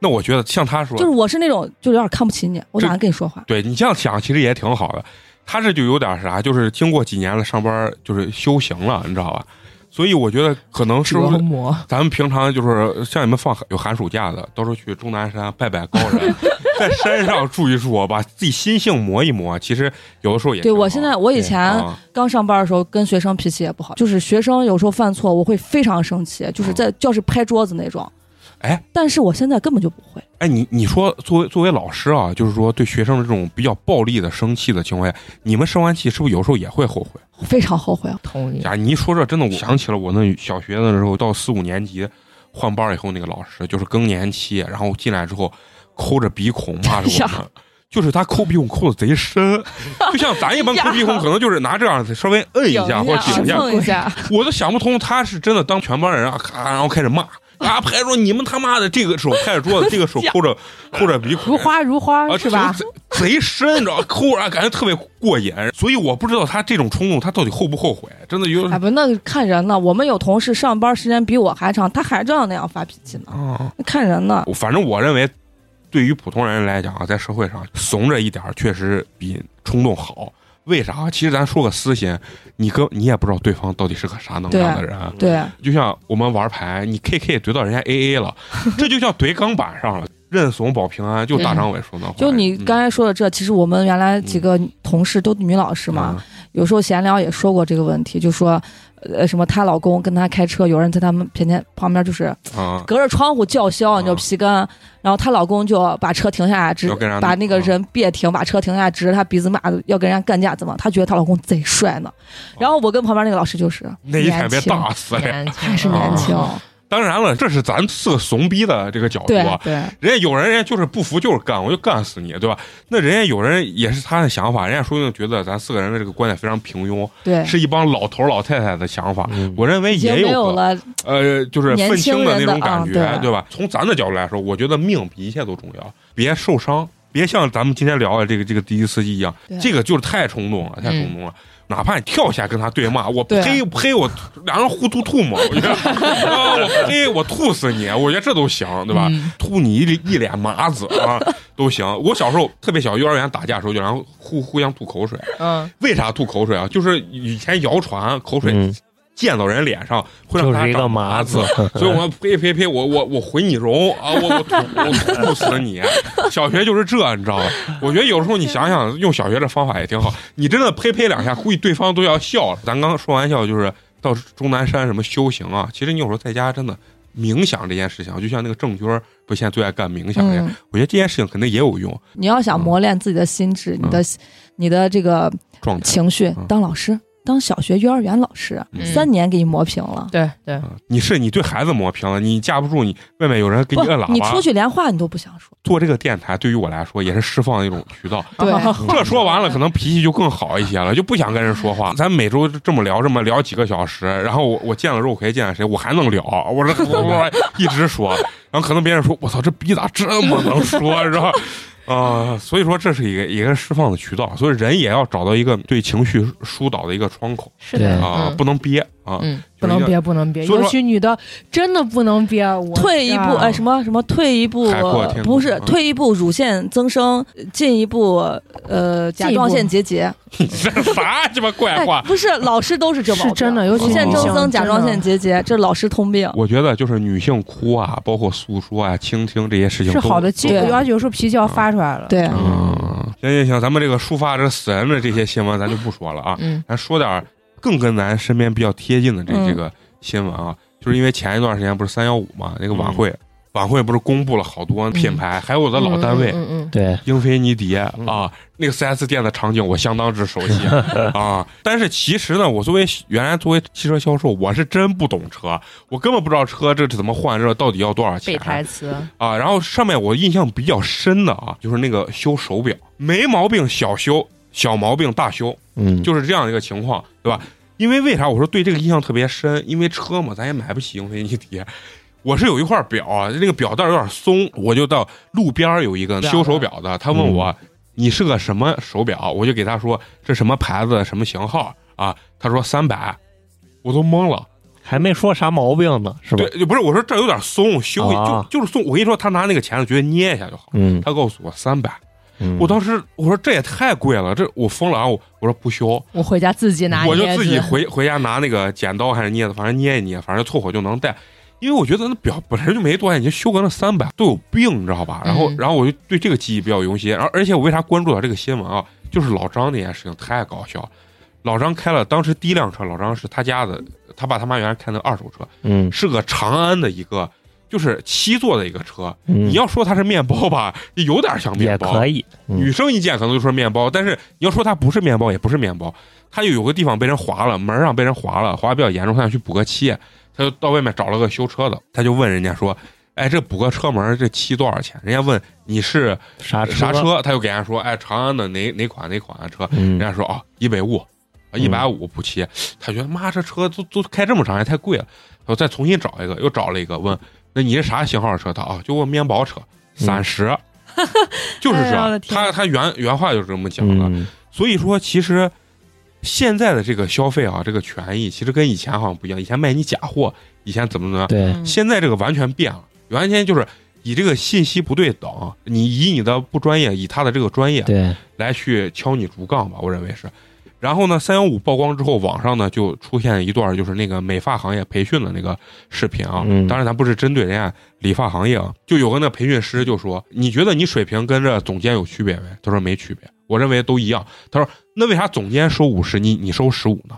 Speaker 1: 那我觉得像他说
Speaker 3: 就是，我是那种就有点看不起你，我
Speaker 1: 这
Speaker 3: 懒得跟你说话。
Speaker 1: 对你这样想其实也挺好的。他这就有点啥，就是经过几年的上班就是修行了，你知道吧？所以我觉得可能是不
Speaker 5: 折
Speaker 1: 是
Speaker 5: 磨。
Speaker 1: 咱们平常就是像你们放有寒暑假的，到时候去终南山拜拜高人， 在山上住一住，把自己心性磨一磨。其实有的时候也
Speaker 3: 对
Speaker 1: 挺
Speaker 3: 我
Speaker 1: 好
Speaker 3: 现在，我以
Speaker 4: 对
Speaker 3: 前
Speaker 1: 啊
Speaker 3: 刚上班的时候跟学生脾气也不好，就是学生有时候犯错，我会非常生气，就是在教室拍桌子那种。
Speaker 1: 嗯哎，
Speaker 3: 但是我现在根本就不会。
Speaker 1: 哎，你你说作为作为老师啊，就是说对学生的这种比较暴力的生气的情况下，你们生完气是不是有时候也会后悔？
Speaker 3: 非常后悔。啊
Speaker 5: 同意。
Speaker 1: 哎呀，你一说这真的，我想起了我那小学的时候，到四五年级换班以后那个老师，就是更年期，然后进来之后抠着鼻孔骂着我们。 就是他抠鼻孔抠的贼深，就像咱一般抠鼻孔，可能就是拿这样子稍微摁一下或者顶一下，
Speaker 6: 碰一下，
Speaker 1: 我都想不通，他是真的当全班人啊，咔，然后开始骂，啊，拍桌，你们他妈的这个手拍着桌子，这个手抠着抠着鼻孔，
Speaker 5: 如花如花、
Speaker 1: 啊，
Speaker 5: 是吧？
Speaker 1: 就贼贼深，你知道，抠啊，感觉特别过瘾。所以我不知道他这种冲动，他到底后不后悔，真的 有
Speaker 3: 哎不，那看人呢。我们有同事上班时间比我还长，他还照样那样发脾气呢。
Speaker 1: 啊。
Speaker 3: 看人呢，
Speaker 1: 我反正我认为，对于普通人来讲啊，在社会上怂着一点儿确实比冲动好。为啥？其实咱说个私心，你跟你也不知道对方到底是个啥能量的人。啊
Speaker 3: 对，啊
Speaker 1: 就像我们玩牌，你 KK 怼到人家 AA 了，这就叫怼钢板上了。认怂保平安，就大张伟说那话。
Speaker 3: 就你刚才说的这，其实我们原来
Speaker 1: 嗯
Speaker 3: 几个同事都女老师
Speaker 1: 是
Speaker 3: 嘛，？有时候闲聊也说过这个问题，就说，呃，什么她老公跟她开车，有人在他们偏前旁边就是
Speaker 1: 啊，
Speaker 3: 隔着窗户叫嚣，你知道
Speaker 1: 啊
Speaker 3: 皮杆，然后她老公就把车停下来，直
Speaker 1: 要跟人家啊
Speaker 3: 把那个人别停，把车停下来，指着她鼻子骂，要跟人家干架，怎么？她觉得她老公贼帅呢。
Speaker 1: 啊
Speaker 3: 然后我跟旁边那个老师就是
Speaker 1: 那一天别打死嘞！
Speaker 5: 还
Speaker 3: 还是
Speaker 1: 啊
Speaker 3: 年轻，
Speaker 1: 当然了，这是咱四个怂逼的这个角度
Speaker 3: 对
Speaker 1: 啊。
Speaker 3: 对，
Speaker 1: 人家有人，人家就是不服，就是干，我就干死你，对吧？那人家有人也是他的想法，人家说不定觉得咱四个人的这个观点非常平庸，
Speaker 3: 对，
Speaker 1: 是一帮老头儿老太太的想法。
Speaker 4: 嗯
Speaker 1: 我认为
Speaker 3: 已经
Speaker 1: 也
Speaker 3: 没有
Speaker 1: 有个
Speaker 3: 了，
Speaker 1: 呃，就是
Speaker 3: 年
Speaker 1: 愤
Speaker 3: 轻
Speaker 1: 青的
Speaker 3: 人
Speaker 1: 那
Speaker 3: 的
Speaker 1: 种感
Speaker 3: 啊
Speaker 1: 觉，
Speaker 3: 对
Speaker 1: 对吧？从咱的角度来说，我觉得命比一切都重要，别受伤，别像咱们今天聊的这个这个滴滴司机一样
Speaker 3: 对，嗯
Speaker 1: 这个就是太冲动了，太冲动了。哪怕你跳下跟他对骂，我
Speaker 3: 对啊
Speaker 1: 呸呸，我两人互吐吐沫，我觉得啊，我呸，我吐死你，我觉得这都行，对吧？
Speaker 3: 嗯
Speaker 1: 吐你一一脸麻子啊，都行。我小时候特别小，幼儿园打架的时候就然后互互相吐口水，
Speaker 5: 嗯，
Speaker 1: 为啥吐口水啊？就是以前谣传口水
Speaker 4: 嗯
Speaker 1: 溅到人脸上会让
Speaker 4: 就
Speaker 1: 他
Speaker 4: 是一个
Speaker 1: 长
Speaker 4: 麻
Speaker 1: 子
Speaker 4: 子，，
Speaker 1: 所以我呸呸呸，我我我回你容啊，我我吐我吐死你！小学就是这，你知道吧？我觉得有时候你想想，用小学这方法也挺好。你真的呸呸两下，估计对方都要笑了。咱刚说玩笑就是到终南山什么修行啊，其实你有时候在家真的冥想这件事情，就像那个郑钧儿不现在最爱干冥想这嗯件，
Speaker 3: 嗯，
Speaker 1: 我觉得这件事情肯定也有用。
Speaker 3: 你要想磨练自己的心智，你的你的这个
Speaker 1: 状态，
Speaker 3: 情绪
Speaker 1: 嗯，
Speaker 3: 当老师，当小学、幼儿园老师，
Speaker 1: 嗯
Speaker 3: 三年给你磨平了。
Speaker 5: 对对，
Speaker 1: 啊你是你对孩子磨平了，你架不住你外面有人给
Speaker 3: 不
Speaker 1: 你摁喇叭，，
Speaker 3: 你出去连话你都不想 说。
Speaker 1: 做这个电台对于我来说也是释放的一种渠道。
Speaker 3: 对
Speaker 1: 这说完了，可能脾气就更好一些了，就不想跟人说话。咱每周这么聊，这么聊几个小时，然后我我见了肉葵，见了谁，我还能聊，我这我一直说，然后可能别人说，我操，这逼咋这么能说，是吧？啊、所以说这是一个一个释放的渠道，所以人也要找到一个对情绪疏导的一个窗口
Speaker 5: 是
Speaker 4: 的
Speaker 1: 啊、
Speaker 5: 嗯
Speaker 1: 不能憋 啊，
Speaker 5: 嗯，
Speaker 1: 就
Speaker 5: 不
Speaker 1: 是一
Speaker 5: 能
Speaker 1: 个
Speaker 5: 憋，不能憋，
Speaker 1: 所以
Speaker 5: 尤
Speaker 1: 说
Speaker 5: 其女的真的不能憋。我
Speaker 3: 退一步，
Speaker 5: 啊
Speaker 3: 哎，什么什么，退一步
Speaker 1: 海阔天，空
Speaker 3: 不是
Speaker 1: 嗯
Speaker 3: 退一步，乳腺增生，进一步，呃，甲状腺结节。
Speaker 1: 你这啥鸡巴怪
Speaker 3: 哎
Speaker 1: 话，？
Speaker 3: 不是，老师都是这毛病，
Speaker 5: 是真的尤其
Speaker 3: 乳腺
Speaker 1: 女
Speaker 3: 增
Speaker 1: 性
Speaker 3: 生、甲状腺结节，这是老师通病。
Speaker 1: 我觉得就是女性哭啊，包括诉说啊、倾听这些事情
Speaker 5: 是
Speaker 1: 都
Speaker 5: 好的机会，啊
Speaker 3: 对
Speaker 5: 而且有时候脾气要发出来了。
Speaker 3: 对，
Speaker 1: 嗯，行行行，咱们这个触发这死人的这些新闻咱就不说了啊，
Speaker 5: 嗯
Speaker 1: 咱说点儿更跟咱身边比较贴近的这
Speaker 3: 嗯
Speaker 1: 这个新闻啊，就是因为前一段时间不是三幺五嘛，那个晚
Speaker 5: 嗯
Speaker 1: 会，晚会不是公布了好多品牌，还有我的老单位。
Speaker 5: 嗯嗯
Speaker 4: 对，
Speaker 1: 英菲尼迪
Speaker 4: 嗯
Speaker 1: 啊，那个 4S 店的场景我相当之熟悉 啊。但是其实呢，我作为原来作为汽车销售，我是真不懂车，我根本不知道车这怎么换，这到底要多少钱
Speaker 6: 背台词，
Speaker 1: 啊。然后上面我印象比较深的啊，就是那个修手表，没毛病小修，小毛病大修，
Speaker 4: 嗯，
Speaker 1: 就是这样一个情况，对吧？因为为啥我说对这个印象特别深？因为车嘛，咱也买不起英菲尼迪。我是有一块表啊，那个表带有点松，我就到路边儿有一个修手表的，他问我、
Speaker 4: 嗯
Speaker 1: 你是个什么手表，我就给他说这什么牌子、什么型号啊，他说三百，我都懵了。
Speaker 4: 还没说啥毛病呢，是吧
Speaker 1: 对？，就不是我说这有点松，修一、
Speaker 4: 啊
Speaker 1: 就就是松。我跟你说，他拿那个钳子觉得捏一下就好，
Speaker 4: 嗯，
Speaker 1: 他告诉我三百，
Speaker 4: 嗯
Speaker 1: 我当时我说这也太贵了，这我疯了啊！我我说不修，
Speaker 5: 我回家自己拿
Speaker 1: 我就
Speaker 5: 镊子
Speaker 1: 自己回回家拿那个剪刀还是镊子，反正捏一捏，反正凑合就能戴。因为我觉得那表本身就没多少钱，你就修个那三百都有病，你知道吧？然后，
Speaker 6: 嗯
Speaker 1: 然后我就对这个记忆比较犹新。然后，而且我为啥关注到这个新闻啊？就是老张那件事情太搞笑了。老张开了当时第一辆车，老张是他家的，他爸他妈原来开那个二手车，
Speaker 4: 嗯，
Speaker 1: 是个长安的一个，就是七座的一个车。
Speaker 4: 你
Speaker 1: 你要说它是面包吧，有点像面
Speaker 4: 嗯也
Speaker 1: 包，
Speaker 4: 可以，嗯
Speaker 1: 女生一见可能就说面包，但是你要说它不是面包，也不是面包，它有个地方被人划了，门上被人划了，划得比较严重，他想去补个漆，他就到外面找了个修车的，他就问人家说：“哎，这补个车门这漆多少钱？”人家问你是
Speaker 4: 啥
Speaker 1: 啥
Speaker 4: 车？
Speaker 1: 呃车，他就给人家说：“哎，长安的哪哪款哪款车。”
Speaker 4: 嗯
Speaker 1: 人，家说：“哦，一百五，一百五补漆。”他觉得妈这车都都开这么长，也太贵了。他说再重新找一个，又找了一个，问：“那你是啥型号的车？”他啊，就问面包车，三十、 就是这
Speaker 3: 哎呀我
Speaker 1: 样。
Speaker 3: 的天
Speaker 1: 他他原原话就是这么讲的。
Speaker 4: 嗯，
Speaker 1: 所以说，其实现在的这个消费啊，这个权益其实跟以前好像不一样。以前卖你假货，以前怎么怎么样，
Speaker 4: 对，
Speaker 1: 现在这个完全变了。原先就是以这个信息不对等，你以你的不专业，以他的这个专业
Speaker 4: 对，
Speaker 1: 来去敲你竹杠吧，我认为是。然后呢，三幺五曝光之后，网上呢就出现一段就是那个美发行业培训的那个视频啊。
Speaker 4: 嗯
Speaker 1: 当然，咱不是针对人家理发行业啊，就有个那培训师就说：“你觉得你水平跟这总监有区别没？”他说：“没区别，我认为都一样。”他说：“那为啥总监收五十，你你收十五呢？”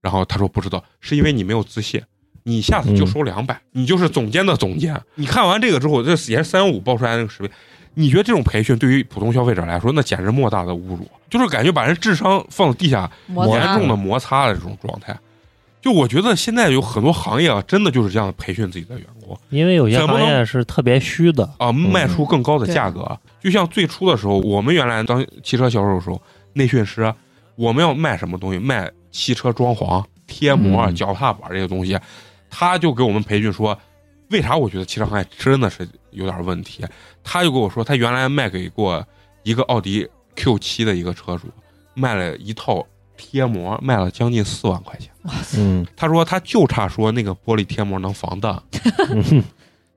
Speaker 1: 然后他说：“不知道，是因为你没有自信。”你下次就收两百、你就是总监的总监。你看完这个之后，这也是三幺五爆出来那个视频，你觉得这种培训对于普通消费者来说，那简直莫大的侮辱，就是感觉把人智商放地下，
Speaker 6: 摩
Speaker 1: 严
Speaker 6: 擦
Speaker 1: 重的摩擦的这种状态。就我觉得现在有很多行业啊，真的就是这样培训自己的员工
Speaker 4: 因为有些
Speaker 1: 怎么
Speaker 4: 行业
Speaker 1: 能
Speaker 4: 是特别虚的，嗯
Speaker 1: 啊，卖出更高的价格。啊就像最初的时候，我们原来当汽车销售的时候，内训师我们要卖什么东西？卖汽车装潢、贴膜、啊
Speaker 4: 嗯
Speaker 1: 脚踏板这些东西，他就给我们培训说，为啥我觉得汽车行业真的是有点问题？他就跟我说，他原来卖给过一个奥迪 Q 7的一个车主，卖了一套贴膜，卖了将近四万块钱。
Speaker 4: 嗯，
Speaker 1: 他说他就差说那个玻璃贴膜能防弹。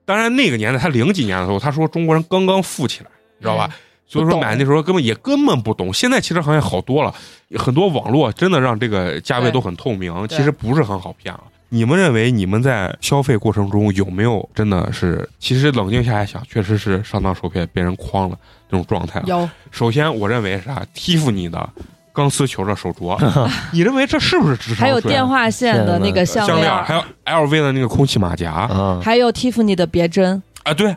Speaker 1: 当然那个年代，他零几年的时候，他说中国人刚刚富起来，你知道吧？
Speaker 5: 嗯
Speaker 1: 所以
Speaker 3: 不
Speaker 1: 说
Speaker 3: 懂
Speaker 1: 买那时候根本也根本不懂。现在汽车行业好多了，很多网络真的让这个价位
Speaker 6: 对
Speaker 1: 都很透明，
Speaker 6: 对
Speaker 1: 其实不是很好骗了。啊你们认为你们在消费过程中有没有真的是，其实冷静下来想，确实是上当受骗，被人诓了这种状态啊？
Speaker 5: 嗯有
Speaker 1: 首先，我认为是啊啥，Tiffany 的钢丝球的手镯，你认为这是不是智商税？啊
Speaker 3: 还有电话线的那个项
Speaker 1: 嗯项
Speaker 3: 链
Speaker 1: 链
Speaker 3: 儿
Speaker 1: 儿，还有 LV 的那个空气马甲啊
Speaker 4: 啊，
Speaker 3: 还有 Tiffany 的别针，
Speaker 1: 对，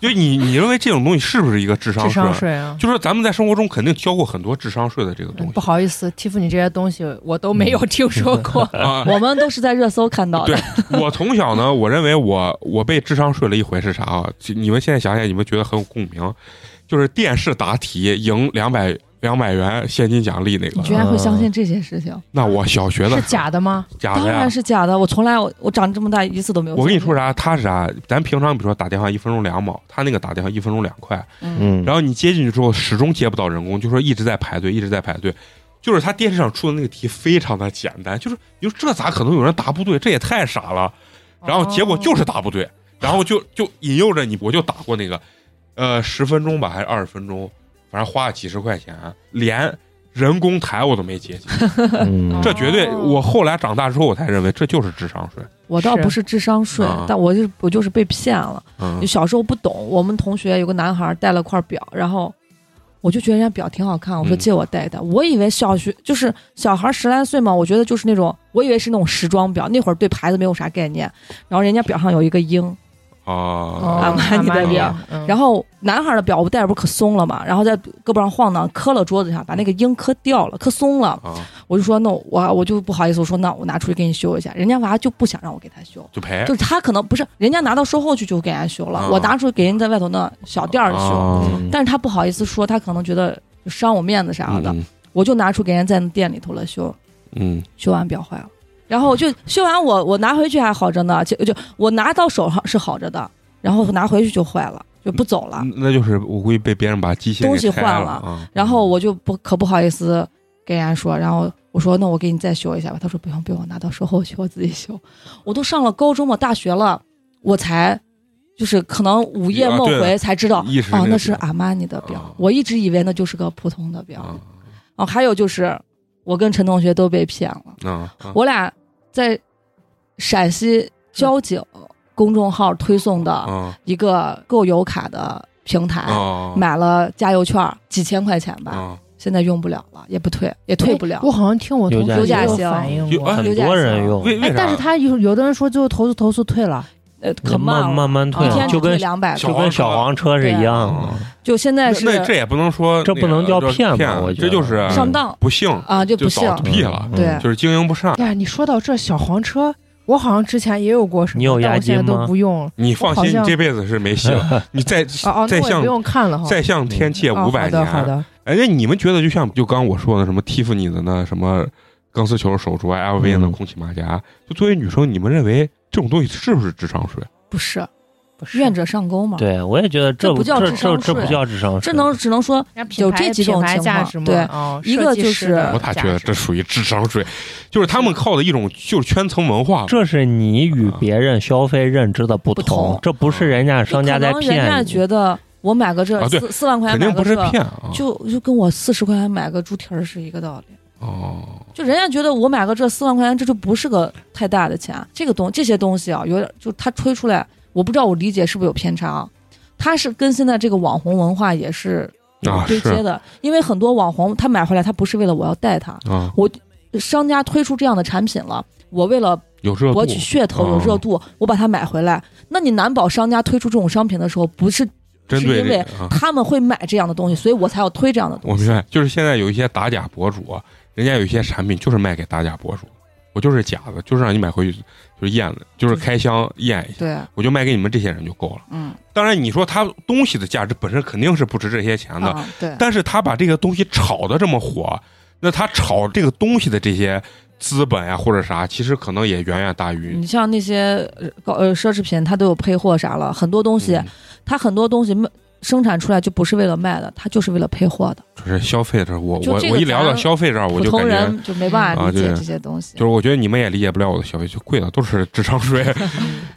Speaker 1: 就你你认为这种东西是不是一个智商
Speaker 5: 智
Speaker 1: 税？
Speaker 5: 商税啊。
Speaker 1: 就是咱们在生活中肯定交过很多智商税的这个东
Speaker 5: 不
Speaker 1: 西
Speaker 5: 好意思，欺负你这些东西我都没有听说 过。
Speaker 1: 啊。
Speaker 3: 我们都是在热搜看到
Speaker 1: 对
Speaker 3: 的。
Speaker 1: 我从小呢，我认为我我被智商税了一回是啥啊？就你们现在想想，你们觉得很有共鸣，就是电视答题赢两百两百元现金奖励那
Speaker 3: 你居
Speaker 1: 个。
Speaker 3: 然会相信这些事情？
Speaker 1: 那我小学的
Speaker 5: 是
Speaker 1: 时候
Speaker 5: 假的吗？
Speaker 1: 假
Speaker 3: 当
Speaker 1: 的呀
Speaker 3: 然。是假的，我从来我我长这么大一次都没有。
Speaker 1: 啊我跟你说，啥，他是啥？咱平常比如说打电话一分钟两毛，他那个打电话一分钟两块，
Speaker 4: 嗯，
Speaker 1: 然后你接进去之后始终接不到人工，就说一直在排队，一直在排队。就是他电视上出的那个题非常的简单，就是你说这咋可能有人答不对？这也太傻了。
Speaker 3: 哦
Speaker 1: 然后结果就是答不对，然后就就引诱着你，我就打过那个，呃，十分钟吧还是二十分钟，反正花了几十块钱，连人工台我都没接进。
Speaker 3: 哦
Speaker 4: 嗯
Speaker 1: 这绝对，我后来长大之后我才认为这就是智商税。
Speaker 3: 我倒不是智商税
Speaker 1: 啊，
Speaker 3: 但我就是我就是被骗了。
Speaker 1: 嗯
Speaker 3: 就，小时候不懂，我们同学有个男孩戴了块表，然后我就觉得人家表挺好看，我说
Speaker 1: 嗯
Speaker 3: 借我戴一戴。我以为小学就是小孩十来岁嘛，我觉得就是那种，我以为是那种时装表，那会儿对牌子没有啥概念。然后人家表上有一个鹰，哦
Speaker 1: 啊，
Speaker 3: 玛尼的表，
Speaker 5: 嗯
Speaker 3: 然后男孩的表我戴着不是可松了嘛，然后在胳膊上晃荡，磕了桌子上，把那个鹰磕掉了，磕松了。
Speaker 1: 啊，
Speaker 3: 我就说那我我就不好意思，我说那我拿出去给你修一下。人家娃就不想让我给他修，
Speaker 1: 就赔
Speaker 3: 就是他可能不是人家拿到售后去就给人家修了，
Speaker 1: 哎啊
Speaker 3: 我拿出去给人在外头那小店儿修，
Speaker 1: 啊
Speaker 4: 嗯
Speaker 3: 但是他不好意思说，他可能觉得就伤我面子啥的，
Speaker 1: 嗯
Speaker 3: 我就拿出给人家在店里头了修，
Speaker 1: 嗯，
Speaker 3: 修完表坏了。然后我就修完我我拿回去还好着呢，就就我拿到手上是好着的，然后拿回去就坏了，就不走了。
Speaker 1: 嗯那就是我估计被别人把机械
Speaker 3: 东西
Speaker 1: 给拆
Speaker 3: 换
Speaker 1: 了
Speaker 3: 了
Speaker 1: 啊，
Speaker 3: 然后我就不可不好意思跟人家说，然后我说那我给你再修一下吧，他说不用不用，我拿到售后去，我自己修。我都上了高中了，大学了，我才就是可能午夜
Speaker 1: 啊
Speaker 3: 梦
Speaker 1: 对
Speaker 3: 回才知道，
Speaker 1: 意识
Speaker 3: 哦，
Speaker 1: 个
Speaker 3: 那是
Speaker 1: 表
Speaker 3: 阿玛尼的表，
Speaker 1: 啊
Speaker 3: 我一直以为那就是个普通的表。
Speaker 1: 啊
Speaker 3: 哦，还有就是我跟陈同学都被骗了，
Speaker 1: 啊，啊
Speaker 3: 我俩在陕西交警公众号推送的
Speaker 1: 嗯啊
Speaker 3: 一个购油卡的平台。
Speaker 1: 啊
Speaker 3: 买了加油券，几千块钱吧，
Speaker 1: 啊，
Speaker 3: 现在用不了了，也不退，也退不了
Speaker 5: 哎。我好像听我同
Speaker 4: 有
Speaker 5: 学
Speaker 4: 假
Speaker 5: 也有
Speaker 3: 行
Speaker 5: 反映
Speaker 1: 有
Speaker 5: 过，
Speaker 1: 啊
Speaker 3: 有
Speaker 4: 嗯很
Speaker 3: 假
Speaker 4: 多
Speaker 3: 象
Speaker 4: 人用，
Speaker 1: 为为
Speaker 5: 哎
Speaker 1: 啥？啊
Speaker 5: 但是他有有的人说最后投诉投诉退了，
Speaker 3: 呃，可慢
Speaker 4: 慢
Speaker 3: 了，
Speaker 4: 慢慢退
Speaker 3: 一天
Speaker 4: 了，
Speaker 3: 只
Speaker 4: 就
Speaker 3: 退
Speaker 4: 跟
Speaker 3: 两百吧，
Speaker 4: 就跟小黄车是一样
Speaker 1: 对
Speaker 4: 的。
Speaker 3: 就现在
Speaker 1: 那
Speaker 3: 是
Speaker 1: 那这也不能说
Speaker 4: 这
Speaker 1: 那
Speaker 4: 不能
Speaker 1: 个
Speaker 4: 叫
Speaker 1: 这
Speaker 4: 骗吧
Speaker 1: 骗，
Speaker 4: 我觉
Speaker 1: 这就
Speaker 4: 得
Speaker 1: 是
Speaker 3: 上当
Speaker 1: 不幸，
Speaker 3: 啊，就不
Speaker 1: 就
Speaker 3: 信
Speaker 1: 早
Speaker 3: 了。
Speaker 1: 屁了
Speaker 4: 嗯
Speaker 3: 对
Speaker 1: 就是经营不善。
Speaker 5: 哎呀，你说到这小黄车，我好像之前也有过什么，
Speaker 4: 你有
Speaker 5: 但
Speaker 4: 押
Speaker 5: 我现在
Speaker 4: 金
Speaker 5: 都
Speaker 4: 吗
Speaker 5: 不用了。
Speaker 1: 你放
Speaker 5: 好
Speaker 1: 心，你
Speaker 5: 像
Speaker 1: 这辈子是没戏 了。你再
Speaker 5: 哦哦，
Speaker 1: 再
Speaker 5: 那我也不
Speaker 1: 向
Speaker 5: 用看了哈。
Speaker 1: 再
Speaker 4: 嗯
Speaker 1: 向天借
Speaker 5: 哦
Speaker 1: 五百
Speaker 5: 好的好
Speaker 1: 年，
Speaker 5: 的，
Speaker 1: 哎，那你们觉得就像就刚我说的什么蒂芙尼的那什么钢丝球手镯、LV 的
Speaker 4: 嗯
Speaker 1: 空气马甲，就作为女生，你们认为这种东西是不是智商税？
Speaker 3: 不是，愿者上钩嘛。
Speaker 4: 对，我也觉得
Speaker 3: 这
Speaker 4: 这
Speaker 3: 不叫
Speaker 4: 这
Speaker 3: 智商
Speaker 4: 这这不
Speaker 3: 税
Speaker 4: 叫智商税，
Speaker 3: 这能只能说有这几种
Speaker 7: 品牌
Speaker 3: 情
Speaker 7: 价
Speaker 3: 况
Speaker 7: 值嘛，
Speaker 3: 对，
Speaker 7: 哦
Speaker 3: 一个就
Speaker 7: 设计
Speaker 3: 是
Speaker 7: 师的
Speaker 1: 我咋觉得这属于智商税？就是他们靠的一种就是圈层文化，
Speaker 4: 这是你与别人消费认知的不
Speaker 3: 不同
Speaker 4: 这不是人家商家在
Speaker 3: 可能人
Speaker 4: 骗
Speaker 3: 家
Speaker 4: 你。
Speaker 3: 觉得我买个这
Speaker 1: 啊对
Speaker 3: 四四万块
Speaker 1: 肯
Speaker 3: 钱
Speaker 1: 定不
Speaker 3: 买个
Speaker 1: 是
Speaker 3: 这，
Speaker 1: 骗啊。
Speaker 3: 就就跟我四十块钱买个猪蹄儿是一个道理。
Speaker 1: 哦，
Speaker 3: 就人家觉得我买个这四万块钱，这就不是个太大的钱。啊这个东这些东西啊，有点就它吹出来，我不知道我理解是不是有偏差啊。它是跟现在这个网红文化也是
Speaker 1: 啊
Speaker 3: 对接的，因为很多网红他买回来，他不是为了我要戴它，
Speaker 1: 啊，
Speaker 3: 商家推出这样的产品了，我为了
Speaker 1: 有热度
Speaker 3: 博取噱头有热度，我把它买回来。那你难保商家推出这种商品的时候，不是
Speaker 1: 针对
Speaker 3: 是因为
Speaker 1: 这个啊，
Speaker 3: 他们会买这样的东西，所以我才要推这样的东
Speaker 1: 我明白，就是现在有一些打假博主啊，人家有一些产品就是卖给打假博主，我就是假的，就是让你买回去就是验的，就是开箱验一下，
Speaker 3: 西。对，
Speaker 1: 我就卖给你们这些人就够了。
Speaker 6: 嗯，
Speaker 1: 当然，你说它东西的价值本身肯定是不值这些钱的，
Speaker 6: 啊，对，
Speaker 1: 但是他把这个东西炒的这么火，那他炒这个东西的这些资本呀、或者啥，其实可能也远远大于
Speaker 3: 你像那些呃高呃奢侈品，它都有配货啥了，很多东西，
Speaker 1: 嗯
Speaker 3: 它很多东西卖生产出来就不是为了卖的，它就是为了配货的。
Speaker 1: 就是消费这儿，我
Speaker 3: 就
Speaker 1: 我
Speaker 3: 这个
Speaker 1: 我一聊到
Speaker 3: 咱
Speaker 1: 消费这儿，我
Speaker 3: 普
Speaker 1: 就
Speaker 3: 通
Speaker 1: 感觉。
Speaker 3: 人就没办法理
Speaker 1: 啊
Speaker 3: 解
Speaker 1: 对
Speaker 3: 这些东西。
Speaker 1: 就是我觉得你们也理解不了我的消费，就贵的都是智商 税。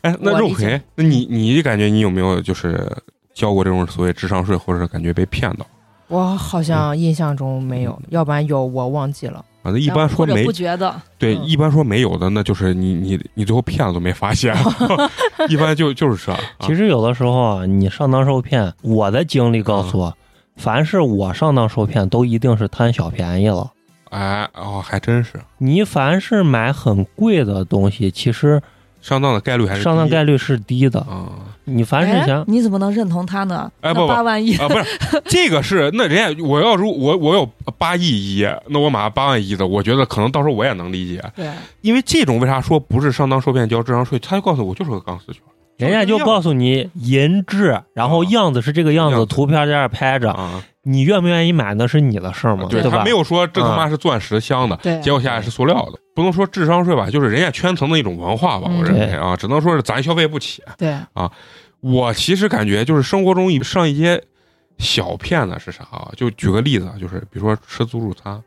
Speaker 1: 哎，那
Speaker 3: 我
Speaker 1: 肉
Speaker 3: 理解
Speaker 1: 陪，那你你感觉你有没有就是交过这种所谓智商税，或者是感觉被骗到？
Speaker 5: 我好像印象中没
Speaker 1: 嗯
Speaker 5: 有，要不然有我忘记了。
Speaker 1: 反啊正一般说
Speaker 3: 或者
Speaker 1: 没
Speaker 3: 不觉得，
Speaker 1: 对，
Speaker 5: 嗯
Speaker 1: 一般说没有的，那就是你你你最后骗了都没发 现， 一般就就是这样。啊
Speaker 4: 其实有的时候啊你上当受骗，我的经历告诉
Speaker 3: 啊
Speaker 4: 我，凡是我上当受骗，都一定是贪小便宜了。
Speaker 1: 哎哦，还真是
Speaker 4: 你凡是买很贵的东西，其实
Speaker 1: 上当的概率还是
Speaker 4: 上当
Speaker 1: 低
Speaker 4: 概率是低的。
Speaker 1: 啊
Speaker 4: 你凡是
Speaker 3: 哎
Speaker 4: 想，
Speaker 3: 你怎么能认同他呢？
Speaker 1: 哎
Speaker 3: 那
Speaker 1: 不不
Speaker 3: 八万一，
Speaker 1: 啊，不是 这个是那人家我要如我我有八亿一，那我买了八万一的，我觉得可能到时候我也能理解，
Speaker 3: 对，
Speaker 1: 因为这种为啥说不是上当受骗交智商税？他就告诉我就是个钢丝球
Speaker 4: 人家就告诉你银质，然后样子是这个样
Speaker 1: 啊样子
Speaker 4: 子，图片在这儿拍着，
Speaker 1: 啊，
Speaker 4: 你愿不愿意买那是你的事儿嘛，
Speaker 1: 对
Speaker 4: 吧嗯
Speaker 1: 他没？有说这他妈是钻石镶的，
Speaker 6: 对
Speaker 1: 结果下来是塑料的，不能说智商税吧，就是人家圈层的一种文化吧，
Speaker 6: 嗯
Speaker 1: 我认为
Speaker 4: 对
Speaker 1: 啊，只能说是咱消费不起。啊
Speaker 6: 对
Speaker 1: 我其实感觉就是生活中一上一些小骗子是啥啊？就举个例子啊，就是比如说吃自助餐，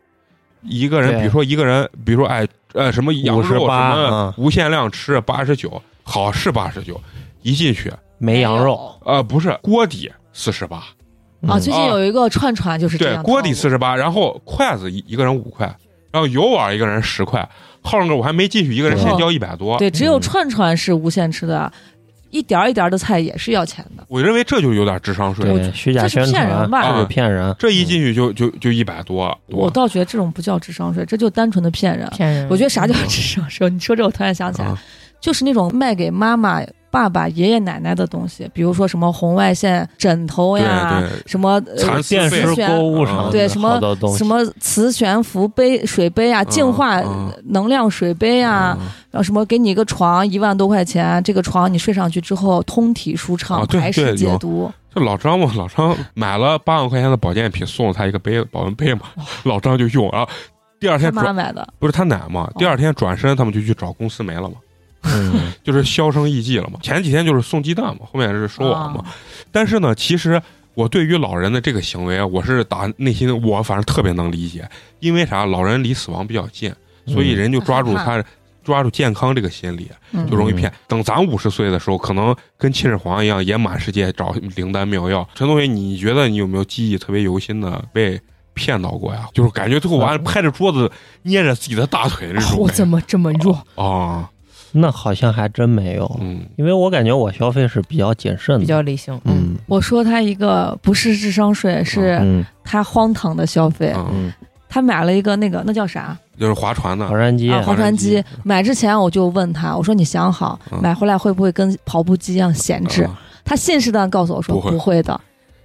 Speaker 1: 一个人，
Speaker 4: 对
Speaker 1: 比如说一个人，比如说哎呃什么羊
Speaker 4: 58
Speaker 1: 肉什么
Speaker 4: 嗯
Speaker 1: 无限量吃八十九，好是八十九，一进去
Speaker 4: 没羊肉
Speaker 1: 呃不是锅底四十八，
Speaker 3: 啊，
Speaker 4: 嗯
Speaker 3: 最近有一个串串就是这
Speaker 1: 对
Speaker 3: 样，
Speaker 1: 锅底
Speaker 3: 套
Speaker 1: 四十八，然后筷子一一个人五块，然后油碗一个人十块，浩哥我还没进去，一个人
Speaker 4: 对
Speaker 1: 先交一百多
Speaker 3: 路，对，只有
Speaker 4: 嗯
Speaker 3: 串串是无限吃的，一点儿一点儿的菜也是要钱的。
Speaker 1: 我认为这就有点智商税。
Speaker 4: 对，虚假
Speaker 3: 这是
Speaker 4: 宣
Speaker 3: 骗
Speaker 4: 传
Speaker 3: 人吧
Speaker 4: 这是骗人。
Speaker 1: 啊这一
Speaker 4: 嗯
Speaker 1: 进去就就就一百多，
Speaker 3: 我倒觉得这种不叫智商税，这就单纯的骗人。
Speaker 5: 骗人。
Speaker 3: 我觉得啥叫智商税？你说这我突然想起来，
Speaker 1: 嗯啊
Speaker 3: 就是那种卖给妈妈、爸爸、爷爷奶奶的东西，比如说什么红外线枕头
Speaker 1: 对
Speaker 3: 呀，
Speaker 1: 对，
Speaker 3: 什么
Speaker 1: 蚕
Speaker 3: 呃
Speaker 1: 丝
Speaker 4: 嗯电
Speaker 1: 费
Speaker 4: 视购物上
Speaker 3: 对
Speaker 4: 的
Speaker 3: 什么
Speaker 4: 好多东西
Speaker 3: 什么磁悬浮杯、水杯啊，净化
Speaker 1: 嗯嗯
Speaker 3: 能量水杯啊，
Speaker 1: 嗯
Speaker 3: 然后什么给你一个床一万多块钱，这个床你睡上去之后通体舒
Speaker 1: 啊
Speaker 3: 畅，
Speaker 1: 对
Speaker 3: 排
Speaker 1: 对
Speaker 3: 湿解
Speaker 1: 有
Speaker 3: 毒。
Speaker 1: 这老张嘛，老张买了八万块钱的保健品，送了他一个杯保温杯嘛，老张就用啊。第二
Speaker 3: 他
Speaker 1: 天
Speaker 3: 妈
Speaker 1: 转
Speaker 3: 买的，
Speaker 1: 不是他奶嘛，第二天转身他们就去找公司没了嘛，
Speaker 4: 嗯
Speaker 1: 就是销声匿迹了嘛。前几天就是送鸡蛋嘛，后面是收
Speaker 3: 啊
Speaker 1: 网嘛。但是呢，其实我对于老人的这个行为啊，我是打内心我反正特别能理解，因为啥？老人离死亡比较近，所以人就抓住
Speaker 3: 嗯害
Speaker 1: 他。抓住健康这个心理
Speaker 3: 嗯
Speaker 1: 就容易骗。等咱五十岁的时候，可能跟秦始皇一样，也满世界找灵丹妙药。陈同学，你觉得你有没有记忆特别犹新的被骗到过呀？就是感觉最后完了拍着桌子捏着自己的大腿这种。
Speaker 5: 我怎么这么弱？
Speaker 1: 啊？
Speaker 4: 嗯那好像还真没有，
Speaker 1: 嗯，
Speaker 4: 因为我感觉我消费是比较谨慎的，
Speaker 5: 比较理性，
Speaker 4: 嗯
Speaker 3: 我说他一个不是智商税，是
Speaker 4: 嗯
Speaker 3: 他荒唐的消费。
Speaker 1: 嗯，
Speaker 4: 嗯，
Speaker 3: 他买了一个那个那叫啥？
Speaker 1: 就是划船的
Speaker 4: 划，船机
Speaker 3: 啊，
Speaker 1: 划
Speaker 3: 划
Speaker 1: 船
Speaker 3: 船
Speaker 1: 机
Speaker 3: 机。买之前我就问他，我说你想好
Speaker 1: 嗯
Speaker 3: 买回来会不会跟跑步机一样闲置？
Speaker 1: 啊
Speaker 3: 他信誓旦旦告诉我说
Speaker 1: 不会
Speaker 3: 不 会的，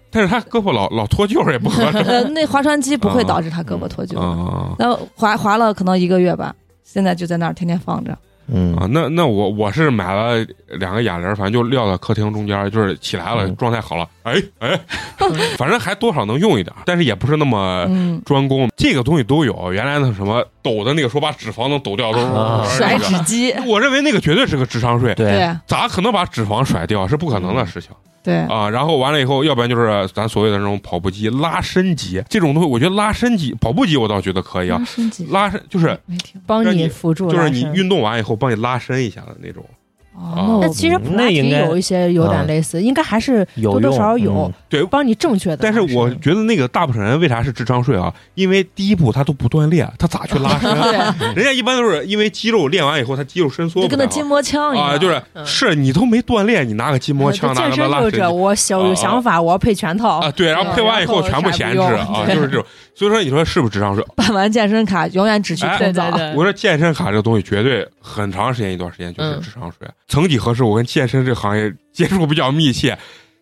Speaker 1: 但是他胳膊老老脱臼也不合 适。
Speaker 3: 呃，那划船机
Speaker 1: 嗯
Speaker 3: 不会导致他胳膊脱臼的。
Speaker 1: 啊
Speaker 3: 那划划了可能一个月吧，现在就在那儿天天放着。
Speaker 4: 嗯
Speaker 1: 啊，那那我我是买了两个哑铃，反正就撂到客厅中间，就是起来了，
Speaker 4: 嗯
Speaker 1: 状态好了，哎哎，反正还多少能用一点，但是也不是那么
Speaker 3: 嗯，
Speaker 1: 专攻。这个东西都有，原来那什么抖的那个说把脂肪能抖掉，都
Speaker 4: 啊
Speaker 1: 是
Speaker 3: 甩脂机，
Speaker 1: 我认为那个绝 对是啊个智商税，
Speaker 4: 对，
Speaker 3: 对
Speaker 1: 咋可能把脂肪甩掉？是不可能的事情。
Speaker 3: 对，
Speaker 1: 啊，然后完了以后，要不然就是咱所谓的那种跑步机、拉伸机这种东西，我觉得拉伸机、跑步机我倒觉得可以啊，
Speaker 3: 升级
Speaker 1: 拉伸就是
Speaker 3: 没听
Speaker 5: 帮
Speaker 1: 让你
Speaker 5: 辅助
Speaker 1: 就是
Speaker 5: 拉
Speaker 1: 你
Speaker 5: 伸
Speaker 1: 运动完以后帮你拉伸一下的那种，
Speaker 3: 哦，
Speaker 1: 啊
Speaker 3: 那我
Speaker 5: 那其实普拉
Speaker 4: 那应
Speaker 5: 提
Speaker 4: 该
Speaker 5: 有一些有
Speaker 4: 啊
Speaker 5: 点类似，应该还是
Speaker 4: 有用
Speaker 5: 多多少少有
Speaker 4: 嗯
Speaker 1: 对。
Speaker 5: 帮你正确的拉
Speaker 1: 但是
Speaker 5: 伸。
Speaker 1: 我觉得那个大部分人为啥是智商税啊？因为第一步他都不锻炼，他咋去拉伸？啊
Speaker 3: 对，
Speaker 1: 人家一般都是因为肌肉练完以后，他肌肉伸缩
Speaker 3: 就
Speaker 1: 不
Speaker 3: 跟
Speaker 1: 太
Speaker 3: 那
Speaker 1: 好
Speaker 3: 筋膜枪一
Speaker 1: 啊，
Speaker 3: 样，
Speaker 1: 就是
Speaker 5: 嗯
Speaker 1: 是你都没锻炼，你拿个筋膜
Speaker 5: 我
Speaker 1: 枪拿
Speaker 5: 健
Speaker 1: 个什么
Speaker 5: 身
Speaker 1: 拉
Speaker 5: 就
Speaker 1: 伸
Speaker 5: 是这，
Speaker 1: 机
Speaker 5: 我想有想法，我要配拳套
Speaker 1: 啊，，对，然后
Speaker 3: 对
Speaker 1: 配完以后
Speaker 5: 然后
Speaker 1: 全部
Speaker 5: 啥也
Speaker 1: 闲
Speaker 5: 不
Speaker 1: 置
Speaker 5: 用
Speaker 1: 啊，
Speaker 5: 对
Speaker 1: 就是这种。所以说，你说是不是智商税？
Speaker 3: 办完健身卡永远只去
Speaker 1: 哎
Speaker 3: 泡澡。
Speaker 1: 我说健身卡这个东西绝对很长时间一段时间就是
Speaker 5: 嗯
Speaker 1: 智商税。曾几何时，我跟健身这行业接触比较密切，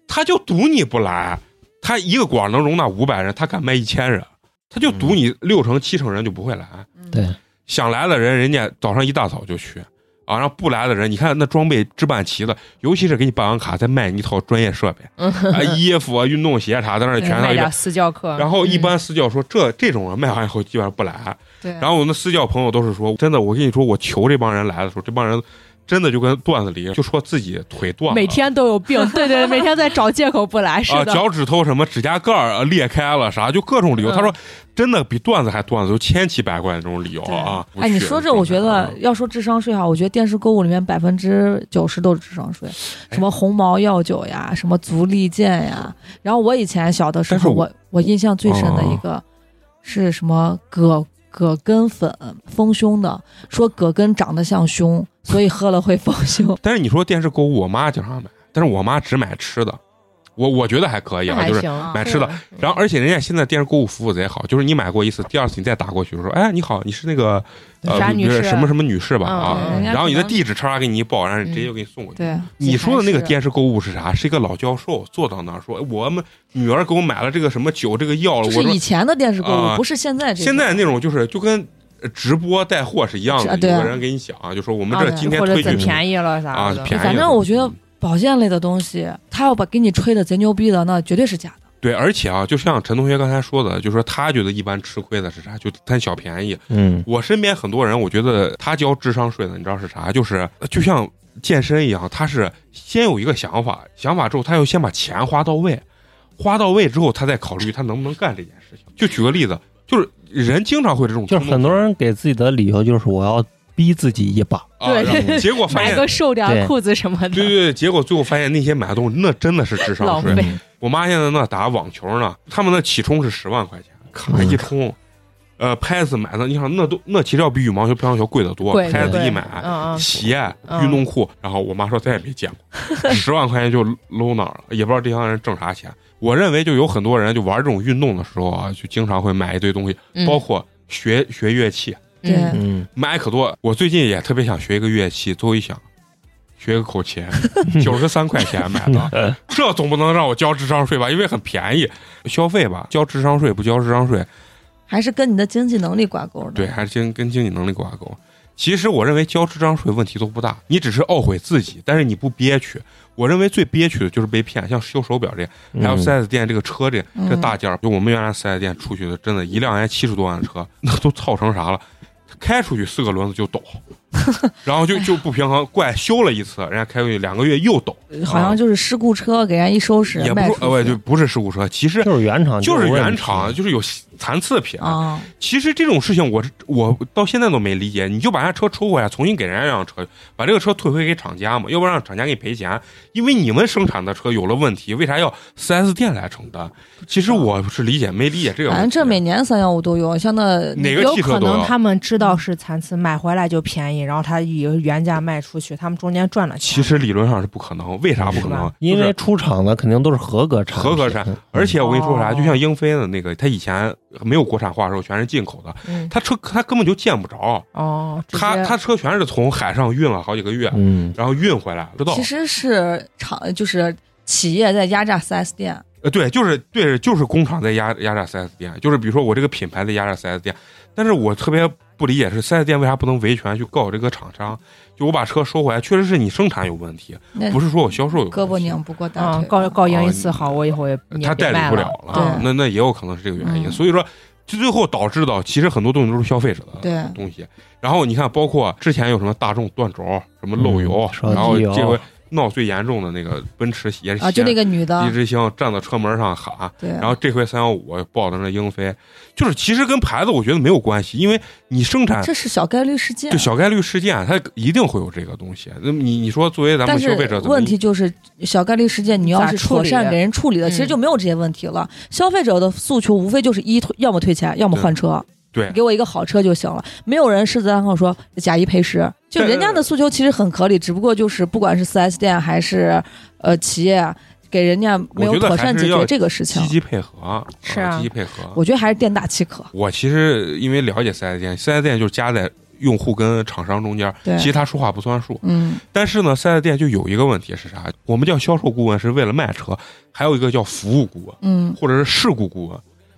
Speaker 1: 他就赌你不来，他一个馆能容纳五百人，他敢卖一千人，他就赌
Speaker 5: 嗯
Speaker 1: 你六成七成人就不会来。
Speaker 4: 对，
Speaker 1: 想来的人，人家早上一大早就去。啊，然后不来的人，你看那装备置办齐了，尤其是给你办完卡，再卖你一套专业设备，啊，衣服啊、运动鞋啥的，在那全套
Speaker 5: 嗯卖
Speaker 1: 一
Speaker 5: 点
Speaker 1: 遍。
Speaker 5: 私教课，
Speaker 1: 然后一般私教说，这这种人卖完以后基本上不来，
Speaker 3: 对，
Speaker 1: 然后我那私教朋友都是说，真的，我跟你说，我求这帮人来的时候，这帮人真的就跟段子里就说自己腿断了，
Speaker 5: 每天都有病，对对，对每天在找借口不来，是
Speaker 1: 啊
Speaker 5: 的，
Speaker 1: 脚趾头什么指甲盖儿啊裂开了啥，就各种理由。
Speaker 5: 嗯
Speaker 1: 他说真的比段子还段子，有千奇百怪的这种理由啊。不
Speaker 3: 哎，你
Speaker 1: 去
Speaker 3: 说
Speaker 1: 的
Speaker 3: 这，我觉
Speaker 1: 状态
Speaker 3: 得要说智商税哈，我觉得电视购物里面百分之九十都是智商税，
Speaker 1: 哎
Speaker 3: 什么鸿茅药酒呀，什么足力健呀。然后我以前小的时
Speaker 1: 但是
Speaker 3: 候，
Speaker 1: 我哦
Speaker 3: 我我印象最深的一个是什么葛葛根粉丰胸的，说葛根长得像胸，所以喝了会丰
Speaker 1: 。
Speaker 3: 胸
Speaker 1: 但是你说电视购物，我妈经常买，但是我妈只买吃的，我我觉得还可以
Speaker 5: 那
Speaker 1: 啊，
Speaker 5: 还
Speaker 1: 就是。
Speaker 5: 行，
Speaker 1: 买吃的
Speaker 5: 嗯，
Speaker 1: 然后，而且人家现在电视购物服务贼好，就是你买过一次，第二次你再打过去就说，哎，你好，你是那个呃
Speaker 5: 啥女士
Speaker 1: 什么什么女士吧
Speaker 5: 嗯
Speaker 1: 啊，
Speaker 5: 嗯
Speaker 1: 然后你的地址叉叉给你一报，然后直接就给你送过去。
Speaker 3: 对，
Speaker 1: 你说的那个电视购物是啥？是一个老教授坐到那儿说：“我们女儿给我买了这个什么酒，这个药了。”
Speaker 3: 就
Speaker 1: 我
Speaker 3: 是以
Speaker 1: 说
Speaker 3: 前的电视购
Speaker 1: 啊
Speaker 3: 物，不是现在这个。
Speaker 1: 现在那种就是就跟直播带货是一样的，
Speaker 3: 是啊对啊
Speaker 1: 有个人给你讲，就说我们
Speaker 5: 啊
Speaker 1: 这今天
Speaker 5: 或者
Speaker 1: 推
Speaker 5: 怎
Speaker 1: 举
Speaker 5: 便宜了啥
Speaker 1: 啊
Speaker 5: 的，，
Speaker 1: 便宜。
Speaker 3: 反正我觉得保健类的东西，他要把给你吹的贼牛逼的，那绝对是假的。
Speaker 1: 对，而且啊，就像陈同学刚才说的，就说他觉得一般吃亏的是啥？就贪小便宜。
Speaker 4: 嗯
Speaker 1: 我身边很多人，我觉得他交智商税的，你知道是啥？就是呃就像健身一样，他是先有一个想法，想法之后他要先把钱花到位，花到位之后他再考虑他能不能干这件事情。就举个例子，就是人经常会这种冲
Speaker 4: 就
Speaker 1: 动
Speaker 4: 是
Speaker 1: 性，
Speaker 4: 很多人给自己的理由就是我要逼自己一把，
Speaker 1: 啊，
Speaker 5: 对
Speaker 1: 然后结果发
Speaker 5: 买
Speaker 1: 现，
Speaker 5: 个瘦点
Speaker 4: 对
Speaker 5: 儿裤子什么的，
Speaker 1: 对对对，结果最后发现那些买的东西那真的是智商
Speaker 5: 浪
Speaker 1: 税
Speaker 4: 嗯
Speaker 5: 费。
Speaker 1: 我妈现在那打网球呢，他们那起冲是十万块钱，咔
Speaker 4: 嗯
Speaker 1: 一冲，呃，拍子买的，你想那都那其实要比羽毛球、乒乓球贵得多
Speaker 3: 贵，
Speaker 1: 拍
Speaker 4: 对
Speaker 1: 子一
Speaker 5: 对
Speaker 1: 买，
Speaker 5: 嗯嗯，
Speaker 1: 鞋、
Speaker 5: 嗯
Speaker 1: 运动裤，然后我妈说再也没见过，十万块钱就搂那儿了，也不知道这帮人挣啥钱。我认为就有很多人就玩这种运动的时候啊，就经常会买一堆东西，
Speaker 6: 嗯
Speaker 1: 包括学学乐器，
Speaker 3: 对
Speaker 6: 嗯
Speaker 4: 嗯，
Speaker 1: 买可多。我最近也特别想学一个乐器，最后一想。学个口琴，九十三块钱买的，这总不能让我交智商税吧？因为很便宜，消费吧，交智商税不交智商税，
Speaker 3: 还是跟你的经济能力挂钩的。
Speaker 1: 对，还是跟跟经济能力挂钩。其实我认为交智商税问题都不大，你只是懊悔自己，但是你不憋屈。我认为最憋屈的就是被骗，像修手表这样，还有
Speaker 4: 嗯
Speaker 1: 4S 店这个车这样，
Speaker 3: 嗯
Speaker 1: 这大件儿，就我们原来 4S 店出去的，真的，一辆人七十多万的车，那都操成啥了？开出去四个轮子就 抖，然后就就不平衡，怪修了一次，人家开出去两个月又抖，
Speaker 3: 好像就是事故车给人家一收拾
Speaker 1: 也不
Speaker 3: 卖
Speaker 1: 是
Speaker 3: 出去，
Speaker 1: 呃，就不是事故车，其实
Speaker 4: 就是原厂
Speaker 1: 就是
Speaker 4: 有问
Speaker 1: 原
Speaker 4: 题
Speaker 1: 厂，就是有残次品，
Speaker 3: 啊，
Speaker 1: 其实这种事情我是，我到现在都没理解。你就把人家车抽回来，重新给人家辆车，把这个车退回给厂家嘛，要不然让厂家给你赔钱。因为你们生产的车有了问题，为啥要 4S 店来承担？其实我是理解，没理解这个问题。
Speaker 3: 反正这每年三幺五都有，像那
Speaker 1: 哪个
Speaker 5: 有
Speaker 1: 汽车
Speaker 5: 可
Speaker 1: 都
Speaker 5: 能
Speaker 1: 有。
Speaker 5: 他们知道是残次，买回来就便宜，然后他以原价卖出去，他们中间赚了钱。
Speaker 1: 其实理论上是不可能，为啥不可
Speaker 5: 是
Speaker 1: 能
Speaker 5: 吧？
Speaker 4: 因
Speaker 1: 就是
Speaker 4: 为出厂的肯定都是合格产品，
Speaker 1: 合格产
Speaker 4: 嗯，
Speaker 1: 而且我跟你说啥，
Speaker 5: 哦
Speaker 1: 就像英菲的那个，它以前没有国产化的时候，全是进口的，
Speaker 5: 嗯，
Speaker 1: 它车它根本就见不着，
Speaker 5: 哦，直接
Speaker 1: 它它车全是从海上运了好几个月，
Speaker 4: 嗯，
Speaker 1: 然后运回来，知道？
Speaker 3: 其实是厂就是企业在压榨 4S 店，
Speaker 1: 呃，对，就是对，就是工厂在压压榨 4S 店，就是比如说我这个品牌在压榨 4S 店，但是我特别不理解是 4S 店为啥不能维权去告这个厂商？就我把车收回来，确实是你生产有问题，
Speaker 3: 那
Speaker 1: 不是说我销售有问题
Speaker 3: 胳膊拧不过大
Speaker 5: 嗯
Speaker 3: 腿。
Speaker 5: 告告赢一次
Speaker 1: 哦
Speaker 5: 好，我以后也也
Speaker 1: 他代
Speaker 5: 别卖
Speaker 1: 理不了
Speaker 3: 对
Speaker 1: 了，那那也有可能是这个原因。
Speaker 3: 嗯
Speaker 1: 所以说，就最后导致到其实很多东西都是消费者的
Speaker 3: 对
Speaker 1: 东西。然后你看，包括之前有什么大众断轴、什么漏油
Speaker 4: 嗯，烧机
Speaker 1: 然后
Speaker 4: 油
Speaker 1: 这回闹最严重的那个奔驰也是
Speaker 3: 啊，就那
Speaker 1: 个
Speaker 3: 个女的
Speaker 1: 一，枝星站在车门上喊。
Speaker 3: 对，
Speaker 1: 然后这回三幺五报的那英菲，就是其实跟牌子我觉得没有关系，因为你生产
Speaker 3: 这是小概率事件
Speaker 1: 就。小概率事件，它一定会有这个东西。那么你你说作为咱
Speaker 3: 但
Speaker 1: 们
Speaker 3: 是
Speaker 1: 消费者，怎么
Speaker 3: 问题就是小概率事件，你要是妥善给人处理了，嗯
Speaker 5: 咋处理
Speaker 3: 其实就没有这些问题了。消费者的诉求无非就是一退，要么退钱，要么换车，
Speaker 1: 对
Speaker 3: 给我一个好车就行了。没有人狮子大开口说假一赔十，就人家的诉求其实很合理，只不过就是不管是 4S 店还是呃企业，给人家没有
Speaker 1: 我觉得
Speaker 3: 妥
Speaker 1: 还是
Speaker 3: 善解
Speaker 1: 要
Speaker 3: 决这个事情
Speaker 1: 积，极配合
Speaker 5: 是啊
Speaker 1: 积极配合。
Speaker 3: 我觉得还是店大欺客。
Speaker 1: 我其实因为了解四 S 店，四 S 店就是夹在用户跟厂商中间，
Speaker 3: 对
Speaker 1: 其实他说话不算数。
Speaker 3: 嗯，
Speaker 1: 但是呢，四 S 店就有一个问题是啥？我们叫销售顾问是为了卖车，还有一个叫服务顾问。
Speaker 3: 嗯，
Speaker 1: 或者是事故顾问，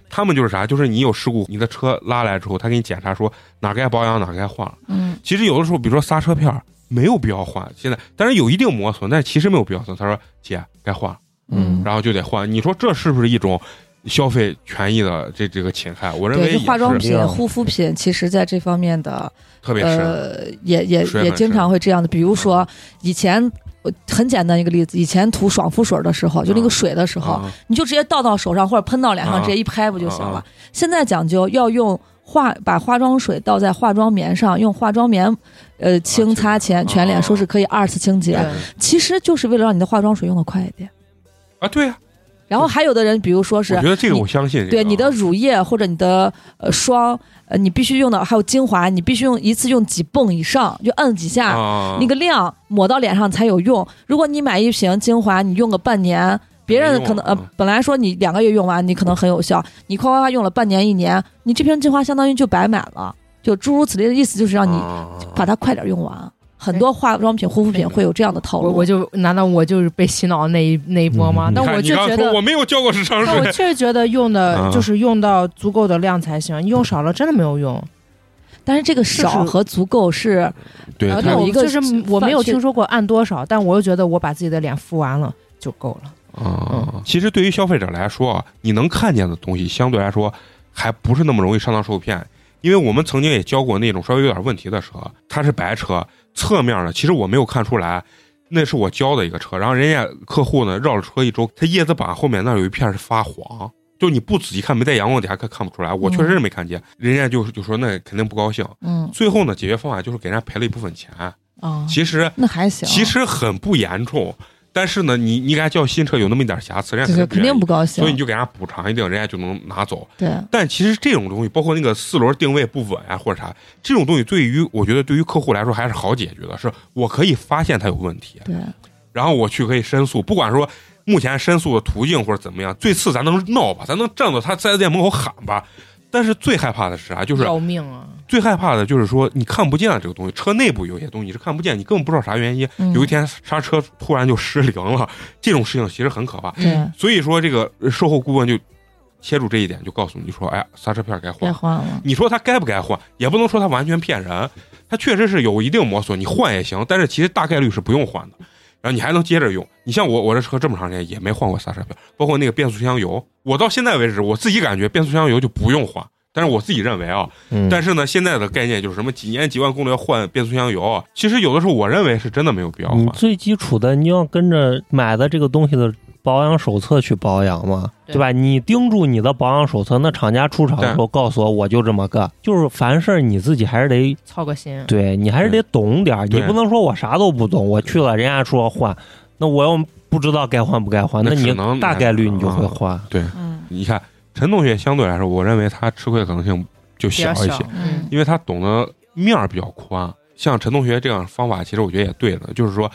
Speaker 1: 他们就是啥，就是你有事故，你的车拉来之后，他给你检查说哪该保养，哪该换了。
Speaker 3: 嗯，
Speaker 1: 其实有的时候，比如说刹车片儿没有必要换，现在但是有一定磨损，但是其实没有必要损。他说姐该换了，
Speaker 3: 嗯
Speaker 1: 然后就得换。你说这是不是一种消费权益的这这个侵害？我认为
Speaker 3: 对，
Speaker 1: 也
Speaker 3: 就化妆
Speaker 1: 是
Speaker 3: 品、护肤品，其实在这方面的
Speaker 1: 特别深。
Speaker 3: 呃，也也
Speaker 1: 水
Speaker 3: 也
Speaker 1: 很
Speaker 3: 经
Speaker 1: 深
Speaker 3: 常会这样的。比如
Speaker 1: 嗯
Speaker 3: 说以前。我很简单一个例子，以前涂爽肤水的时候，就那个
Speaker 1: 嗯
Speaker 3: 水的时候，
Speaker 1: 啊
Speaker 3: 你就直接倒到手上或者喷到脸上，
Speaker 1: 啊
Speaker 3: 直接一拍不就行了？
Speaker 1: 啊
Speaker 3: 现在讲究要用化，把化妆水倒在化妆棉上，用化妆棉，呃，轻
Speaker 1: 清
Speaker 3: 擦全
Speaker 1: 啊
Speaker 3: 全脸，说是可以二次清洁，
Speaker 5: 对
Speaker 3: 其实就是为了让你的化妆水用的快一点。
Speaker 1: 啊，对呀、
Speaker 3: 然后还有的人，比如说是
Speaker 1: 我觉得这个
Speaker 3: 你
Speaker 1: 我相信、这个
Speaker 3: 对你的
Speaker 1: 啊
Speaker 3: 乳液或者你的呃霜，呃，你必须用到，还有精华，你必须用一次用几泵以上，就摁几下，
Speaker 1: 啊
Speaker 3: 那个量抹到脸上才有用。如果你买一瓶精华，你用个半年，别
Speaker 1: 没
Speaker 3: 人
Speaker 1: 用
Speaker 3: 可能
Speaker 1: 啊
Speaker 3: 呃本来说你两个月用完，你可能很有效，你夸夸夸用了半年一年，你这瓶精华相当于就白买了。就诸如此类的意思，就是让你
Speaker 1: 啊
Speaker 3: 把它快点用完。很多化妆品、护肤品会有这样的套
Speaker 5: 我
Speaker 3: 路。
Speaker 5: 我就难道我就是被洗脑那一那一波吗？
Speaker 4: 嗯
Speaker 5: 但
Speaker 1: 看
Speaker 5: 我
Speaker 1: 你
Speaker 5: 就
Speaker 1: 刚
Speaker 5: 觉
Speaker 1: 说
Speaker 5: 得
Speaker 1: 我没有交过智商
Speaker 5: 但我
Speaker 1: 税，
Speaker 5: 确实觉得用的
Speaker 1: 啊
Speaker 5: 就是用到足够的量才行，你用少了真的没有用。
Speaker 3: 但是这个少和足够是
Speaker 1: 对
Speaker 3: 然后
Speaker 1: 他
Speaker 3: 有一个
Speaker 5: 就是我没有
Speaker 3: 饭去
Speaker 5: 听说过按多少，但我又觉得我把自己的脸敷完了就够了。
Speaker 1: 啊，其实对于消费者来说啊，你能看见的东西相对来说还不是那么容易上当受骗，因为我们曾经也交过那种稍微有点问题的车，它是白车，侧面呢，其实我没有看出来。那是我交的一个车，然后人家客户呢绕了车一周，他叶子板后面那儿有一片是发黄，就你不仔细看，没在阳光底下看看不出来。我确实是没看见，人家就就说那肯定不高兴。
Speaker 3: 嗯
Speaker 1: 最后呢，解决方案就是给人家赔了一部分钱，
Speaker 3: 啊，
Speaker 1: 其实
Speaker 3: 那还行。
Speaker 1: 其实很不严重。但是呢，你你给他叫新车有那么一点瑕疵，人家
Speaker 3: 对对，肯定
Speaker 1: 愿意
Speaker 3: 不，高兴
Speaker 1: 所以。你就给人家补偿一定，人家就能拿走。
Speaker 3: 对，
Speaker 1: 但其实这种东西，包括那个四轮定位不稳啊，或者啥，这种东西对于我觉得对于客户来说还是好解决的，是我可以发现它有问题，
Speaker 3: 对，
Speaker 1: 然后我去可以申诉，不管说目前申诉的途径或者怎么样，最次咱能闹吧，咱能站到他四 S 店门口喊吧。但是最害怕的是啥、就是
Speaker 5: 要命啊！
Speaker 1: 最害怕的就是说你看不见这个东西，车内部有些东西是看不见，你根本不知道啥原因。
Speaker 3: 嗯
Speaker 1: 有一天刹车突然就失灵了， 这种事情其实很可怕。
Speaker 3: 对，
Speaker 1: 所以说，这个售后顾问就切住这一点，就告诉你说：“哎呀，刹车片该换
Speaker 3: 该。换了”。
Speaker 1: 你说他该不该换，也不能说他完全骗人，他确实是有一定磨损，你换也行，但是其实大概率是不用换的。然后你还能接着用。你像我，我这车这么长时间也没换过刹车片，包括那个变速箱油，我到现在为止，我自己感觉变速箱油就不用换。但是我自己认为啊，
Speaker 4: 嗯，
Speaker 1: 但是呢，现在的概念就是什么几年几万公里要换变速箱油啊，其实有的时候我认为是真的没有必要换
Speaker 4: 嗯你。最基础的，你要跟着买的这个东西的保养手册去保养嘛，
Speaker 5: 对
Speaker 4: 对吧？你盯住你的保养手册，那厂家出厂的时候告诉我，我就这么干，就是凡事你自己还是得，
Speaker 5: 操个心，
Speaker 4: 对你还是得懂点儿，你
Speaker 1: 对
Speaker 4: 不能说我啥都不懂，我去了人家说换，那我要不知道该换不该换，
Speaker 1: 那
Speaker 4: 那
Speaker 1: 只
Speaker 4: 你
Speaker 1: 能
Speaker 4: 大概率你就会
Speaker 1: 啊
Speaker 4: 换。
Speaker 3: 嗯
Speaker 1: 你看陈同学相对来说，我认为他吃亏的可能性就
Speaker 5: 比
Speaker 1: 小
Speaker 5: 较
Speaker 1: 一
Speaker 5: 小
Speaker 1: 些，，
Speaker 3: 嗯，
Speaker 1: 因为他懂得面儿比较宽。像陈同学这样方法，其实我觉得也对的，就是说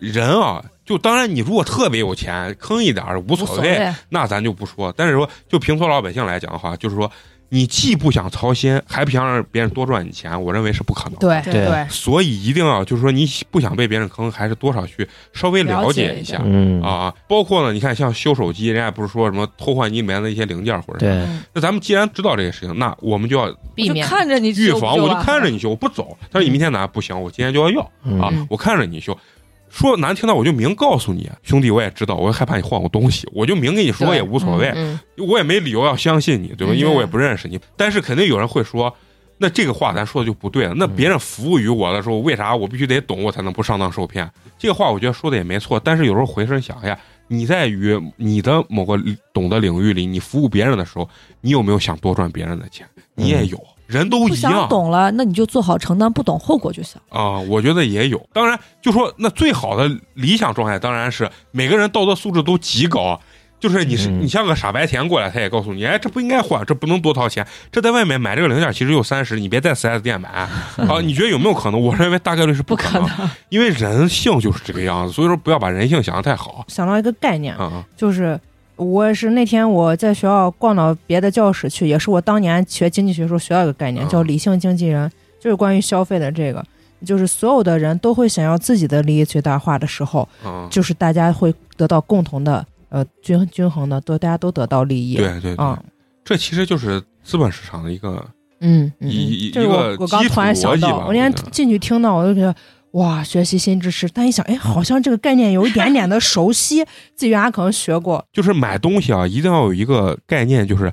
Speaker 1: 人啊，就当然你如果特别有钱，坑一点儿无
Speaker 3: 无
Speaker 1: 所
Speaker 3: 所
Speaker 1: 谓，
Speaker 3: 谓，
Speaker 1: 那咱就不说。但是说就平头老百姓来讲的话，就是说你既不想操心，还不想让别人多赚你钱，我认为是不可能的。
Speaker 5: 对
Speaker 3: 对
Speaker 5: 对，
Speaker 1: 所以一定要就是说，你不想被别人坑，还是多少去稍微了解一下
Speaker 3: 了
Speaker 4: 嗯
Speaker 1: 啊。包括呢，你看像修手机，人家也不是说什么偷换你里面的一些零件或者什么
Speaker 4: 对，
Speaker 1: 那咱们既然知道这个事情，那我们就要
Speaker 5: 避
Speaker 3: 就
Speaker 5: 免
Speaker 3: 看着你
Speaker 1: 预
Speaker 3: 修不
Speaker 1: 防，
Speaker 3: 修
Speaker 1: 我就
Speaker 3: 啊
Speaker 1: 看着你修，我不走。他说你明天拿不行，我今天就要要啊
Speaker 4: 嗯，
Speaker 5: 嗯，
Speaker 1: 我看着你修。说难听的，我就明告诉你，兄弟，我也知道，我也害怕你换我东西，我就明跟你说
Speaker 3: 对
Speaker 1: 也无所谓，
Speaker 5: 嗯，
Speaker 1: 我也没理由要相信你，对吧？
Speaker 3: 嗯
Speaker 1: 因为我也不认识你。但是肯定有人会说，那这个话咱说的就不对了。那别人服务于我的时候，为啥我必须得懂，我才能不上当受骗？这个话我觉得说的也没错。但是有时候回身想一下，你在于你的某个懂的领域里，你服务别人的时候，你有没有想多赚别人的钱？你也有，人都
Speaker 3: 嗯不
Speaker 1: 一样
Speaker 3: 想懂了，那你就做好承担不懂后果就行。
Speaker 1: 啊、我觉得也有。当然，就说那最好的理想状态，当然是每个人道德素质都极高。啊就是你是、
Speaker 4: 嗯
Speaker 1: 你像个傻白甜过来，他也告诉你，哎，这不应该换，这不能多掏钱，这在外面买这个零件其实就三十，你别在 4S 店买啊、你觉得有没有可能？我认为大概率是不可能，因为人性就是这个样子，所以说不要把人性想的太好
Speaker 5: 想到一个概 念，
Speaker 1: 啊、
Speaker 5: 就是我也是那天我在学校逛到别的教室去，也是我当年学经济学的时候学到一个概念，
Speaker 1: 嗯
Speaker 5: 叫理性经纪人，就是关于消费的这个，就是所有的人都会想要自己的利益最大化的时候，
Speaker 1: 啊！
Speaker 5: 就是大家会得到共同的呃均均衡的，都大家都得到利益。
Speaker 1: 对对对，
Speaker 5: 嗯，
Speaker 1: 这其实就是资本市场的一个
Speaker 5: 嗯嗯
Speaker 1: 一
Speaker 5: 嗯，
Speaker 1: 一
Speaker 5: 这是
Speaker 1: 一
Speaker 5: 我
Speaker 1: 个
Speaker 5: 我刚
Speaker 1: 基础
Speaker 5: 突然想
Speaker 1: 逻辑
Speaker 5: 到
Speaker 1: 吧，
Speaker 5: 我那天
Speaker 1: 我觉得
Speaker 5: 进去听到，我就觉得哇，学习新知识。但一想，哎，好像这个概念有一点点的熟悉，自己原来可能学过。
Speaker 1: 就是买东西啊，一定要有一个概念，就是，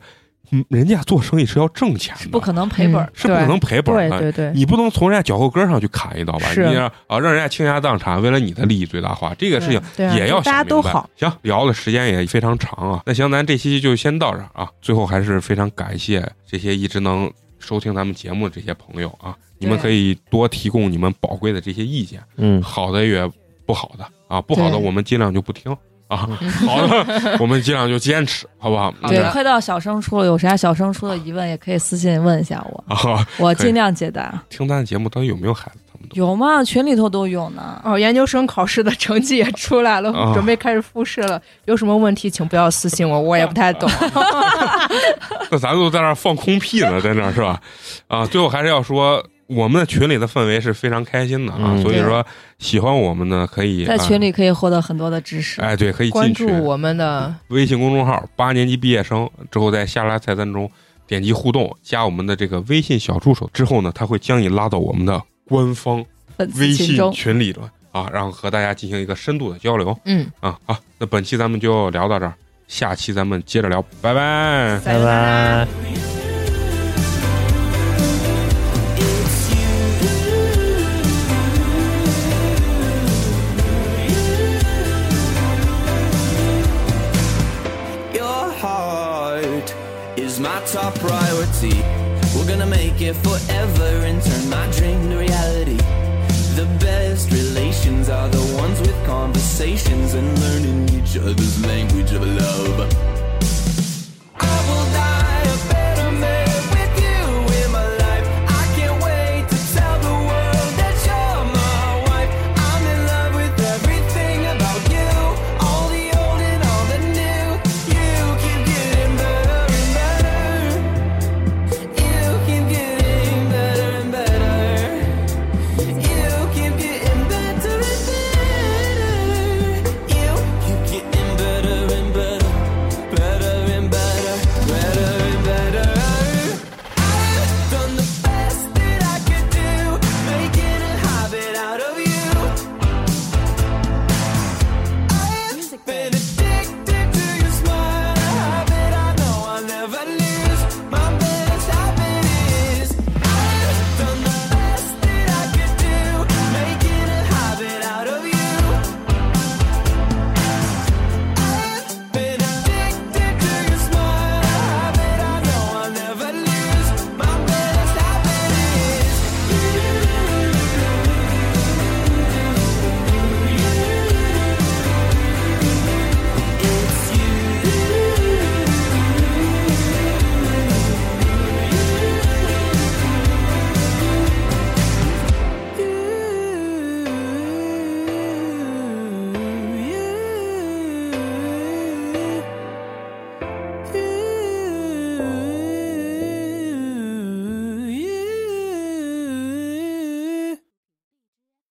Speaker 1: 嗯，人家做生意是要挣钱的，是
Speaker 3: 不可能赔本儿，
Speaker 1: 是不可能赔本
Speaker 5: 对
Speaker 1: 儿的。
Speaker 5: 对对，
Speaker 1: 你不能从人家脚后跟上去砍一刀吧？
Speaker 5: 是
Speaker 1: 你让啊，让人家倾家荡产，为了你的利益最大化，这个事情
Speaker 5: 对啊
Speaker 1: 也要
Speaker 5: 就大
Speaker 1: 想
Speaker 5: 家都
Speaker 1: 明白
Speaker 5: 好。。
Speaker 1: 行，聊的时间也非常长啊。那行，咱这期就先到这儿啊。最后还是非常感谢这些一直能收听咱们节目的这些朋友啊，你们
Speaker 5: 对
Speaker 1: 可以多提供你们宝贵的这些意见，
Speaker 4: 嗯，
Speaker 1: 好的也不好的啊，不好的
Speaker 3: 对
Speaker 1: 我们尽量就不听 啊，好的我们尽量就坚持，好不好？
Speaker 3: 对
Speaker 1: 嗯，
Speaker 3: 快到小升初了，有啥小升初的疑问也可以私信问一下我，
Speaker 1: 啊，
Speaker 3: 我
Speaker 1: 可以
Speaker 3: 尽量解答。
Speaker 1: 听咱的节目到底有没有孩子？他们都
Speaker 3: 有吗？群里头都有呢。
Speaker 5: 哦，研究生考试的成绩也出来了，
Speaker 1: 啊
Speaker 5: 准备开始复试了。有什么问题请不要私信我，我也不太懂。
Speaker 1: 啊那咱都在那儿放空屁呢，在那儿是吧？啊，最后还是要说，我们的群里的氛围是非常开心的啊，
Speaker 4: 嗯
Speaker 1: 所以说喜欢我们呢，可以
Speaker 3: 在群
Speaker 1: 里，
Speaker 3: 里可以获得很多的知识。
Speaker 1: 啊哎，对，可以
Speaker 5: 关
Speaker 1: 进
Speaker 5: 注
Speaker 1: 群，
Speaker 5: 我们的
Speaker 1: 微信公众号“八年级毕业生”，之后在下拉菜单中点击互动，加我们的这个微信小助手之后呢，他会将你拉到我们的官方
Speaker 3: 粉丝
Speaker 1: 微
Speaker 3: 群
Speaker 1: 信
Speaker 3: 中，
Speaker 1: 群里了啊，然后和大家进行一个深度的交流
Speaker 5: 嗯，
Speaker 1: 啊。好，那本期咱们就聊到这儿，下期咱们接着聊，拜拜。
Speaker 4: 拜拜。
Speaker 2: Your heart is my top priority. We're gonna make it forever and turn my dream to reality. The best relations are the ones with conversations and of love.